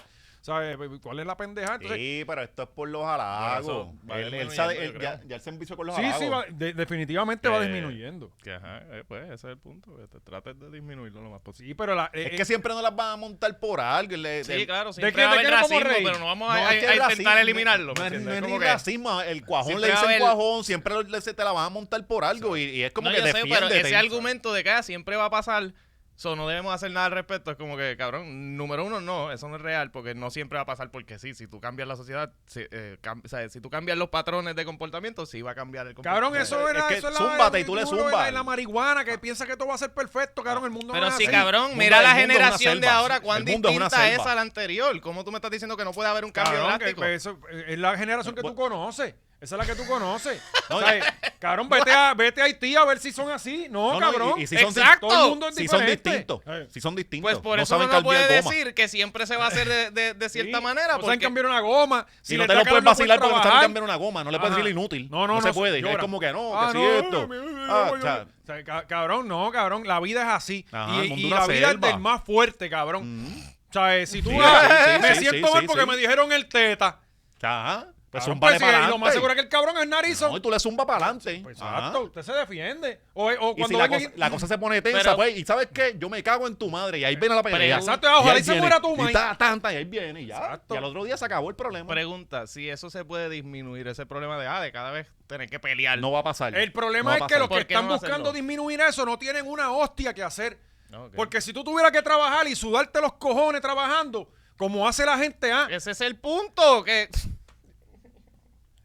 [SPEAKER 1] ¿Sabes? ¿Cuál es la pendejada? Entonces,
[SPEAKER 2] Sí, pero esto es por los halagos.
[SPEAKER 4] Por eso va
[SPEAKER 2] Él- él
[SPEAKER 4] disminuyendo,
[SPEAKER 2] sabe-
[SPEAKER 4] yo
[SPEAKER 2] él-
[SPEAKER 4] creo.
[SPEAKER 2] ya, ya él se envició con los
[SPEAKER 1] sí,
[SPEAKER 2] halagos.
[SPEAKER 1] sí, va- de- definitivamente va
[SPEAKER 4] Eh,
[SPEAKER 1] disminuyendo.
[SPEAKER 4] Que ajá, eh, pues ese es el punto, que te trates de disminuirlo lo más posible.
[SPEAKER 1] Sí, pero la, eh,
[SPEAKER 2] Es
[SPEAKER 1] eh,
[SPEAKER 2] que siempre no las van a montar por algo. le-
[SPEAKER 4] Sí,
[SPEAKER 2] le-
[SPEAKER 4] claro,
[SPEAKER 1] siempre
[SPEAKER 4] siempre
[SPEAKER 1] va a
[SPEAKER 4] va
[SPEAKER 1] haber
[SPEAKER 4] racismo,
[SPEAKER 1] racismo,
[SPEAKER 4] pero no vamos
[SPEAKER 2] No,
[SPEAKER 4] a,
[SPEAKER 2] es que
[SPEAKER 4] a
[SPEAKER 2] el
[SPEAKER 4] intentar
[SPEAKER 2] racismo- No,
[SPEAKER 4] eliminarlo. ¿me
[SPEAKER 2] es- no
[SPEAKER 4] entiendes?
[SPEAKER 2] es
[SPEAKER 4] Como
[SPEAKER 2] ni
[SPEAKER 4] que-
[SPEAKER 2] racismo. El cuajón
[SPEAKER 4] Siempre
[SPEAKER 2] le dicen
[SPEAKER 4] va a haber-
[SPEAKER 2] cuajón. Siempre le- se te la van a montar por algo. Y, y es como
[SPEAKER 4] no,
[SPEAKER 2] que
[SPEAKER 4] yo sé, pero
[SPEAKER 2] defiéndete.
[SPEAKER 4] ese argumento de que ah, siempre va a pasar, so, no debemos hacer nada al respecto, es como que, cabrón, número uno, no, eso no es real, porque no siempre va a pasar, porque sí, si tú cambias la sociedad, si, eh, cam- o sea, si tú cambias los patrones de comportamiento, sí va a cambiar el comportamiento.
[SPEAKER 1] Cabrón, eso
[SPEAKER 2] Pues, Es
[SPEAKER 1] era,
[SPEAKER 2] que
[SPEAKER 1] eso es la,
[SPEAKER 2] zúmbate y tú le
[SPEAKER 1] el-
[SPEAKER 2] zumbas.
[SPEAKER 1] la- La, marihuana que piensa que todo va a ser perfecto, cabrón, el mundo no
[SPEAKER 4] Pero
[SPEAKER 1] es
[SPEAKER 4] sí,
[SPEAKER 1] así.
[SPEAKER 4] cabrón,
[SPEAKER 2] mundo-
[SPEAKER 4] mira
[SPEAKER 2] el
[SPEAKER 4] la
[SPEAKER 2] mundo es una
[SPEAKER 4] generación de
[SPEAKER 2] selva.
[SPEAKER 4] ahora, cuán
[SPEAKER 2] El mundo es una
[SPEAKER 4] distinta es
[SPEAKER 2] selva.
[SPEAKER 4] a la anterior. ¿Cómo tú me estás diciendo que no puede haber un cambio
[SPEAKER 1] Cabrón, que,
[SPEAKER 4] drástico?
[SPEAKER 1] pues, eso, eh, es la generación que tú
[SPEAKER 2] Bu-
[SPEAKER 1] conoces. Esa es la que tú conoces. O sea, cabrón, vete a, vete a Haití a ver si son así. No,
[SPEAKER 2] No, no, y-
[SPEAKER 1] cabrón.
[SPEAKER 2] y si son-
[SPEAKER 4] Exacto.
[SPEAKER 1] Todo el mundo es
[SPEAKER 2] Si son
[SPEAKER 1] diferente.
[SPEAKER 2] distintos.
[SPEAKER 1] Eh,
[SPEAKER 2] Si son distintos.
[SPEAKER 4] Pues por
[SPEAKER 2] no
[SPEAKER 4] eso
[SPEAKER 2] saben
[SPEAKER 4] uno no
[SPEAKER 2] cambiar
[SPEAKER 4] puede
[SPEAKER 2] goma.
[SPEAKER 4] decir que siempre se va a hacer de, de- de cierta manera.
[SPEAKER 1] No saben
[SPEAKER 4] Porque,
[SPEAKER 1] cambiar una goma.
[SPEAKER 2] Si
[SPEAKER 1] Si
[SPEAKER 2] no
[SPEAKER 1] le
[SPEAKER 2] te lo
[SPEAKER 1] sacan,
[SPEAKER 2] puedes vacilar porque no saben
[SPEAKER 1] trabajar.
[SPEAKER 2] cambiar una goma. No le puedes
[SPEAKER 1] Ajá.
[SPEAKER 2] decir inútil.
[SPEAKER 1] No, no, no,
[SPEAKER 2] se puede.
[SPEAKER 1] llora.
[SPEAKER 2] Es como que no,
[SPEAKER 1] Ah,
[SPEAKER 2] que si
[SPEAKER 1] no,
[SPEAKER 2] esto.
[SPEAKER 1] me- me- me-
[SPEAKER 2] Ah,
[SPEAKER 1] voy a-
[SPEAKER 2] cha-
[SPEAKER 1] O sea, ca- cabrón, no, cabrón. La vida es así.
[SPEAKER 2] Ajá, el
[SPEAKER 1] y
[SPEAKER 2] mundo
[SPEAKER 1] y
[SPEAKER 2] es una
[SPEAKER 1] la vida es
[SPEAKER 2] selva. Mm.
[SPEAKER 1] del más fuerte, cabrón. O sea, eh, si tú
[SPEAKER 2] Sí,
[SPEAKER 1] ah,
[SPEAKER 2] sí, sí,
[SPEAKER 1] me
[SPEAKER 2] sí,
[SPEAKER 1] siento
[SPEAKER 2] sí,
[SPEAKER 1] mal
[SPEAKER 2] sí,
[SPEAKER 1] porque
[SPEAKER 2] sí.
[SPEAKER 1] me dijeron el teta.
[SPEAKER 2] Ajá. Pues
[SPEAKER 1] Cabrón,
[SPEAKER 2] zúmbale
[SPEAKER 1] pues,
[SPEAKER 2] para
[SPEAKER 1] si lo más
[SPEAKER 2] adelante.
[SPEAKER 1] seguro es que el cabrón es narizón.
[SPEAKER 2] No, y tú le zumbas para adelante.
[SPEAKER 1] Pues,
[SPEAKER 2] Ajá.
[SPEAKER 1] exacto, usted se defiende. O, o
[SPEAKER 2] Y
[SPEAKER 1] cuando
[SPEAKER 2] si la
[SPEAKER 1] venga-
[SPEAKER 2] cosa, la cosa se pone tensa,
[SPEAKER 4] Pero-
[SPEAKER 2] pues, y ¿sabes qué? Yo me cago en tu madre y ahí viene la pelea.
[SPEAKER 1] Exacto, ojalá
[SPEAKER 2] ahí
[SPEAKER 1] y se
[SPEAKER 2] viene.
[SPEAKER 1] muera tu
[SPEAKER 2] Y
[SPEAKER 1] madre.
[SPEAKER 2] ta, tan, tan, y ahí viene, y ya.
[SPEAKER 1] Exacto.
[SPEAKER 2] Y al otro día se acabó el problema.
[SPEAKER 4] Pregunta, si eso se puede disminuir, ese problema de, ah, de cada vez tener que pelear.
[SPEAKER 2] no va a pasar.
[SPEAKER 1] El
[SPEAKER 2] No va
[SPEAKER 1] problema
[SPEAKER 2] a
[SPEAKER 1] es que los que
[SPEAKER 2] pasar.
[SPEAKER 4] ¿Por qué
[SPEAKER 1] están
[SPEAKER 4] no
[SPEAKER 1] buscando
[SPEAKER 4] hacerlo?
[SPEAKER 1] disminuir eso no tienen una hostia que hacer.
[SPEAKER 4] Ok.
[SPEAKER 1] Porque si tú tuvieras que trabajar y sudarte los cojones trabajando, como hace la gente, ah,
[SPEAKER 4] Ese es el punto, que...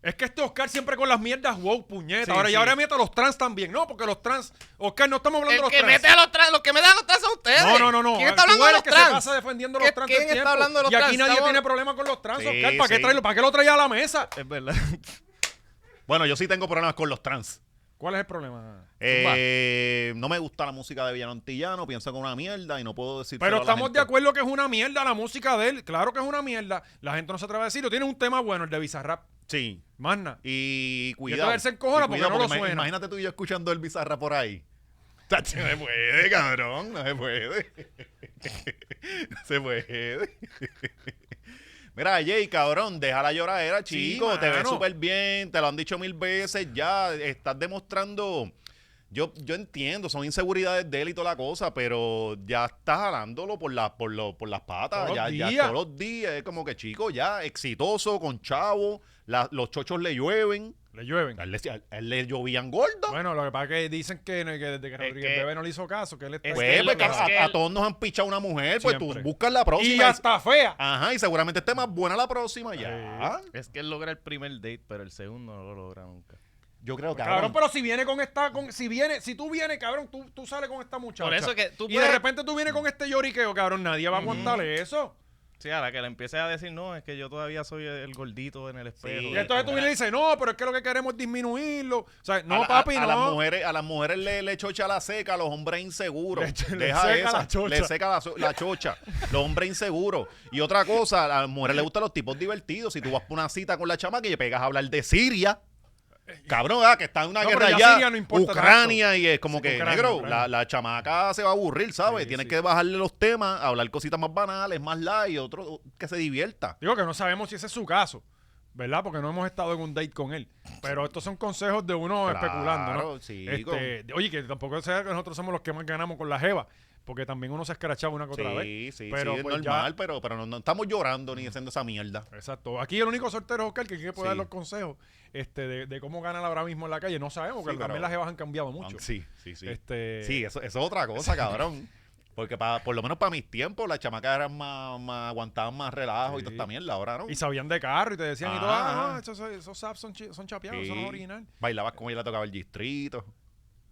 [SPEAKER 1] es que este Oscar siempre con las mierdas, wow, puñeta.
[SPEAKER 4] Sí,
[SPEAKER 1] ahora y
[SPEAKER 4] sí.
[SPEAKER 1] ahora mete a los trans también. No, porque los trans, Oscar, no estamos hablando
[SPEAKER 4] El
[SPEAKER 1] de
[SPEAKER 4] que
[SPEAKER 1] los
[SPEAKER 4] mete
[SPEAKER 1] trans.
[SPEAKER 4] a los trans, los que me dan los trans son ustedes.
[SPEAKER 1] No, no, no, no.
[SPEAKER 4] ¿Quién
[SPEAKER 1] Tú
[SPEAKER 4] está hablando de
[SPEAKER 1] eres
[SPEAKER 4] los
[SPEAKER 1] que se
[SPEAKER 4] trans?
[SPEAKER 1] pasa defendiendo a
[SPEAKER 4] ¿Qué-
[SPEAKER 1] los trans todo el
[SPEAKER 4] quién está
[SPEAKER 1] tiempo.
[SPEAKER 4] hablando de los
[SPEAKER 1] Y aquí
[SPEAKER 4] trans?
[SPEAKER 1] nadie
[SPEAKER 4] Estamos-
[SPEAKER 1] tiene problema con los trans,
[SPEAKER 2] Sí,
[SPEAKER 1] Oscar. ¿Para, qué
[SPEAKER 2] sí.
[SPEAKER 1] traerlo, ¿Para qué lo traía a la mesa?
[SPEAKER 4] Es verdad.
[SPEAKER 2] Bueno, yo sí tengo problemas con los trans.
[SPEAKER 1] ¿Cuál es el problema?
[SPEAKER 2] Eh, no me gusta la música de Villano Antillano, pienso que es una mierda y no puedo decir.
[SPEAKER 1] Pero estamos de acuerdo que es una mierda la música de él. Claro que es una mierda. La gente no se atreve a decirlo. Tiene un tema bueno, el de Bizarrap.
[SPEAKER 2] Sí.
[SPEAKER 1] Más nada.
[SPEAKER 2] Y
[SPEAKER 1] Y
[SPEAKER 2] cuidado.
[SPEAKER 1] entonces él se encojona
[SPEAKER 2] Y
[SPEAKER 1] porque no
[SPEAKER 2] cuidado,
[SPEAKER 1] lo
[SPEAKER 2] ima-
[SPEAKER 1] suena.
[SPEAKER 2] Imagínate tú y yo escuchando el bizarra por ahí. Tacho, No se puede, cabrón, no se puede. No se puede. Mira, Jay, cabrón, deja la lloradera,
[SPEAKER 1] Sí,
[SPEAKER 2] chico. te ves
[SPEAKER 1] mano.
[SPEAKER 2] súper bien, te lo han dicho mil veces ya. Estás demostrando. Yo, yo entiendo, son inseguridades de él y toda la cosa, pero ya estás jalándolo por, la, por, lo- por las
[SPEAKER 1] Todos
[SPEAKER 2] patas.
[SPEAKER 1] los
[SPEAKER 2] ya, ya
[SPEAKER 1] días.
[SPEAKER 2] todos los días. Es como que, chico, ya exitoso, con chavo. la- los chochos le llueven.
[SPEAKER 1] Le llueven.
[SPEAKER 2] A él, le- a él le llovían gordo.
[SPEAKER 1] Bueno, lo que pasa es que dicen que, no- que desde que Rodríguez
[SPEAKER 4] que-
[SPEAKER 1] Bebe no le hizo caso, que él está...
[SPEAKER 4] es
[SPEAKER 2] Pues,
[SPEAKER 4] que él-
[SPEAKER 2] pues,
[SPEAKER 4] es
[SPEAKER 2] a,
[SPEAKER 4] que
[SPEAKER 2] a
[SPEAKER 4] él-
[SPEAKER 2] todos nos han pichado una mujer, pues
[SPEAKER 1] Siempre.
[SPEAKER 2] tú buscas la próxima.
[SPEAKER 1] y
[SPEAKER 2] y-
[SPEAKER 1] ya está fea.
[SPEAKER 2] Ajá, y seguramente esté más buena la próxima ya.
[SPEAKER 4] Es que él logra el primer date, pero el segundo no lo logra nunca.
[SPEAKER 2] Yo creo que
[SPEAKER 1] Cabrón, pero si viene con esta, con, si viene, si tú vienes, cabrón, tú, tú sales con esta muchacha.
[SPEAKER 4] Por eso que tú
[SPEAKER 1] Y de
[SPEAKER 4] puedes-
[SPEAKER 1] repente tú vienes con este lloriqueo, cabrón, nadie va a aguantarle eso.
[SPEAKER 4] Sí, a la que le empiece a decir, no, es que yo todavía soy el gordito en el espejo.
[SPEAKER 2] Sí.
[SPEAKER 1] Y entonces tú vienes y dices, no, pero es que lo que queremos es disminuirlo. O sea, no,
[SPEAKER 2] a la- a-
[SPEAKER 1] papi,
[SPEAKER 2] a,
[SPEAKER 1] no.
[SPEAKER 2] las mujeres, a las mujeres le, le chocha la seca, a los hombres inseguros.
[SPEAKER 1] Le cho- le
[SPEAKER 2] Deja
[SPEAKER 1] seca
[SPEAKER 2] esa,
[SPEAKER 1] la chocha.
[SPEAKER 2] Le seca la, so- la chocha. Los hombres inseguros. Y otra cosa, a las mujeres les gustan los tipos divertidos. Si tú vas por una cita con la chamaca y le pegas a hablar de Siria. Cabrón, ah, que está en una
[SPEAKER 1] No, pero
[SPEAKER 2] guerra
[SPEAKER 1] ya
[SPEAKER 2] allá,
[SPEAKER 1] Siria no importa
[SPEAKER 2] Ucrania, y es como
[SPEAKER 1] Sí,
[SPEAKER 2] que,
[SPEAKER 1] Ucrania,
[SPEAKER 2] negro,
[SPEAKER 1] Ucrania.
[SPEAKER 2] La, la chamaca se va a aburrir, ¿sabes?
[SPEAKER 1] Sí,
[SPEAKER 2] Tienes
[SPEAKER 1] sí.
[SPEAKER 2] que bajarle los temas, hablar cositas más banales, más light, y otro que se divierta.
[SPEAKER 1] Digo que no sabemos si ese es su caso, ¿verdad? Porque no hemos estado en un date con él. Pero estos son consejos de uno
[SPEAKER 2] Claro,
[SPEAKER 1] especulando, ¿no?
[SPEAKER 2] chico.
[SPEAKER 1] Este, de- oye, que tampoco sea que nosotros somos los que más ganamos con la jeva, porque también uno se ha escrachado una que otra vez.
[SPEAKER 2] Sí, sí,
[SPEAKER 1] Pero,
[SPEAKER 2] sí, es
[SPEAKER 1] pues, ya-
[SPEAKER 2] normal, pero, pero no, no estamos llorando ni haciendo esa mierda.
[SPEAKER 1] Exacto. Aquí el único soltero es Oscar que quiere poder
[SPEAKER 2] Sí.
[SPEAKER 1] dar los consejos este, de, de cómo ganar ahora mismo en la calle. No sabemos, porque
[SPEAKER 2] Sí,
[SPEAKER 1] también
[SPEAKER 2] pero-
[SPEAKER 1] las jevas han cambiado mucho.
[SPEAKER 2] Aunque- Sí, sí, sí.
[SPEAKER 1] Este,
[SPEAKER 2] Sí, eh. eso, eso es otra cosa, cabrón. Porque pa- por lo menos para mis tiempos, las chamacas eran más, más aguantaban más relajo y
[SPEAKER 1] Sí.
[SPEAKER 2] toda esta mierda. Ahora no.
[SPEAKER 1] Y sabían de carro y te decían y todo,
[SPEAKER 2] Ah.
[SPEAKER 1] ah, no, esos, esos saps son, chi- son chapeados, eso no
[SPEAKER 2] Sí.
[SPEAKER 1] es original.
[SPEAKER 2] Bailabas con ella, tocaba el distrito.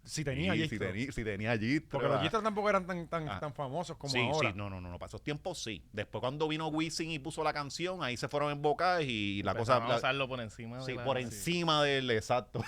[SPEAKER 1] Si tenía
[SPEAKER 2] Sí,
[SPEAKER 1] allí.
[SPEAKER 2] si, tenía, si tenía gistro,
[SPEAKER 1] porque los
[SPEAKER 2] ah.
[SPEAKER 1] gistros tampoco eran tan, tan,
[SPEAKER 2] Ah.
[SPEAKER 1] tan famosos como
[SPEAKER 2] sí,
[SPEAKER 1] ahora.
[SPEAKER 2] sí, no, no, no, no, para esos tiempos sí. Después cuando vino Wisin y puso la canción, ahí se fueron en boca y la cosa...
[SPEAKER 4] Vamos
[SPEAKER 2] la-
[SPEAKER 4] a usarlo por encima. de
[SPEAKER 2] sí,
[SPEAKER 4] la-
[SPEAKER 2] por encima del exacto.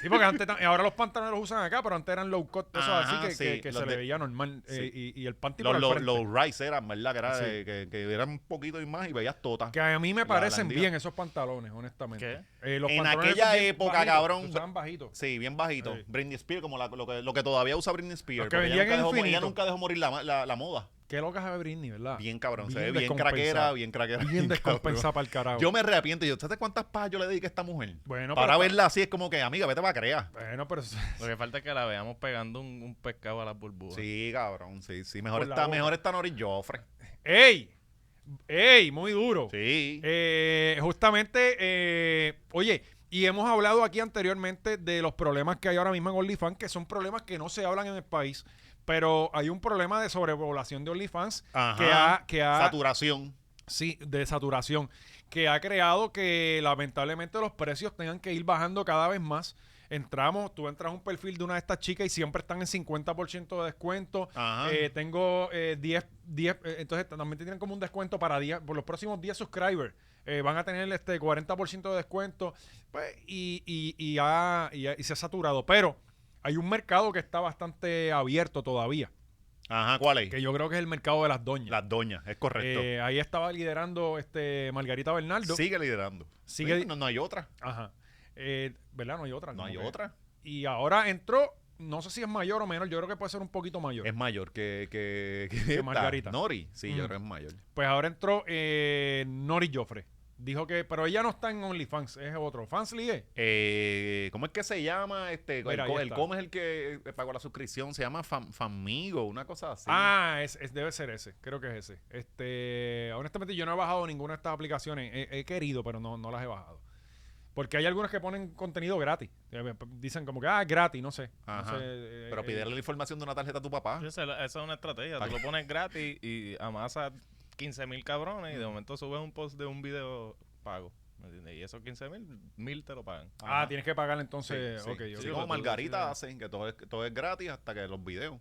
[SPEAKER 1] Sí, porque antes, tam- ahora los pantalones los usan acá, pero antes eran low cut, eso
[SPEAKER 2] Ajá,
[SPEAKER 1] así que,
[SPEAKER 2] sí,
[SPEAKER 1] que, que
[SPEAKER 2] los
[SPEAKER 1] se le
[SPEAKER 2] de-
[SPEAKER 1] veía normal. eh, y, y el panty por
[SPEAKER 2] Los,
[SPEAKER 1] el
[SPEAKER 2] los,
[SPEAKER 1] frente.
[SPEAKER 2] los Rice eran, ¿verdad? Que, era
[SPEAKER 1] Sí.
[SPEAKER 2] de- que, que eran un poquito y más y veías totas.
[SPEAKER 1] Que a mí me
[SPEAKER 2] la
[SPEAKER 1] parecen
[SPEAKER 2] blandía.
[SPEAKER 1] bien esos pantalones, honestamente. Eh, los
[SPEAKER 2] En
[SPEAKER 1] pantalones
[SPEAKER 2] aquella
[SPEAKER 1] esos bien
[SPEAKER 2] época,
[SPEAKER 1] bajitos,
[SPEAKER 2] cabrón,
[SPEAKER 1] se usaban bajitos.
[SPEAKER 2] Sí, bien bajito.
[SPEAKER 1] Sí.
[SPEAKER 2] Britney Spears, como la- lo, que, lo que todavía usa Britney Spears.
[SPEAKER 1] Los que
[SPEAKER 2] porque ella
[SPEAKER 1] vendían
[SPEAKER 2] nunca, dejó,
[SPEAKER 1] infinito.
[SPEAKER 2] ella nunca dejó morir la, la- la moda.
[SPEAKER 1] Qué loca se ve Britney, ¿verdad?
[SPEAKER 2] Bien cabrón. se
[SPEAKER 1] Bien
[SPEAKER 2] ve bien
[SPEAKER 1] descompensada.
[SPEAKER 2] craquera, bien craquera.
[SPEAKER 1] Bien
[SPEAKER 2] cabrón.
[SPEAKER 1] descompensada para el carajo.
[SPEAKER 2] Yo me arrepiento. Yo, ¿Sabes cuántas pajas yo le dediqué a esta mujer?
[SPEAKER 1] Bueno,
[SPEAKER 2] para
[SPEAKER 1] pero-
[SPEAKER 2] verla así es como que, amiga, vete para crear.
[SPEAKER 1] Bueno, pero eso-
[SPEAKER 4] Lo que falta es que la veamos pegando un, un pescado a las burbujas.
[SPEAKER 2] Sí, cabrón. Sí, sí. Mejor
[SPEAKER 1] Por la
[SPEAKER 2] está,
[SPEAKER 1] boca.
[SPEAKER 2] mejor está Nori Joffre.
[SPEAKER 1] ¡Ey! ¡Ey! Muy duro.
[SPEAKER 2] Sí.
[SPEAKER 1] Eh, justamente, eh, oye, y hemos hablado aquí anteriormente de los problemas que hay ahora mismo en OnlyFans, que son problemas que no se hablan en el país, pero hay un problema de sobrepoblación de OnlyFans
[SPEAKER 2] Ajá.
[SPEAKER 1] que ha, que ha
[SPEAKER 2] Saturación.
[SPEAKER 1] sí, de saturación, que ha creado que lamentablemente los precios tengan que ir bajando cada vez más. Entramos, tú entras a un perfil de una de estas chicas y siempre están en 50% de descuento.
[SPEAKER 2] Ajá.
[SPEAKER 1] Eh, tengo eh, 10, 10, eh, entonces también tienen como un descuento para 10, por los próximos 10 subscribers. eh, van a tener este 40% de descuento pues, y, y- y ha- y ha- y se ha saturado. Pero hay un mercado que está bastante abierto todavía,
[SPEAKER 2] Ajá, ¿cuál es?
[SPEAKER 1] que yo creo que es el mercado de las doñas.
[SPEAKER 2] Las doñas, es correcto.
[SPEAKER 1] Eh, ahí estaba liderando este Margarita Bernardo.
[SPEAKER 2] Sigue liderando.
[SPEAKER 1] Sigue-
[SPEAKER 2] Sí, no, no hay otra.
[SPEAKER 1] Ajá. Eh, ¿Verdad? No hay otra.
[SPEAKER 2] No hay
[SPEAKER 1] Como que-
[SPEAKER 2] otra.
[SPEAKER 1] Y ahora entró, no sé si es mayor o menor, yo creo que puede ser un poquito mayor.
[SPEAKER 2] Es mayor que, que, que
[SPEAKER 1] Que
[SPEAKER 2] esta,
[SPEAKER 1] Margarita.
[SPEAKER 2] Nori. Sí,
[SPEAKER 1] Mm.
[SPEAKER 2] yo creo que es mayor.
[SPEAKER 1] Pues ahora entró eh, Nori Joffre. Dijo que, pero ella no está en OnlyFans, es otro. Fansly es.
[SPEAKER 2] Eh, ¿Cómo es que se llama? Este, el
[SPEAKER 1] Mira,
[SPEAKER 2] co-
[SPEAKER 1] ahí
[SPEAKER 2] el,
[SPEAKER 1] está.
[SPEAKER 2] cómo es el que eh, pagó la suscripción. Se llama Fam- Famigo, una cosa así.
[SPEAKER 1] Ah, es, es- debe ser ese, creo que es ese. Este, honestamente yo no he bajado ninguna de estas aplicaciones, he, he querido, pero no, no las he bajado. Porque hay algunas que ponen contenido gratis. Eh, Dicen como que, ah, es gratis, no sé. No
[SPEAKER 2] Ajá.
[SPEAKER 1] sé, eh,
[SPEAKER 2] Pero
[SPEAKER 1] eh,
[SPEAKER 2] pídele la información de una tarjeta a tu papá.
[SPEAKER 4] Esa es la- esa es una estrategia. Tú lo pones gratis y amasas 15 mil cabrones y de momento subes un post de un video pago. ¿me entiendes? Y esos 15 mil, mil te lo pagan.
[SPEAKER 1] Ah,
[SPEAKER 2] Ajá.
[SPEAKER 1] tienes que pagar entonces.
[SPEAKER 2] Sí,
[SPEAKER 1] ok,
[SPEAKER 2] sí,
[SPEAKER 1] ok,
[SPEAKER 2] como
[SPEAKER 1] ok.
[SPEAKER 2] Margarita hacen, que todo es, todo es gratis hasta que los videos.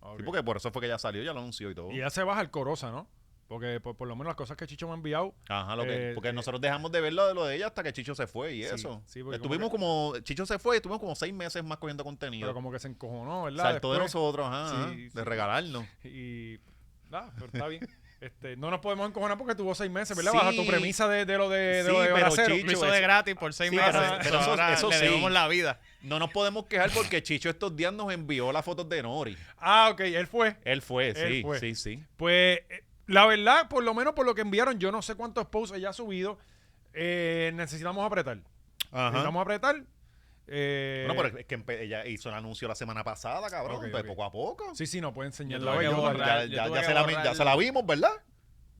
[SPEAKER 1] Ok.
[SPEAKER 2] Sí, porque por eso fue que ya salió, ya lo anunció y todo.
[SPEAKER 1] Y ya se baja el corosa, ¿no? Porque por, por lo menos las cosas que Chicho me ha enviado.
[SPEAKER 2] Ajá, lo que,
[SPEAKER 1] Eh,
[SPEAKER 2] porque
[SPEAKER 1] eh,
[SPEAKER 2] nosotros dejamos de ver lo de lo de ella hasta que Chicho se fue y
[SPEAKER 1] Sí,
[SPEAKER 2] eso.
[SPEAKER 1] sí, porque
[SPEAKER 2] estuvimos como, Chicho se fue y estuvimos como seis meses más cogiendo
[SPEAKER 1] Pero
[SPEAKER 2] contenido.
[SPEAKER 1] como que se encojonó, ¿verdad?
[SPEAKER 2] Saltó de
[SPEAKER 1] Después,
[SPEAKER 2] nosotros, ajá,
[SPEAKER 1] Sí,
[SPEAKER 2] ajá,
[SPEAKER 1] sí.
[SPEAKER 2] de regalarnos.
[SPEAKER 1] Y. Ah, pero está bien. Este, no nos podemos encojonar porque tuvo seis meses, ¿verdad?
[SPEAKER 2] Sí.
[SPEAKER 1] Baja tu premisa de, de lo de, de,
[SPEAKER 2] Sí,
[SPEAKER 1] lo de
[SPEAKER 2] pero
[SPEAKER 1] hora cero.
[SPEAKER 2] Chicho,
[SPEAKER 4] Lo hizo de
[SPEAKER 2] eso-
[SPEAKER 4] gratis por seis
[SPEAKER 2] Sí,
[SPEAKER 4] meses.
[SPEAKER 2] pero- pero
[SPEAKER 4] So,
[SPEAKER 2] eso-
[SPEAKER 4] ahora
[SPEAKER 2] eso
[SPEAKER 4] le
[SPEAKER 2] sí.
[SPEAKER 4] debemos la vida.
[SPEAKER 2] No nos podemos quejar porque Chicho estos días nos envió las fotos de Nori.
[SPEAKER 1] Ah, ok, él fue.
[SPEAKER 2] Él fue,
[SPEAKER 1] Él
[SPEAKER 2] sí,
[SPEAKER 1] fue.
[SPEAKER 2] sí, sí.
[SPEAKER 1] Pues eh, la verdad, por lo menos por lo que enviaron, yo no sé cuántos posts ella ha subido. Eh, necesitamos apretar. Necesitamos apretar. Eh,
[SPEAKER 2] Bueno, pero es que empe- ella hizo el anuncio la semana pasada, cabrón,
[SPEAKER 1] Ok,
[SPEAKER 2] de
[SPEAKER 1] ok.
[SPEAKER 2] poco a poco.
[SPEAKER 1] Sí, sí, no pueden
[SPEAKER 2] Ya,
[SPEAKER 1] enseñar
[SPEAKER 4] Yo
[SPEAKER 1] la
[SPEAKER 4] tuve que
[SPEAKER 1] yo-
[SPEAKER 4] borrar.
[SPEAKER 2] ya-
[SPEAKER 4] yo
[SPEAKER 2] ya-
[SPEAKER 4] tuve
[SPEAKER 2] ya
[SPEAKER 4] que
[SPEAKER 2] se la, vi-
[SPEAKER 4] borrar
[SPEAKER 2] ya se la vimos, ¿verdad? O la-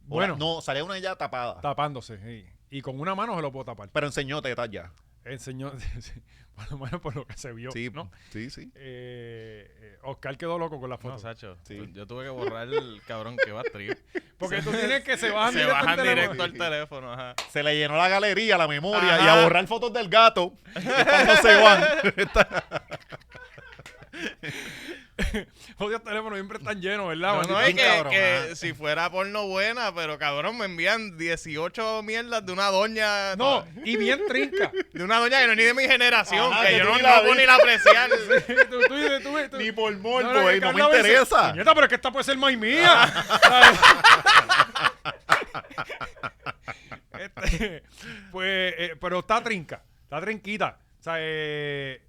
[SPEAKER 1] Bueno,
[SPEAKER 2] No, salía una ya tapada.
[SPEAKER 1] tapándose. sí. Y con una mano se lo puedo tapar.
[SPEAKER 2] pero enseñó tetas ya.
[SPEAKER 1] Enseñó, sí, por lo menos por lo que se vio.
[SPEAKER 2] Sí,
[SPEAKER 1] ¿no?
[SPEAKER 2] sí, sí.
[SPEAKER 1] Eh, eh, Oscar quedó loco con la
[SPEAKER 4] No,
[SPEAKER 1] foto.
[SPEAKER 4] Sacho.
[SPEAKER 2] Sí.
[SPEAKER 4] tú- Pues Yo tuve que borrar el cabrón que va a trip.
[SPEAKER 1] Porque tú tienes que se bajan
[SPEAKER 4] Se
[SPEAKER 1] directo al
[SPEAKER 4] bajan
[SPEAKER 1] teléfono.
[SPEAKER 4] directo al teléfono, ajá.
[SPEAKER 2] Se le llenó la galería, la memoria,
[SPEAKER 4] Ajá.
[SPEAKER 2] y a borrar fotos del gato. Estando se van.
[SPEAKER 1] Jodidos teléfonos siempre están llenos, ¿verdad?
[SPEAKER 4] No,
[SPEAKER 1] Maldito
[SPEAKER 4] no, es
[SPEAKER 1] bien
[SPEAKER 4] que,
[SPEAKER 1] cabrón. Ah.
[SPEAKER 4] que
[SPEAKER 1] Ajá.
[SPEAKER 4] si fuera porno buena, pero cabrón, me envían 18 mierdas de una doña.
[SPEAKER 1] No, y bien trinca.
[SPEAKER 4] De una doña que no es ni de mi generación,
[SPEAKER 2] Ajá,
[SPEAKER 4] que
[SPEAKER 2] que
[SPEAKER 4] yo
[SPEAKER 2] tú
[SPEAKER 4] no,
[SPEAKER 2] ni
[SPEAKER 4] no
[SPEAKER 2] la
[SPEAKER 4] puedo
[SPEAKER 2] vi.
[SPEAKER 4] ni la apreciar.
[SPEAKER 1] Tú- tú- tú- tú- tú-
[SPEAKER 2] Ni por
[SPEAKER 1] No,
[SPEAKER 2] morbo,
[SPEAKER 1] no,
[SPEAKER 2] eh, no me
[SPEAKER 1] Carla dice,
[SPEAKER 2] interesa.
[SPEAKER 1] "Puñeta, pero es que esta puede ser más mía. ¿Sabes? Este, pues, eh, pero está trinca, está trinquita. O sea, eh,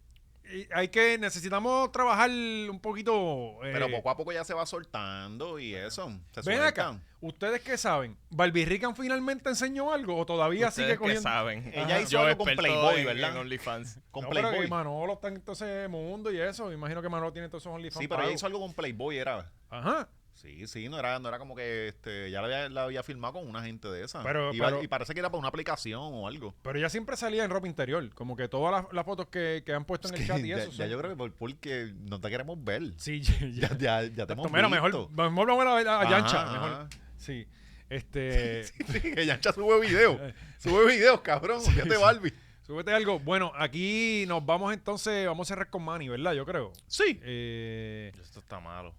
[SPEAKER 1] y hay que, necesitamos trabajar un poquito. eh,
[SPEAKER 2] Pero poco a poco ya se va soltando y eso. Se
[SPEAKER 1] Ven acá,
[SPEAKER 2] sueltan.
[SPEAKER 1] ¿ustedes qué saben? ¿Barbirrican finalmente enseñó algo o todavía
[SPEAKER 4] Ustedes
[SPEAKER 1] sigue
[SPEAKER 4] que
[SPEAKER 1] cogiendo?
[SPEAKER 4] saben.
[SPEAKER 2] Ella hizo
[SPEAKER 4] Yo
[SPEAKER 2] algo con
[SPEAKER 4] experto
[SPEAKER 2] Playboy,
[SPEAKER 4] en-
[SPEAKER 2] ¿verdad?
[SPEAKER 4] en OnlyFans.
[SPEAKER 2] Con
[SPEAKER 1] No, pero que
[SPEAKER 2] Playboy.
[SPEAKER 1] Manolo está en todo ese mundo y eso. Me imagino que Manolo tiene todos esos OnlyFans.
[SPEAKER 2] sí, pero ella
[SPEAKER 1] pagos.
[SPEAKER 2] hizo algo con Playboy, era.
[SPEAKER 1] Ajá.
[SPEAKER 2] Sí, sí, no era, no era como que este, ya la había, la había firmado con una gente de esa.
[SPEAKER 1] Pero-
[SPEAKER 2] Iba-
[SPEAKER 1] pero-
[SPEAKER 2] y parece que era para una aplicación o algo.
[SPEAKER 1] Pero ella siempre salía en ropa interior. Como que todas las, las fotos que, que han puesto en el
[SPEAKER 2] Es que
[SPEAKER 1] chat y
[SPEAKER 2] ya,
[SPEAKER 1] eso.
[SPEAKER 2] ya
[SPEAKER 1] son-
[SPEAKER 2] yo creo que por, porque no te queremos ver.
[SPEAKER 1] Sí, ya.
[SPEAKER 2] Ya,
[SPEAKER 1] ya.
[SPEAKER 2] ya, ya te hemos
[SPEAKER 1] Mira,
[SPEAKER 2] visto.
[SPEAKER 1] mejor, mejor vamos a ver a, a
[SPEAKER 2] Ajá,
[SPEAKER 1] Yancha.
[SPEAKER 2] ajá.
[SPEAKER 1] Mejor. Sí. Este,
[SPEAKER 2] Sí, que Yancha sube videos. Sube videos, cabrón. Fíjate,
[SPEAKER 1] sí.
[SPEAKER 2] Barbie.
[SPEAKER 1] súbete algo. Bueno, aquí nos vamos entonces, vamos a cerrar con Manny, ¿verdad? Yo creo.
[SPEAKER 2] Sí.
[SPEAKER 1] Eh,
[SPEAKER 4] Esto está malo.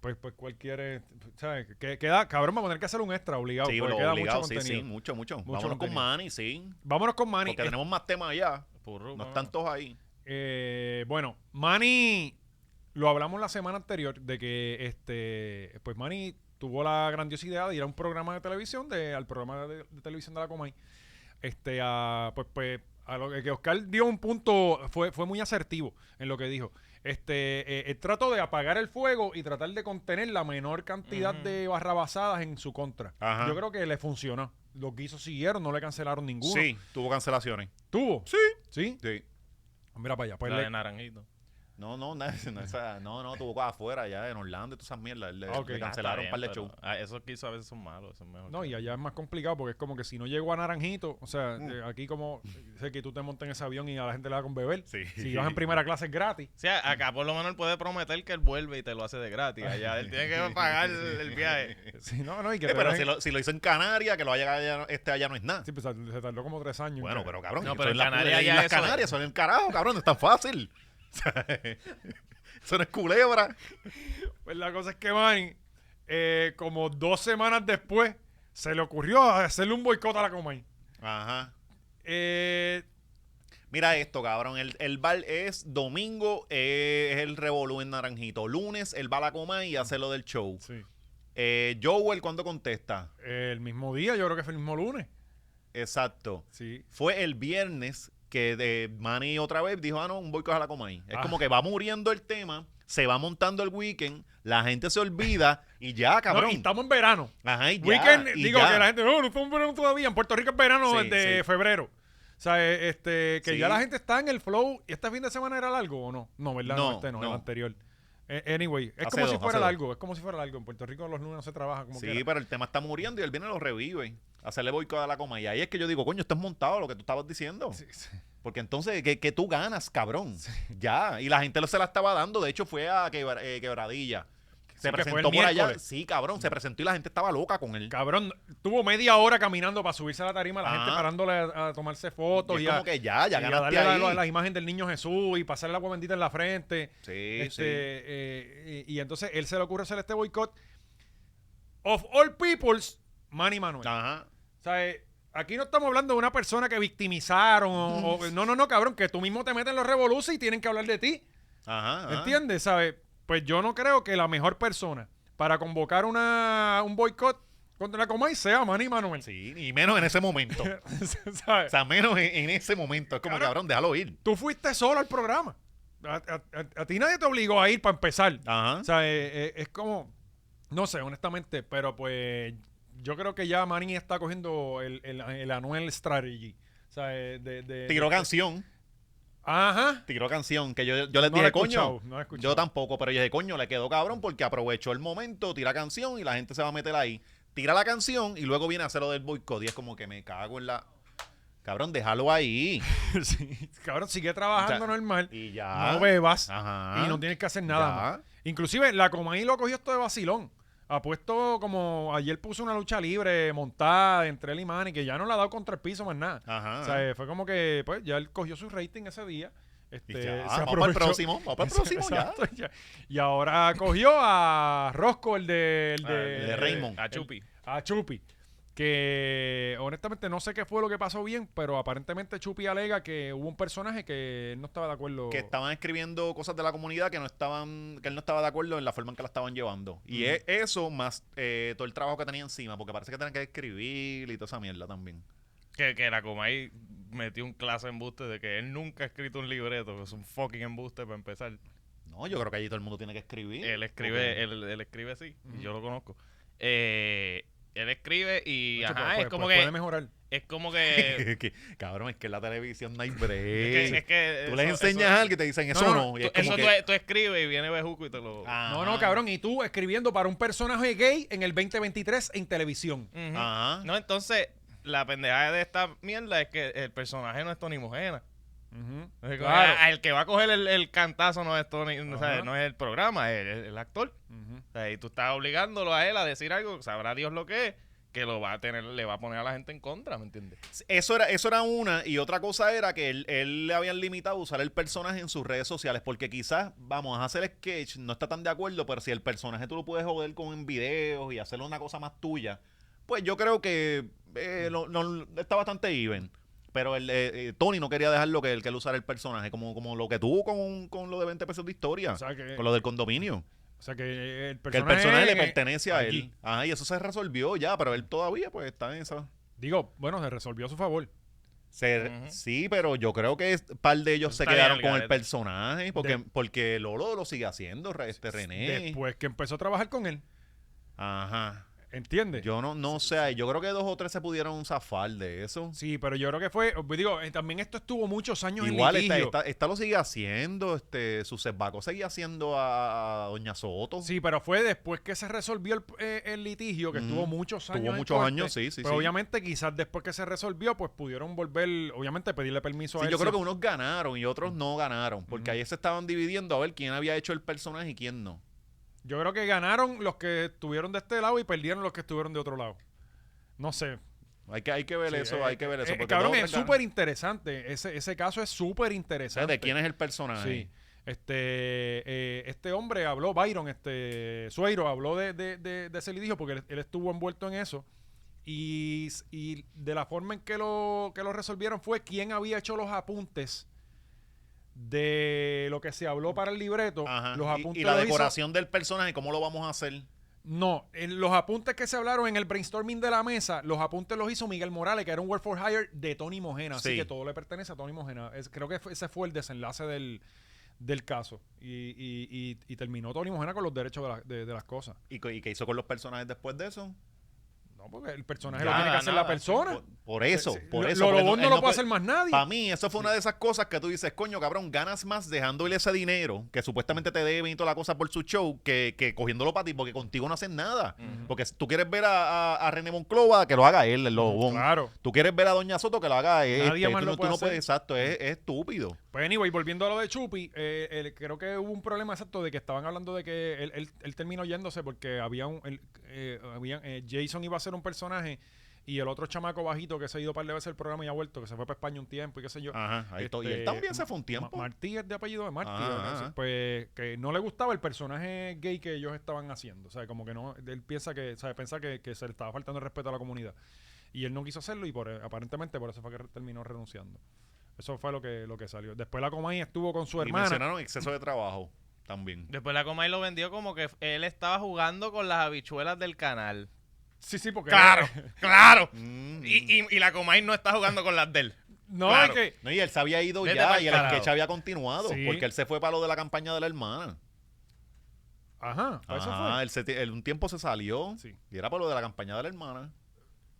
[SPEAKER 1] pues, pues cualquier, ¿sabes? Que, queda, cabrón, vamos a tener que hacer un extra obligado.
[SPEAKER 2] Sí,
[SPEAKER 1] porque
[SPEAKER 2] lo
[SPEAKER 1] queda
[SPEAKER 2] obligado,
[SPEAKER 1] mucho
[SPEAKER 2] sí,
[SPEAKER 1] contenido.
[SPEAKER 2] sí, mucho, mucho.
[SPEAKER 1] Mucho
[SPEAKER 2] Vámonos
[SPEAKER 1] contenido.
[SPEAKER 2] con Manny, sí.
[SPEAKER 1] Vámonos con Manny.
[SPEAKER 2] Porque tenemos más temas allá.
[SPEAKER 4] Purru,
[SPEAKER 2] No
[SPEAKER 4] mano.
[SPEAKER 2] están todos ahí.
[SPEAKER 1] Eh, bueno, Manny, lo hablamos la semana anterior de que este, pues Manny tuvo la grandiosa idea de ir a un programa de televisión, de, al programa de, de televisión de la Comay. Este, a, pues, pues, a lo que, que Oscar dio un punto, fue, fue muy asertivo en lo que dijo. Este, eh, él trató de apagar el fuego y tratar de contener la menor cantidad de barrabasadas en su contra.
[SPEAKER 2] Ajá.
[SPEAKER 1] Yo creo que le funcionó. Los guisos siguieron, no le cancelaron ninguno.
[SPEAKER 2] Sí, tuvo cancelaciones.
[SPEAKER 1] ¿Tuvo? Sí. ¿Sí?
[SPEAKER 2] Sí.
[SPEAKER 1] Mira para allá. Pues
[SPEAKER 4] La
[SPEAKER 1] le-
[SPEAKER 4] de naranjito.
[SPEAKER 2] No, no, na- no, esa- no, no, tuvo cosas afuera, ya en Orlando y todas esas mierdas. Le,
[SPEAKER 1] Ah, ok.
[SPEAKER 2] le
[SPEAKER 1] Ah,
[SPEAKER 2] cancelaron un par de
[SPEAKER 4] Está bien,
[SPEAKER 2] shows.
[SPEAKER 4] pero, ah, Esos que hizo a veces son malos, son mejores.
[SPEAKER 1] No, y allá es más complicado porque es como que si no llego a Naranjito, o sea,
[SPEAKER 2] Mm.
[SPEAKER 1] eh, aquí como sé que tú te montas en ese avión y a la gente le da con beber.
[SPEAKER 2] Sí.
[SPEAKER 1] Si vas en primera clase es gratis.
[SPEAKER 4] O sea, acá por lo menos él puede prometer que él vuelve y te lo hace de gratis. Allá él tiene que pagar el, el viaje.
[SPEAKER 1] Sí, no, no, y que
[SPEAKER 2] Eh,
[SPEAKER 1] te
[SPEAKER 2] pero
[SPEAKER 1] dejen-
[SPEAKER 2] si lo, si lo hizo en Canarias, que lo haya allá, este allá no es nada.
[SPEAKER 1] Sí, pues, se tardó como tres años. Pues,
[SPEAKER 2] Bueno,
[SPEAKER 1] en que-
[SPEAKER 2] pero cabrón,
[SPEAKER 4] No,
[SPEAKER 2] eso
[SPEAKER 4] pero
[SPEAKER 2] es
[SPEAKER 4] en
[SPEAKER 2] la-
[SPEAKER 4] Canarias
[SPEAKER 2] en
[SPEAKER 4] ya
[SPEAKER 2] las
[SPEAKER 4] eso-
[SPEAKER 2] Canarias, son el carajo, cabrón, no es tan fácil. O sea, eso no es culebra.
[SPEAKER 1] Pues la cosa es que Manny, eh, como dos semanas después, se le ocurrió hacerle un boicot a la Comay.
[SPEAKER 2] Ajá.
[SPEAKER 1] Eh,
[SPEAKER 2] Mira esto, cabrón. El, el bar es domingo, eh, es el revolú en Naranjito. Lunes, él va a la coma y hace lo del show.
[SPEAKER 1] sí.
[SPEAKER 2] Eh, Joel, ¿cuándo contesta?
[SPEAKER 1] El mismo día, yo creo que fue el mismo lunes.
[SPEAKER 2] Exacto.
[SPEAKER 1] Sí.
[SPEAKER 2] Fue el eh, viernes que de Manny otra vez dijo, ah, no, un boicot a la Comay. Es
[SPEAKER 1] Ah.
[SPEAKER 2] como que va muriendo el tema, se va montando el weekend, la gente se olvida y ya,
[SPEAKER 1] No,
[SPEAKER 2] cabrón.
[SPEAKER 1] y estamos en verano.
[SPEAKER 2] Ajá, y ya,
[SPEAKER 1] Weekend,
[SPEAKER 2] y
[SPEAKER 1] digo
[SPEAKER 2] ya.
[SPEAKER 1] que la gente, "Oh, no, no estamos en verano todavía. En Puerto Rico es verano
[SPEAKER 2] Sí,
[SPEAKER 1] de
[SPEAKER 2] sí.
[SPEAKER 1] febrero. O sea, eh, este, que
[SPEAKER 2] Sí.
[SPEAKER 1] ya la gente está en el flow. ¿Y este fin de semana era largo o no? No, ¿verdad? No,
[SPEAKER 2] No,
[SPEAKER 1] este no, el
[SPEAKER 2] no.
[SPEAKER 1] anterior. Eh, Anyway, es
[SPEAKER 2] Hace
[SPEAKER 1] como si
[SPEAKER 2] dos,
[SPEAKER 1] fuera
[SPEAKER 2] hace dos.
[SPEAKER 1] largo, es como si fuera largo. En Puerto Rico los lunes no se trabaja como
[SPEAKER 2] Sí, pues.
[SPEAKER 1] quiera.
[SPEAKER 2] pero el tema está muriendo y él viene y lo revive. Hacerle boicot a la coma. Y ahí es que yo digo, coño, estás montado lo que tú estabas diciendo.
[SPEAKER 1] Sí, sí.
[SPEAKER 2] Porque entonces, ¿qué, qué tú ganas, cabrón? Ya. Y la gente lo- se la estaba dando. De hecho, fue a Quebra- eh, Quebradilla. Se
[SPEAKER 1] Sí, que fue el
[SPEAKER 2] presentó por allá.
[SPEAKER 1] miércoles.
[SPEAKER 2] Sí, cabrón. Se presentó y la gente estaba loca con él.
[SPEAKER 1] Cabrón, tuvo media hora caminando para subirse a la tarima, la
[SPEAKER 2] Ajá.
[SPEAKER 1] gente parándole a, a tomarse
[SPEAKER 2] Y
[SPEAKER 1] fotos
[SPEAKER 2] es
[SPEAKER 1] y,
[SPEAKER 2] como
[SPEAKER 1] a,
[SPEAKER 2] que ya, ya
[SPEAKER 1] y a
[SPEAKER 2] ganaste
[SPEAKER 1] darle la,
[SPEAKER 2] ahí.
[SPEAKER 1] la- la imagen del niño Jesús y pasarle el agua bendita en la frente.
[SPEAKER 2] Sí,
[SPEAKER 1] Este,
[SPEAKER 2] sí.
[SPEAKER 1] eh, y, y entonces él se le ocurre hacer este boicot. Of all peoples, Manny Manuel.
[SPEAKER 2] Ajá.
[SPEAKER 1] O sea, eh, aquí no estamos hablando de una persona que victimizaron. o- o- no, no, no, cabrón, que tú mismo te metes en los revoluciones y tienen que hablar de ti.
[SPEAKER 2] Ajá. ajá.
[SPEAKER 1] ¿Entiendes? ¿Sabes? Pues yo no creo que la mejor persona para convocar una, un boicot contra la Comay sea Manny Manuel.
[SPEAKER 2] Sí, y menos en ese momento. O
[SPEAKER 1] ¿Sabes?
[SPEAKER 2] sea, menos en, en ese momento. Es como,
[SPEAKER 1] Cabrón.
[SPEAKER 2] cabrón, déjalo ir.
[SPEAKER 1] Tú fuiste solo al programa. A, a- a- a ti nadie te obligó a ir para empezar.
[SPEAKER 2] Ajá.
[SPEAKER 1] O sea, eh, eh, es como, no sé, honestamente, pero pues yo creo que ya Manny está cogiendo el, el, el Anuel Strategy. O sea, eh, de, de-
[SPEAKER 2] Tiró
[SPEAKER 1] de-
[SPEAKER 2] canción.
[SPEAKER 1] Ajá.
[SPEAKER 2] Tiró canción. Que yo, yo les
[SPEAKER 1] No la
[SPEAKER 2] dije,
[SPEAKER 1] he escuchado,
[SPEAKER 2] coño.
[SPEAKER 1] no la he escuchado.
[SPEAKER 2] yo tampoco, pero yo dije, coño, le quedó cabrón porque aprovechó el momento, tira canción y la gente se va a meter ahí. Tira la canción y luego viene a hacer lo del boicot. Y es como que me cago en la. Cabrón, déjalo ahí.
[SPEAKER 1] Sí, Cabrón, sigue trabajando
[SPEAKER 2] O sea,
[SPEAKER 1] normal.
[SPEAKER 2] Y ya.
[SPEAKER 1] No bebas.
[SPEAKER 2] Ajá.
[SPEAKER 1] Y no tienes que hacer nada
[SPEAKER 2] Ya.
[SPEAKER 1] más. Inclusive, la Comay lo cogió esto de vacilón. Ha puesto como... Ayer puso una lucha libre montada entre él y Manny, que ya no la ha dado contra el piso más nada.
[SPEAKER 2] Ajá.
[SPEAKER 1] O sea, eh, fue como que, pues, ya él cogió su rating ese día.
[SPEAKER 2] Y
[SPEAKER 1] Este, se
[SPEAKER 2] ya, vamos para el
[SPEAKER 1] aprovechó.
[SPEAKER 2] próximo, vamos para el próximo ya.
[SPEAKER 1] Exacto, ya. Y ahora cogió a Rosco, el de... El de,
[SPEAKER 2] Ah, el de Raymond.
[SPEAKER 4] A Chupi.
[SPEAKER 1] a Chupi. Que honestamente no sé qué fue lo que pasó bien, pero aparentemente Chupi alega que hubo un personaje que él no estaba de acuerdo.
[SPEAKER 4] Oh.
[SPEAKER 2] que estaban escribiendo cosas de la comunidad que no estaban que él no estaba de acuerdo en la forma en que la estaban llevando y e- eso más eh, todo el trabajo que tenía encima porque parece que tenían que escribir y toda esa mierda también
[SPEAKER 4] Que, que la Comay metió un clase embuste de que él nunca ha escrito un libreto, que es un fucking embuste para empezar.
[SPEAKER 2] no yo creo que allí todo el mundo tiene que escribir
[SPEAKER 4] Él escribe,
[SPEAKER 2] Porque-
[SPEAKER 4] él, él escribe así, y yo lo conozco. Eh, él escribe y
[SPEAKER 1] Ocho,
[SPEAKER 4] ajá,
[SPEAKER 1] pues,
[SPEAKER 4] es
[SPEAKER 1] pues,
[SPEAKER 4] como
[SPEAKER 1] pues, Puede
[SPEAKER 4] que
[SPEAKER 1] mejorar.
[SPEAKER 4] es como que,
[SPEAKER 2] Es que, cabrón es que en la televisión no hay break
[SPEAKER 4] es que, es que
[SPEAKER 2] tú
[SPEAKER 4] eso-
[SPEAKER 2] les enseñas
[SPEAKER 4] eso-
[SPEAKER 2] algo y te dicen eso
[SPEAKER 1] No,
[SPEAKER 2] no,
[SPEAKER 1] no,
[SPEAKER 2] y es
[SPEAKER 4] tú- eso
[SPEAKER 2] como
[SPEAKER 4] tú,
[SPEAKER 2] que, Ah.
[SPEAKER 4] tú escribes y viene Bejuco y te lo
[SPEAKER 2] Ajá.
[SPEAKER 1] No, no, cabrón. Y tú escribiendo para un personaje gay en el 2023 en televisión.
[SPEAKER 4] Ujú.
[SPEAKER 2] ajá
[SPEAKER 4] No, entonces, la pendejada de esta mierda es que el personaje no es Tony Mojena. Es como,
[SPEAKER 1] Claro.
[SPEAKER 4] ah, El que va a coger el, el cantazo no es Tony, o sea,
[SPEAKER 1] Ajá.
[SPEAKER 4] no es el programa, es el, el actor.
[SPEAKER 1] Ujú.
[SPEAKER 4] O sea, y tú estás obligándolo a él a decir algo, sabrá Dios lo que es, que lo va a tener, le va a poner a la gente en contra, ¿me entiendes?
[SPEAKER 2] Eso era, eso era una, y otra cosa era que él, él le habían limitado usar el personaje en sus redes sociales, porque quizás, vamos, a hacer sketch, no está tan de acuerdo, pero si el personaje tú lo puedes joder con videos y hacerlo una cosa más tuya, pues yo creo que eh, lo- lo- está bastante even. Pero el, eh, eh, Tony no quería dejarlo que él que él usara el personaje, como, como lo que tuvo con, con lo de 20 pesos de historia,
[SPEAKER 1] O sea que-
[SPEAKER 2] con lo del condominio.
[SPEAKER 1] O sea que el
[SPEAKER 2] Que el
[SPEAKER 1] personaje,
[SPEAKER 2] personaje le
[SPEAKER 1] eh,
[SPEAKER 2] pertenece a
[SPEAKER 1] aquí.
[SPEAKER 2] él. Ajá, y eso se resolvió ya, pero él todavía pues está en esa...
[SPEAKER 1] Digo, bueno, se resolvió a su favor.
[SPEAKER 2] Se-
[SPEAKER 4] Ujú.
[SPEAKER 2] Sí, pero yo creo que un par de ellos
[SPEAKER 4] Eso
[SPEAKER 2] se
[SPEAKER 4] está
[SPEAKER 2] quedaron
[SPEAKER 4] bien,
[SPEAKER 2] con el
[SPEAKER 4] Algarete.
[SPEAKER 2] personaje porque,
[SPEAKER 1] De-
[SPEAKER 2] porque Lolo lo sigue haciendo, re- este René.
[SPEAKER 1] Después que empezó a trabajar con él.
[SPEAKER 2] Ajá.
[SPEAKER 1] ¿Entiendes?
[SPEAKER 2] Yo no, no sé, yo creo que dos o tres se pudieron zafar de eso.
[SPEAKER 1] Sí, pero yo creo que fue. Digo, eh, también esto estuvo muchos años
[SPEAKER 2] Igual
[SPEAKER 1] en
[SPEAKER 2] esta,
[SPEAKER 1] litigio.
[SPEAKER 2] esta- esta lo sigue haciendo, este, su Sebaco seguía haciendo a, a Doña Soto.
[SPEAKER 1] Sí, pero fue después que se resolvió el, eh, el litigio, que
[SPEAKER 2] Ujú.
[SPEAKER 1] estuvo muchos
[SPEAKER 2] Tuvo
[SPEAKER 1] años. en
[SPEAKER 2] muchos
[SPEAKER 1] corte.
[SPEAKER 2] años, sí, sí,
[SPEAKER 1] Pero
[SPEAKER 2] sí.
[SPEAKER 1] obviamente, quizás después que se resolvió, pues pudieron volver, obviamente, pedirle permiso
[SPEAKER 2] Sí,
[SPEAKER 1] a él.
[SPEAKER 2] yo creo
[SPEAKER 1] si-
[SPEAKER 2] que unos ganaron y
[SPEAKER 1] Mm.
[SPEAKER 2] otros no ganaron, porque ahí se estaban dividiendo a ver quién había hecho el personaje y quién no.
[SPEAKER 1] Yo creo que ganaron los que estuvieron de este lado y perdieron los que estuvieron de otro lado. No sé.
[SPEAKER 2] Hay que, hay que ver
[SPEAKER 1] Sí,
[SPEAKER 2] eso,
[SPEAKER 1] eh,
[SPEAKER 2] hay que ver
[SPEAKER 1] eh,
[SPEAKER 2] eso.
[SPEAKER 1] eh,
[SPEAKER 2] porque
[SPEAKER 1] cabrón,
[SPEAKER 2] dos o
[SPEAKER 1] es
[SPEAKER 2] tres ganaron.
[SPEAKER 1] súper interesante. Ese, ese caso es súper
[SPEAKER 2] O sea,
[SPEAKER 1] interesante.
[SPEAKER 2] de quién es el personaje.
[SPEAKER 1] Sí. Este, eh, este hombre habló, Byron, este Suero, habló de, de- de- de ese litigio porque él, él estuvo envuelto en eso. Y, s- y de la forma en que lo, que lo resolvieron fue quién había hecho los apuntes de lo que se habló para el libreto.
[SPEAKER 2] Ajá,
[SPEAKER 1] Los
[SPEAKER 2] y-
[SPEAKER 1] apuntes
[SPEAKER 2] y, la
[SPEAKER 1] los hizo-
[SPEAKER 2] decoración del personaje, ¿cómo lo vamos a hacer?
[SPEAKER 1] No, en los apuntes que se hablaron en el brainstorming de la mesa, los apuntes los hizo Miguel Morales, que era un work for hire de Tony Mojena. Así
[SPEAKER 2] Sí.
[SPEAKER 1] que todo le pertenece a Tony Mojena. Es- creo que fue- ese fue el desenlace del, del caso y, y- y- y terminó Tony Mojena con los derechos de, la- de- de las cosas.
[SPEAKER 2] ¿Y, co- y qué hizo con los personajes después de eso?
[SPEAKER 1] No, porque el personaje
[SPEAKER 2] Nada,
[SPEAKER 1] lo tiene que hacer
[SPEAKER 2] nada,
[SPEAKER 1] la persona.
[SPEAKER 2] Por, por eso, por
[SPEAKER 1] Lo-
[SPEAKER 2] eso.
[SPEAKER 1] Lorobón no, lo puede hacer más nadie.
[SPEAKER 2] Para mí, eso fue una de esas cosas que tú dices, coño, cabrón, ganas más dejándole ese dinero que supuestamente te deben y toda la cosa por su show que, que cogiéndolo para ti, porque contigo no hacen nada. Porque si tú quieres ver a, a- a René Monclova, que lo haga él, el Lobón.
[SPEAKER 1] Claro.
[SPEAKER 2] Tú quieres ver a Doña Soto, que lo haga él. este,
[SPEAKER 1] Nadie más
[SPEAKER 2] tú,
[SPEAKER 1] lo
[SPEAKER 2] no- tú
[SPEAKER 1] puede
[SPEAKER 2] no
[SPEAKER 1] hacer.
[SPEAKER 2] puedes, exacto, es, es estúpido.
[SPEAKER 1] Pues anyway, volviendo a lo de Chupi, eh, el- creo que hubo un problema exacto de que estaban hablando de que él, él- él terminó yéndose porque había un el- eh, habían, eh, Jason iba a ser un personaje y el otro chamaco bajito que se ha ido par de veces el programa y ha vuelto, que se fue para España un tiempo y qué sé yo.
[SPEAKER 2] Ajá, ahí todo. Y él
[SPEAKER 1] Este,
[SPEAKER 2] también se fue un
[SPEAKER 1] Ma-
[SPEAKER 2] tiempo.
[SPEAKER 1] Martí es de apellido de Martí.
[SPEAKER 2] Ajá,
[SPEAKER 1] ¿verdad?
[SPEAKER 2] ajá.
[SPEAKER 1] Sí, Pues que no le gustaba el personaje gay que ellos estaban haciendo. O sea, como que no, él piensa que, o sea, piensa que, que se le estaba faltando el respeto a la comunidad. Y él no quiso hacerlo y por, aparentemente por eso fue que re- terminó renunciando. Eso fue lo que, lo que salió. Después la Comay estuvo con su
[SPEAKER 2] y
[SPEAKER 1] hermana.
[SPEAKER 2] mencionaron exceso de trabajo también.
[SPEAKER 4] Después la Comay lo vendió como que él estaba jugando con las habichuelas del canal.
[SPEAKER 1] Sí, sí, porque...
[SPEAKER 4] Claro, claro.
[SPEAKER 2] Mm.
[SPEAKER 4] Y, y- y la Comay no está jugando con las del.
[SPEAKER 1] No,
[SPEAKER 4] Claro.
[SPEAKER 1] es que...
[SPEAKER 2] No, y él se había ido
[SPEAKER 4] Vete
[SPEAKER 2] ya
[SPEAKER 4] pa'l
[SPEAKER 2] y el
[SPEAKER 4] carajo.
[SPEAKER 2] sketch había continuado
[SPEAKER 1] Sí.
[SPEAKER 2] porque él se fue para lo de la campaña de la hermana.
[SPEAKER 1] Ajá, para Ah, eso
[SPEAKER 2] Ajá,
[SPEAKER 1] fue.
[SPEAKER 2] él, se ti- él un tiempo se salió
[SPEAKER 1] Sí.
[SPEAKER 2] y era para lo de la campaña de la hermana.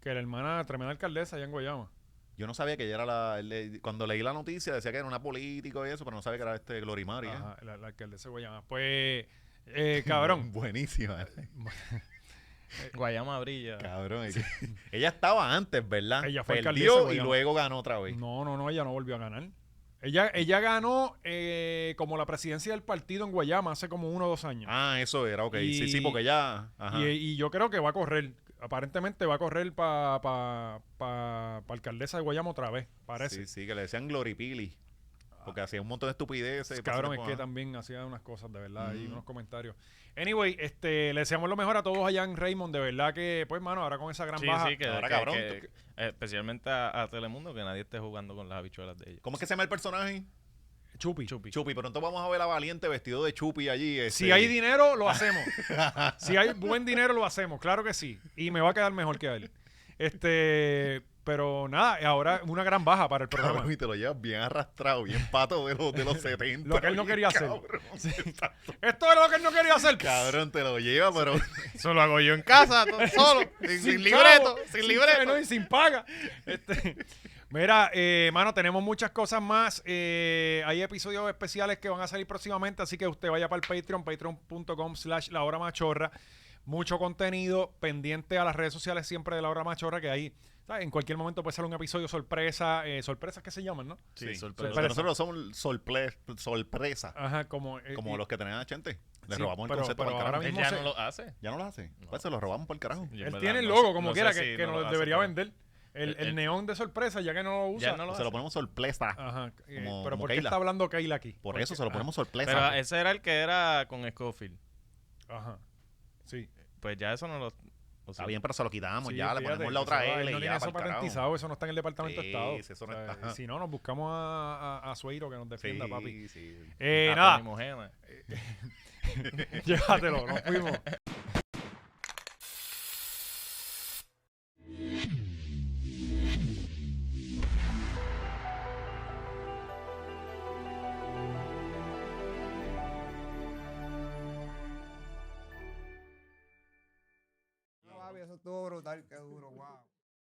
[SPEAKER 1] Que la hermana, tremenda alcaldesa allá en Guayama.
[SPEAKER 2] Yo no sabía que ella era la... le- cuando leí la noticia decía que era una política y eso, pero no sabía que era este Glorimari. ¿eh?
[SPEAKER 1] Ajá, la, la alcaldesa de Guayama. Pues, eh, cabrón.
[SPEAKER 2] Buenísima.
[SPEAKER 4] Guayama brilla.
[SPEAKER 2] Cabrón. Ella estaba antes, ¿verdad?
[SPEAKER 1] Ella fue alcaldesa,
[SPEAKER 2] Perdió y
[SPEAKER 1] Guayama.
[SPEAKER 2] luego ganó otra vez.
[SPEAKER 1] No, no, no, ella no volvió a ganar. Ella, ella ganó eh, como la presidencia del partido en Guayama hace como uno o dos años.
[SPEAKER 2] Ah, eso era, ok. Sí, sí,
[SPEAKER 1] Y-
[SPEAKER 2] porque ella... Ajá.
[SPEAKER 1] y, y yo creo que va a correr. Aparentemente va a correr para pa, pa- pa alcaldesa de Guayama otra vez, parece.
[SPEAKER 2] Sí, sí, que le decían Gloripili. Porque hacía un montón de estupideces.
[SPEAKER 1] Cabrón, es
[SPEAKER 2] Ajá.
[SPEAKER 1] que también hacía unas cosas, de verdad, y
[SPEAKER 2] Mm.
[SPEAKER 1] unos comentarios. Anyway, este, le deseamos lo mejor a todos allá en Raymond, de verdad que, pues, mano, ahora con esa gran
[SPEAKER 4] Sí,
[SPEAKER 1] baja.
[SPEAKER 4] sí, que,
[SPEAKER 2] Ahora,
[SPEAKER 4] que-
[SPEAKER 2] cabrón,
[SPEAKER 4] que- eh,
[SPEAKER 2] tú-
[SPEAKER 4] especialmente a, a Telemundo, que nadie esté jugando con las habichuelas de ellos.
[SPEAKER 2] ¿Cómo es que se llama el personaje?
[SPEAKER 1] Chupi.
[SPEAKER 4] Chupi.
[SPEAKER 2] Chupi, pronto vamos a ver a Valiente vestido de Chupi allí.
[SPEAKER 1] Si
[SPEAKER 2] este,
[SPEAKER 1] hay dinero, lo hacemos. si hay buen dinero, lo hacemos, claro que sí. Y me va a quedar mejor que a él. Este, pero nada, ahora una gran baja para el programa.
[SPEAKER 2] Cabrón, y te lo llevas bien arrastrado, bien pato de los, de los 70.
[SPEAKER 1] Lo que él no
[SPEAKER 2] oye,
[SPEAKER 1] quería hacer.
[SPEAKER 2] cabrón. Exacto.
[SPEAKER 1] Esto era lo que él no quería hacer.
[SPEAKER 2] Cabrón, te lo lleva, pero
[SPEAKER 4] Eso lo hago yo en casa, todo- solo, sin,
[SPEAKER 1] Sin
[SPEAKER 4] sin libreto,
[SPEAKER 1] chavo,
[SPEAKER 4] sin libreto.
[SPEAKER 1] freno y sin paga. Este, mira, eh, mano, tenemos muchas cosas más. Eh, hay episodios especiales que van a salir próximamente, así que usted vaya para el Patreon, patreon.com slash la hora machorra. Mucho contenido pendiente a las redes sociales siempre de la hora machorra, que ahí ¿sabes? en cualquier momento puede salir un episodio sorpresa, eh, sorpresas que se llaman, ¿no?
[SPEAKER 2] Sí,
[SPEAKER 1] sorpresa.
[SPEAKER 2] pero nosotros somos sorple- sorpresa,
[SPEAKER 1] Ajá, como... eh,
[SPEAKER 2] como
[SPEAKER 1] y-
[SPEAKER 2] los que tenían a Chente. Le
[SPEAKER 1] Sí,
[SPEAKER 2] robamos el
[SPEAKER 1] pero-
[SPEAKER 2] concepto
[SPEAKER 1] pero
[SPEAKER 2] para el carajo.
[SPEAKER 1] ahora
[SPEAKER 4] Él
[SPEAKER 1] mismo
[SPEAKER 4] ya
[SPEAKER 1] se-
[SPEAKER 4] no lo hace.
[SPEAKER 2] Ya no lo hace. Pues se lo robamos por el carajo.
[SPEAKER 4] Yo en
[SPEAKER 1] Él
[SPEAKER 4] verdad
[SPEAKER 1] tiene el
[SPEAKER 4] no
[SPEAKER 1] logo,
[SPEAKER 4] sé-
[SPEAKER 1] como
[SPEAKER 4] no sé
[SPEAKER 1] quiera,
[SPEAKER 4] si
[SPEAKER 1] que, que
[SPEAKER 4] no
[SPEAKER 1] nos
[SPEAKER 4] lo hace
[SPEAKER 1] debería
[SPEAKER 4] todo.
[SPEAKER 1] vender. El,
[SPEAKER 4] Eh,
[SPEAKER 1] el
[SPEAKER 4] eh.
[SPEAKER 1] neón de sorpresa, ya que no lo usa.
[SPEAKER 4] Ya no lo
[SPEAKER 2] se
[SPEAKER 4] hace.
[SPEAKER 2] lo ponemos sorpresa.
[SPEAKER 1] Ajá. eh,
[SPEAKER 2] Como-
[SPEAKER 1] pero
[SPEAKER 2] como
[SPEAKER 1] ¿por qué
[SPEAKER 2] Keila.
[SPEAKER 1] está hablando Keila aquí?
[SPEAKER 2] Por
[SPEAKER 1] Porque-
[SPEAKER 2] eso se lo
[SPEAKER 1] ah,
[SPEAKER 2] ponemos sorpresa.
[SPEAKER 4] Pero ese era el que era con Scofield.
[SPEAKER 1] Ajá. Sí.
[SPEAKER 4] Pues ya eso no lo... o
[SPEAKER 2] Está
[SPEAKER 4] sí.
[SPEAKER 2] bien, pero se lo quitamos.
[SPEAKER 1] Sí,
[SPEAKER 2] ya le
[SPEAKER 1] fíjate,
[SPEAKER 2] ponemos la
[SPEAKER 1] que eso
[SPEAKER 2] otra
[SPEAKER 1] va-
[SPEAKER 2] L.
[SPEAKER 1] No
[SPEAKER 2] y
[SPEAKER 1] tiene
[SPEAKER 2] ya
[SPEAKER 1] eso
[SPEAKER 2] pa'l carajo.
[SPEAKER 1] patentizado, eso no está en el Departamento
[SPEAKER 2] Sí,
[SPEAKER 1] de Estado.
[SPEAKER 2] eso no
[SPEAKER 1] O sea,
[SPEAKER 2] está.
[SPEAKER 1] Si no, nos buscamos a, a, a Sueiro que nos defienda,
[SPEAKER 2] Sí,
[SPEAKER 1] papi.
[SPEAKER 2] sí.
[SPEAKER 1] Eh,
[SPEAKER 4] A
[SPEAKER 1] nada,
[SPEAKER 4] Tony Mojena.
[SPEAKER 1] llévatelo, nos fuimos.
[SPEAKER 10] Eso estuvo brutal, qué duro, wow.